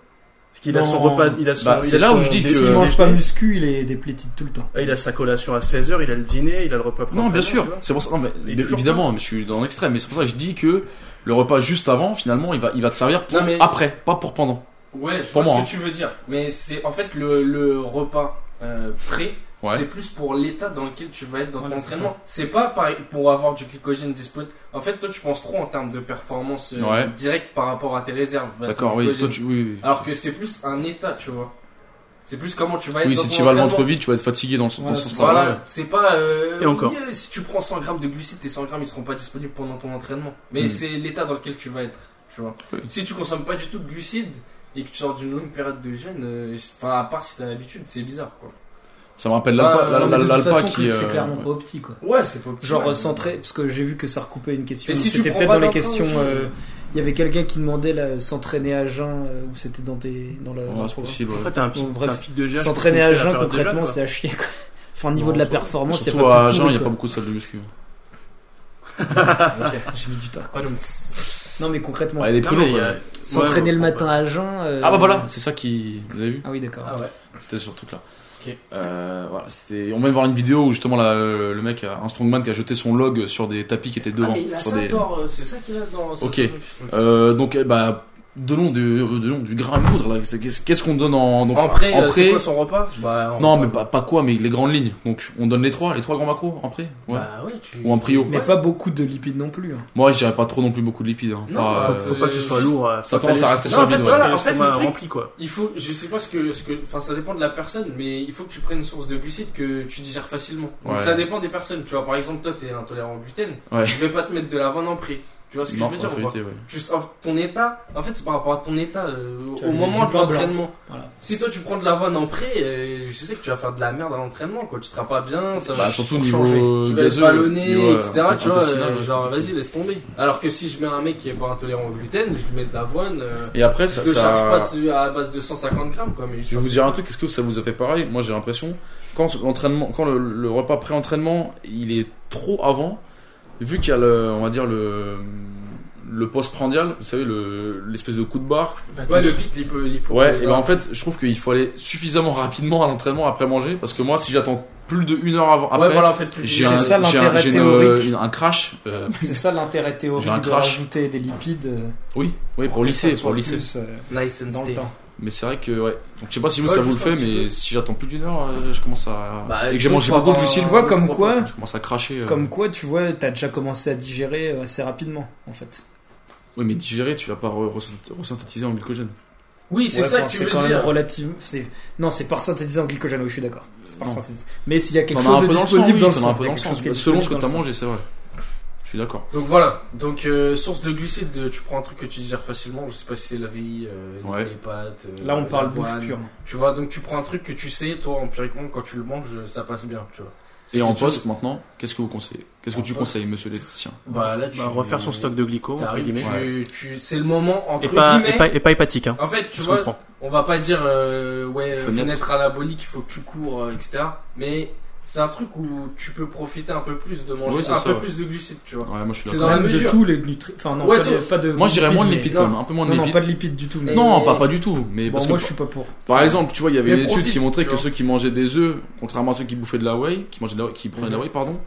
Parce qu'il a son
Non.
repas, il a son.
Bah,
il a
c'est là où
son
je dis
déjeuner,
que-
S'il
euh,
mange pas muscu, il est déplétide tout le temps.
Ah, Il a sa collation à 16h, il a le dîner, il a le repas.
Non, bien
pré-entraînement,
sûr.
tu vois.
C'est pour ça. Non, mais,
Il est
mais
toujours
évidemment, mais je suis dans l'extrême. Mais c'est pour ça que je dis que le repas juste avant, finalement, il va, il va te servir pour
Non, mais-
après, pas pour pendant.
ouais, je
Pour
vois
moi, hein.
ce que tu veux dire. Mais c'est, en fait, le, le repas, euh, prêt,
Ouais.
c'est plus pour l'état dans lequel tu vas être dans
Voilà,
ton
c'est
entraînement. C'est pas pareil pour avoir du glycogène disponible. En fait, toi, tu penses trop en termes de performance euh,
Ouais.
directe par rapport à tes réserves. à ton
D'accord, oui.
glycogène.
Toi, tu, oui, oui.
Alors que c'est plus un état, tu vois. C'est plus comment tu vas être
oui,
dans
si
ton
tu vas le ventre
entraînement.
vide, tu vas être fatigué dans ce, dans
Ouais,
ce
c'est
sens-là.
Voilà,
Ouais.
c'est pas. euh,
Et encore.
oui, euh, si tu prends 100 grammes de glucides, tes 100 grammes ils seront pas disponibles pendant ton entraînement. Mais
Hmm.
c'est l'état dans lequel tu vas être. Tu vois.
Oui.
Si tu consommes pas du tout de glucides et que tu sors d'une longue période de jeûne, euh, c'est- enfin à part si t'as l'habitude, c'est bizarre quoi.
Ça me rappelle
Ah,
l'alpa la-
non, mais
la-
de toute
l'alpa
façon,
qui.
C'est
euh,
clairement
ouais.
pas optique, quoi.
Ouais, c'est pas
Genre
ouais.
centré, parce que j'ai vu que ça recoupait une question.
Et si tu
c'était
prends
peut-être
pas
dans les
d'entrain
questions.
aussi,
euh,
ouais.
Il y avait quelqu'un qui demandait là, s'entraîner à jeun, euh, ou c'était dans, tes, dans la. dans
Ouais,
euh, le
c'est
programme.
possible. ouais.
Après, t'as un petit,
Bon, bref.
t'as un pic de GH.
S'entraîner à
pour faire
jeun,
la période de
concrètement,
jeûne,
c'est à chier, quoi. Enfin, au niveau
Non,
de la
surtout-
performance, il y a
Surtout
pas
à
beaucoup de
Jean, il n'y a
couilles,
pas beaucoup de salles de muscu.
quoi. Ok, J'ai mis du temps.
Pas de-
Non, mais concrètement,
Elle est plus
Non, mais
lourde,
il y a-
ouais.
s'entraîner
ouais,
le
ouais,
matin à jeun. euh,
Ah bah voilà, c'est ça qui. Vous avez vu
Ah oui, d'accord.
Ah ouais.
C'était sur ce truc-là.
Ok.
Euh, voilà, c'était. On va même voir une vidéo où justement là, euh, le mec, a- un strongman qui a jeté son log sur des tapis qui étaient
Ah,
devant.
mais il a
sur
ça
des-
tort, euh, c'est ça qu'il a dans sa
Ok.
sandwich.
Euh, donc, eh bah, de long, du, de long, du grain à moudre, là. C'est- Qu'est-ce qu'est-ce qu'on donne en. donc,
En prêt,
en
euh, c'est
pré-
quoi son repas bah, en-
Non, mais pas, pas quoi, mais les grandes lignes. Donc, on donne les trois, les trois grands macros en pré. Ouais.
Bah ouais, tu.
Ou en prio.
Mais pas beaucoup de lipides non plus. hein.
Moi, je dirais pas trop non plus beaucoup de lipides. Hein.
Non,
Pas,
bah,
euh,
Faut pas que ce soit lourd. euh,
Ça
faut
commence
pas
à
les-
rester
Non,
sur
en
le
fait,
vide, ouais.
voilà.
T'as
en fait, le
l'estomac
truc-
rempli, quoi.
Il faut, je sais pas ce que, ce que, enfin ça dépend de la personne, mais il faut que tu prennes une source de glucides que tu digères facilement. Donc
Ouais.
ça dépend des personnes. Tu vois, par exemple, toi t'es intolérant au gluten,
Ouais.
je vais pas te mettre de l'avant en prix. Tu vois ce que
Non,
je veux
faut
dire ou pas
éviter, ouais.
Juste en- ton état, en fait c'est par rapport à ton état euh,
Tu
au
as
moment
du
de
pain blanc.
l'entraînement.
Voilà.
Si toi tu prends de l'avant en pré, euh, je sais que tu vas faire de la merde à l'entraînement quoi, tu seras pas bien, ça va
Bah, surtout
pour
niveau
changer.
euh,
tu vas être
gazeux,
ballonné,
niveau, euh,
etc. Tu vois,
intestinal,
euh,
ouais.
genre vas-y laisse tomber. Alors que si je mets un mec qui est pas intolérant au gluten, je lui mets de l'avoine. euh,
Et après, ça,
je le
ça-
charge pas dessus à base de 150 grammes quoi, mais juste
je vais vous dire un truc. Est-ce que ça vous a fait pareil Moi, j'ai l'impression quand l'entraînement, quand le, le repas pré-entraînement, il est trop avant, vu qu'il y a le, on va dire le le post-prandial, vous savez le l'espèce de coup de barre.
Ouais, le pic, l'hypo. l'hypo-
Ouais. Et ben en fait, je trouve qu'il faut aller suffisamment rapidement à l'entraînement après manger, parce que moi, si j'attends plus de une heure avant, après, [laughs]
ouais, voilà, en fait, plus-
j'ai
C'est
un,
ça
j'ai un,
l'intérêt
j'ai une-
théorique.
une- un crash. euh,
C'est ça l'intérêt théorique
J'ai un
de
crash.
rajouter des lipides euh,
oui, oui, pour
que
lycée,
ça soit
pour lycée.
plus, euh,
nice and
dans le
steady.
temps.
Mais c'est vrai que ouais. Donc je sais pas si vous
Ouais,
ça vous le
juste
fait,
un petit
mais
peu.
si j'attends plus d'une heure, euh, je commence à
Bah,
et que j'ai
surtout
mangé
faut
beaucoup de
avoir
glucides,
Tu vois
Euh,
comme
pourquoi
quoi,
je commence à cracher. euh.
comme quoi, tu vois, t'as déjà commencé à digérer euh, assez rapidement, en fait.
Oui, mais digérer, tu vas pas re- resynth- resynthétiser en glycogène.
Oui, c'est
Ouais,
ça
enfin,
que tu
c'est
veux
quand même
dire.
relative. c'est- Non, c'est par synthétisé en glycogène. Oui, je suis d'accord. C'est par
Non.
synthétisé. Mais s'il y a quelque
T'en as un
chose de
peu dans le sang,
disponible
oui,
dans le
t'en as un
sang,
peu
il y a
dans le
quelque
sang.
chose qui est
Selon ce que
disponible dans
t'as
le sang.
mangé, c'est vrai. Je suis d'accord.
Donc voilà, donc euh, source de glucides, euh, tu prends un truc que tu digères facilement, je sais pas si c'est la vie, euh,
Ouais.
les pâtes. euh,
Là, on parle
l'avoine.
bouffe pure.
Tu vois, donc tu prends un truc que tu sais, toi, empiriquement, quand tu le manges, euh, ça passe bien, tu vois.
Et en
quelque chose-
poste maintenant, qu'est-ce que vous conseillez Qu'est-ce que
En
tu
poste.
conseilles, monsieur l'électricien
Bah là, tu.
Bah, refaire son stock de glyco, entre
T'arrives,
guillemets.
tu, tu, c'est le moment, entre
Et pas,
guillemets.
et pas, et pas hépatique, hein.
En fait, tu
Je
vois,
comprends.
On va pas dire euh, ouais
Fenêtre.
fenêtre. anabolique, il faut que tu cours, euh, etc. Mais c'est un truc où tu peux profiter un peu plus de manger
Oui, c'est
un
ça,
peu
ouais.
plus de glucides, tu vois.
Ouais, moi je suis
C'est
d'accord.
la
Même de
mesure.
tous les nutriments. Enfin, non,
Ouais,
pas, de,
tout.
pas de.
Moi, j'irais
lipides,
moins de
mais-
lipides quand même, un peu moins de
Non, non,
lipides.
pas de lipides du tout. mais-
Non, pas, pas du tout. Mais
Bon,
parce
moi,
que
je suis pas pour.
par exemple, tu vois, il y avait
Mais
une étude
profite,
qui montrait
tu
que
vois.
ceux qui mangeaient des œufs, contrairement à ceux qui bouffaient de la whey, qui mangeaient de la whey- qui prenaient de la whey, pardon,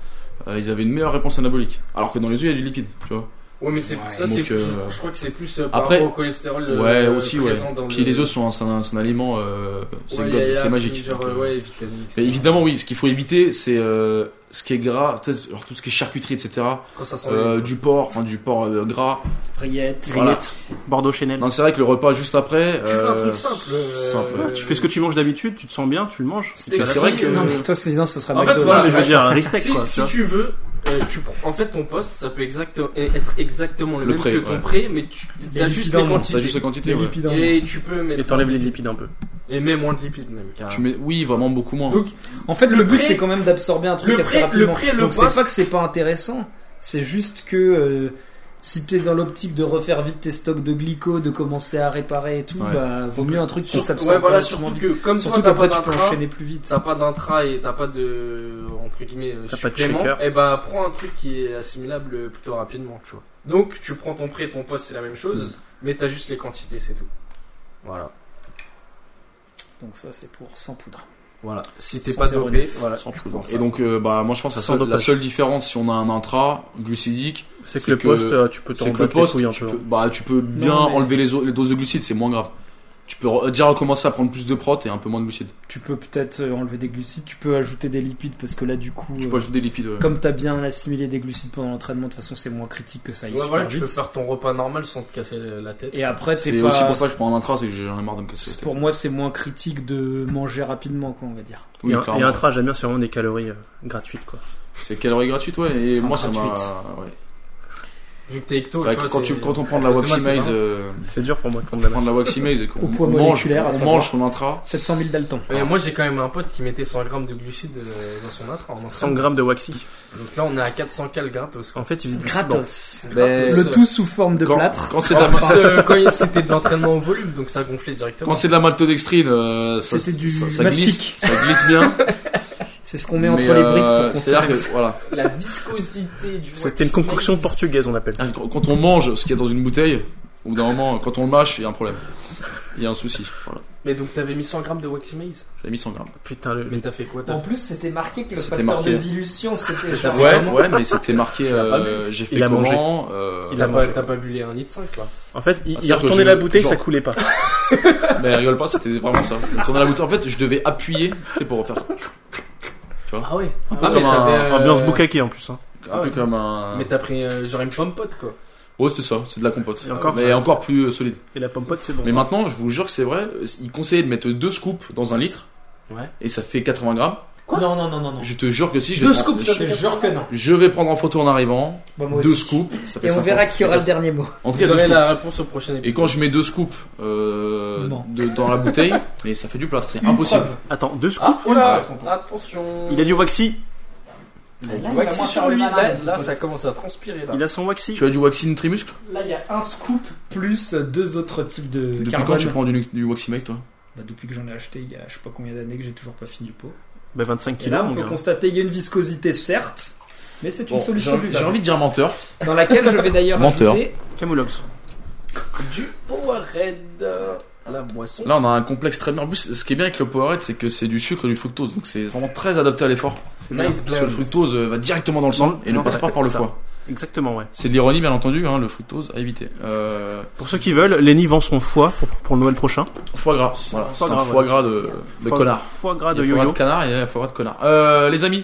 euh, ils avaient une meilleure réponse anabolique. Alors que dans les œufs, il y a du lipide, tu vois.
Ouais, mais c'est ça,
donc,
c'est plus-
euh,
je crois que c'est plus euh,
après-
par rapport au cholestérol. euh,
Ouais, aussi, ouais.
présent dans
Puis les œufs sont un, c'est un, c'est un aliment, euh, c'est
Ouais,
god,
y a- y a
c'est magique.
plusieurs,
Donc,
euh,
euh,
ouais, vitamines, etc.
Mais évidemment, oui, ce qu'il faut éviter, c'est euh, ce qui est gras, tu sais, genre tout ce qui est charcuterie, etc.
Quand ça sent
Euh,
les-
du porc, enfin du porc euh, gras.
Friettes.
Voilà.
Bordeaux Chanel.
Non, c'est vrai que le repas juste après.
Tu fais un
euh,
truc simple. euh,
simple.
Ouais, tu fais ce que tu manges d'habitude, tu te sens bien, tu le manges.
Steak
Mais c'est vrai
frites,
que-
euh,
Non, mais toi, c'est non, ça sera
En fait,
McDo.
Non,
voilà,
mais je veux
ouais.
dire, Ristec,
Si,
quoi.
si
tu vois.
tu veux, euh, tu prends- en fait ton poste, ça peut exact, être exactement le,
Le
même
pré,
que ton
ouais.
pré, mais tu
Les
as juste
lipides en
les
moins,
T'as
quantités.
juste la quantité,
Les
ouais.
lipides en moins.
Et tu peux mettre
Et t'enlèves les lipides un peu.
et même moins de lipides même. carrément.
Tu mets, oui, vraiment beaucoup moins.
Donc,
En fait, le,
Le
but
pré-
c'est quand même d'absorber un truc
le
assez
pré-
rapidement.
le pré et le
Donc c'est
poste-
pas que c'est pas intéressant, c'est juste que euh, si t'es dans l'optique de refaire vite tes stocks de glyco, de commencer à réparer et tout,
Ouais.
bah vaut mieux un truc qui
Sur-
s'absorbe.
ouais, voilà,
relativement
surtout
vite.
que comme
Surtout
toi,
qu'après
t'as
tu
pas
peux
d'intra,
enchaîner plus vite.
t'as pas d'intra et t'as pas de entre guillemets euh,
T'as pas de
supplément,
shaker.
et bah prends un truc qui est assimilable euh, plutôt rapidement, tu vois. Donc tu prends ton prêt et ton poste, c'est la même chose, mais t'as juste les quantités, c'est tout. Voilà,
Donc ça c'est pour sans poudre.
voilà. Si t'es
Sans
pas
zéro
dopé, voilà.
Sans plus,
prends
donc.
ça.
Et donc, euh, bah, moi je pense que la
Sans
seule, la
dopage.
seule différence si on a un intra glucidique,
C'est
C'est
que le
que-
poste, euh, tu peux t'en
c'est que le
battre les
poste,
couilles un
tu
peu.
peux, bah, tu peux bien
Non, mais-
enlever les, o- les doses de glucides, c'est moins grave. Tu peux re- déjà recommencer à prendre plus de prot et un peu moins de glucides.
Tu peux peut-être euh, enlever des glucides, tu peux ajouter des lipides parce que là du coup,
Tu
euh,
peux ajouter des lipides. ouais.
comme t'as bien assimilé des glucides pendant l'entraînement, de toute façon c'est moins critique que ça aille
Ouais,
super
voilà, tu peux
vite.
faire ton repas normal sans te casser la tête.
Et après
C'est
t'es pas.
aussi pour ça que je prends un intra, c'est que j'en ai marre de me casser la tête.
Pour moi c'est moins critique de manger rapidement quoi on va dire.
Oui,
et, un,
clairement.
et intra, j'aime bien, c'est vraiment des calories euh, gratuites, quoi.
C'est calories gratuites, ouais. Et
Enfin,
moi, ça m'a.
gratuites.
ouais.
Vu que t'es ecto,
Ouais,
tu vois,
quand,
c'est-
tu- quand on prend de la
parce que moi,
Waxy
c'est
Maze,
pas-
euh,
C'est dur pour moi de prendre de la
prendre de
masse.
la Waxy Maze et
Au
qu'on
poids
mange,
moléculaire, à
on
savoir.
mange son intra.
700 000 daltons.
Mais moi j'ai quand même un pote qui mettait 100 grammes de glucides euh, dans son intra. en
100
entraînement.
grammes de waxy.
Donc là on est à 400 cal gratos. quoi.
En fait, il faisait du ciment.
Gratos.
Ben,
Le tout sous forme de
quand,
plâtre.
Quand c'est de
En [laughs]
la ma-
euh, plus, euh, quand il- c'était de l'entraînement au volume, donc ça gonflait
Quand
directement.
c'est de la maltodextrine, euh, ça,
C'était
ça-
du
ça, ça glisse,
mastic.
ça glisse bien.
C'est ce qu'on met entre
mais,
les briques
euh,
pour construire.
C'est-à-dire que voilà,
La viscosité du
C'était une concoction portugaise, on l'appelle.
quand on mange ce qu'il y a dans une bouteille, au bout d'un moment, quand on le mâche, il y a un problème. Il y a un souci. Voilà.
Mais donc t'avais mis 100 grammes de Waxy Maze.
J'avais mis 100 grammes.
Putain, le.
Mais t'as fait quoi t'as
En plus, c'était marqué que le
C'était
facteur
marqué.
de dilution, c'était genre
Ouais,
Ah, vraiment-
ouais, mais c'était marqué.
l'as pas
euh, J'ai fait
Il a mangé.
comment euh,
Il
T'as
a
pas,
mangé.
t'as pas bu les 1,5 litre là.
En fait, il,
Ah,
il a
c'est-à-dire que
retourné
j'ai-
la bouteille,
genre-
ça coulait pas.
[laughs] Mais rigole pas, c'était vraiment ça. Donc on a la bouteille. En fait, je devais appuyer tu sais, pour refaire un
Ah ouais. Ah,
peu
mais
comme un-
t'avais. euh,
Ambiance boucaquée en plus. Hein.
Ah
peu
ouais.
comme un.
Mais t'as pris euh, genre une pomme pote quoi.
Oh, c'était ça, c'est de la compote.
Et encore-
mais encore plus euh, solide.
Et la pomme pote, c'est bon.
Mais maintenant, je vous jure que c'est vrai, euh, il conseillait de mettre deux scoops dans un litre.
Ouais.
Et ça fait 80 grammes.
Non, non, non, non, non.
Je te jure que si je
Deux
vais prendre-
scoops, ça
Je
fait
te jure que non.
Je vais prendre en photo en arrivant.
Bon, moi
deux
aussi.
scoops. Ça fait
Et on
50.
verra qui aura le dernier mot.
En tout cas, deux
Vous aurez
scoops.
la réponse au prochain épisode.
Et quand je mets deux scoops euh,
Non.
de- dans la bouteille, mais ça fait du plâtre, c'est impossible.
Attends, deux scoops.
Ah, oh là,
Ah
attention.
Il a du waxy.
du
il va
waxy
moins
sur
faire le
lui.
malin, hein,
Là,
un petit
là,
peu.
ça commence à transpirer là.
Il a son waxy.
Tu as du waxing trimuscle
Là, il y a un scoop plus deux autres types de
Depuis
carbone.
quand tu prends du, du Waximate, toi
Bah, depuis que j'en ai acheté il y a je sais pas combien d'années que j'ai toujours pas fini le pot.
Bah 25
Et
kilos,
là, on
mon
peut
gars.
constater qu'il y a une viscosité, certes, mais c'est une
Bon, J'ai
solution
envie j'ai envie de dire menteur.
Dans laquelle je vais d'ailleurs
Menteur.
ajouter
Camoulox.
Du Powerade euh, à la boisson.
Là, on a un complexe très bien. En plus, ce qui est bien avec le Powerade, c'est que c'est du sucre et du fructose. Donc, c'est vraiment très adapté à l'effort. Parce
nice
que le
blend.
fructose euh, va directement dans le sang et ne
non,
passe pas
ouais,
par le
c'est ça.
foie.
Exactement, ouais.
C'est de l'ironie, bien entendu, hein, le fructose à éviter. Euh,
Pour ceux qui veulent, Lenny vend son foie pour, pour le Noël prochain.
foie gras, voilà. C'est
Foie
un
gras,
foie
ouais.
gras de, de
Foie-
connard.
Foie gras
Il y a
de
foie gras de
yo-yo.
canard et il y a foie gras de connard. Euh, les amis,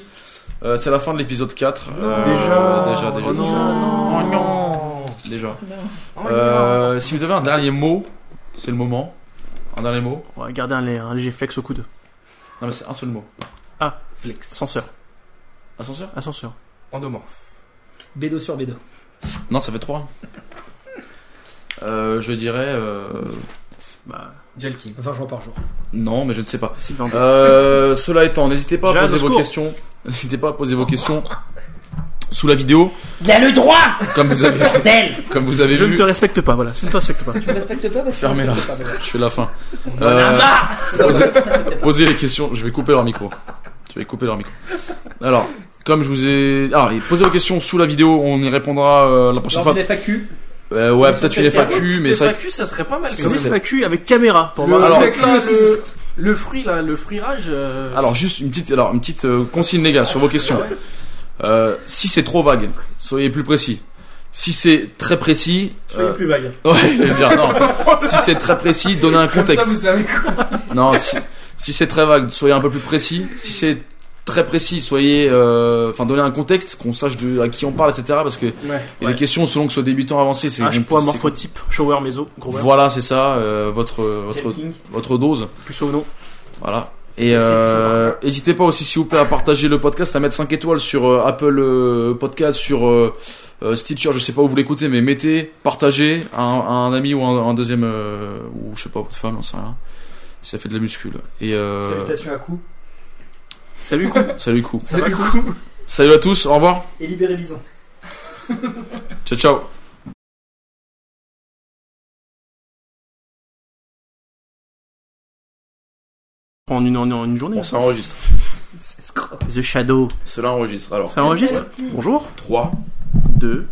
euh, c'est la fin de l'épisode 4. Euh, déjà, déjà.
Oh non.
Oh non. Déjà. Euh, si vous avez un dernier mot, c'est le moment. Un dernier mot
On va garder un, lé- un léger flex au coude.
Non, mais c'est un seul mot.
Flex.
Ascenseur.
Ascenseur
Ascenseur.
Endomorphe.
Bédo sur Bédo.
Non, ça fait 3. Euh, je dirais. Euh...
Bah,
Jelkin.
20 jours par jour.
Non, mais je ne sais pas.
Sylvain.
Euh, cela étant, n'hésitez pas à
Jeanne,
poser
au
vos
secours.
questions. N'hésitez pas à poser vos questions sous la vidéo,
Il a le droit
comme vous avez,
[laughs] Bordel
comme vous avez
Je ne
vu.
te respecte pas, voilà. Je ne te respecte pas.
Tu ne respectes pas parce que
Fermez-la.
tu respectes pas, Bédo.
Je fais la fin. Euh, posez, posez les questions. Je vais couper leur micro. Je vais couper leur micro. Alors, comme je vous ai, ah, et posez vos questions sous la vidéo. On y répondra euh, la prochaine
Lors
fois.
d'une FAQ,
Euh, ouais, peut-être une FAQ,
Petite
mais c'est vrai que
FAQ, ça serait pas mal.
ça
Une
mais-
serait-
FAQ avec caméra pour
Le,
voir.
alors- euh,
le- le, le fruit là, le fruitage. euh,
Alors juste une petite, alors une petite euh, consigne les gars sur vos questions. Euh, si c'est trop vague, soyez plus précis. Si c'est très précis,
Soyez
euh,
plus vague.
ouais, j'allais dire, non. si c'est très précis, donnez un
comme ça,
contexte.
vous savez quoi
Non, si, si c'est très vague, soyez un peu plus précis. Si c'est très précis, soyez, euh, enfin donnez un contexte, qu'on sache de, à qui on parle, etc. Parce que
Ouais.
il y a des questions selon que ce soit débutant, avancé,
Ah,
Ah, c'est
H
c'est-
poids morphotype, shower méso, gros bras,
Voilà, c'est ça, euh, votre votre
Jelking.
votre dose.
plus ou non.
Voilà. Et euh, n'hésitez pas aussi, s'il vous plaît, à partager le podcast, à mettre 5 étoiles sur euh, Apple euh, Podcast, sur euh, euh, Stitcher, je sais pas où vous l'écoutez, mais mettez, partagez à un, à un ami ou à un, un deuxième, euh, ou je sais pas, votre femme, j'en sais rien. Si ça fait de la muscule. Et euh,
salutations à coup.
Salut, gros.
salut, coup.
Ça va coucou.
Salut à tous, au revoir.
Et libérez Bison.
Ciao, ciao.
en une, en une journée.
Bon, ça enregistre.
C'est scroll.
The Shadow.
Cela enregistre. Alors,
Ça enregistre Bonjour.
3,
2,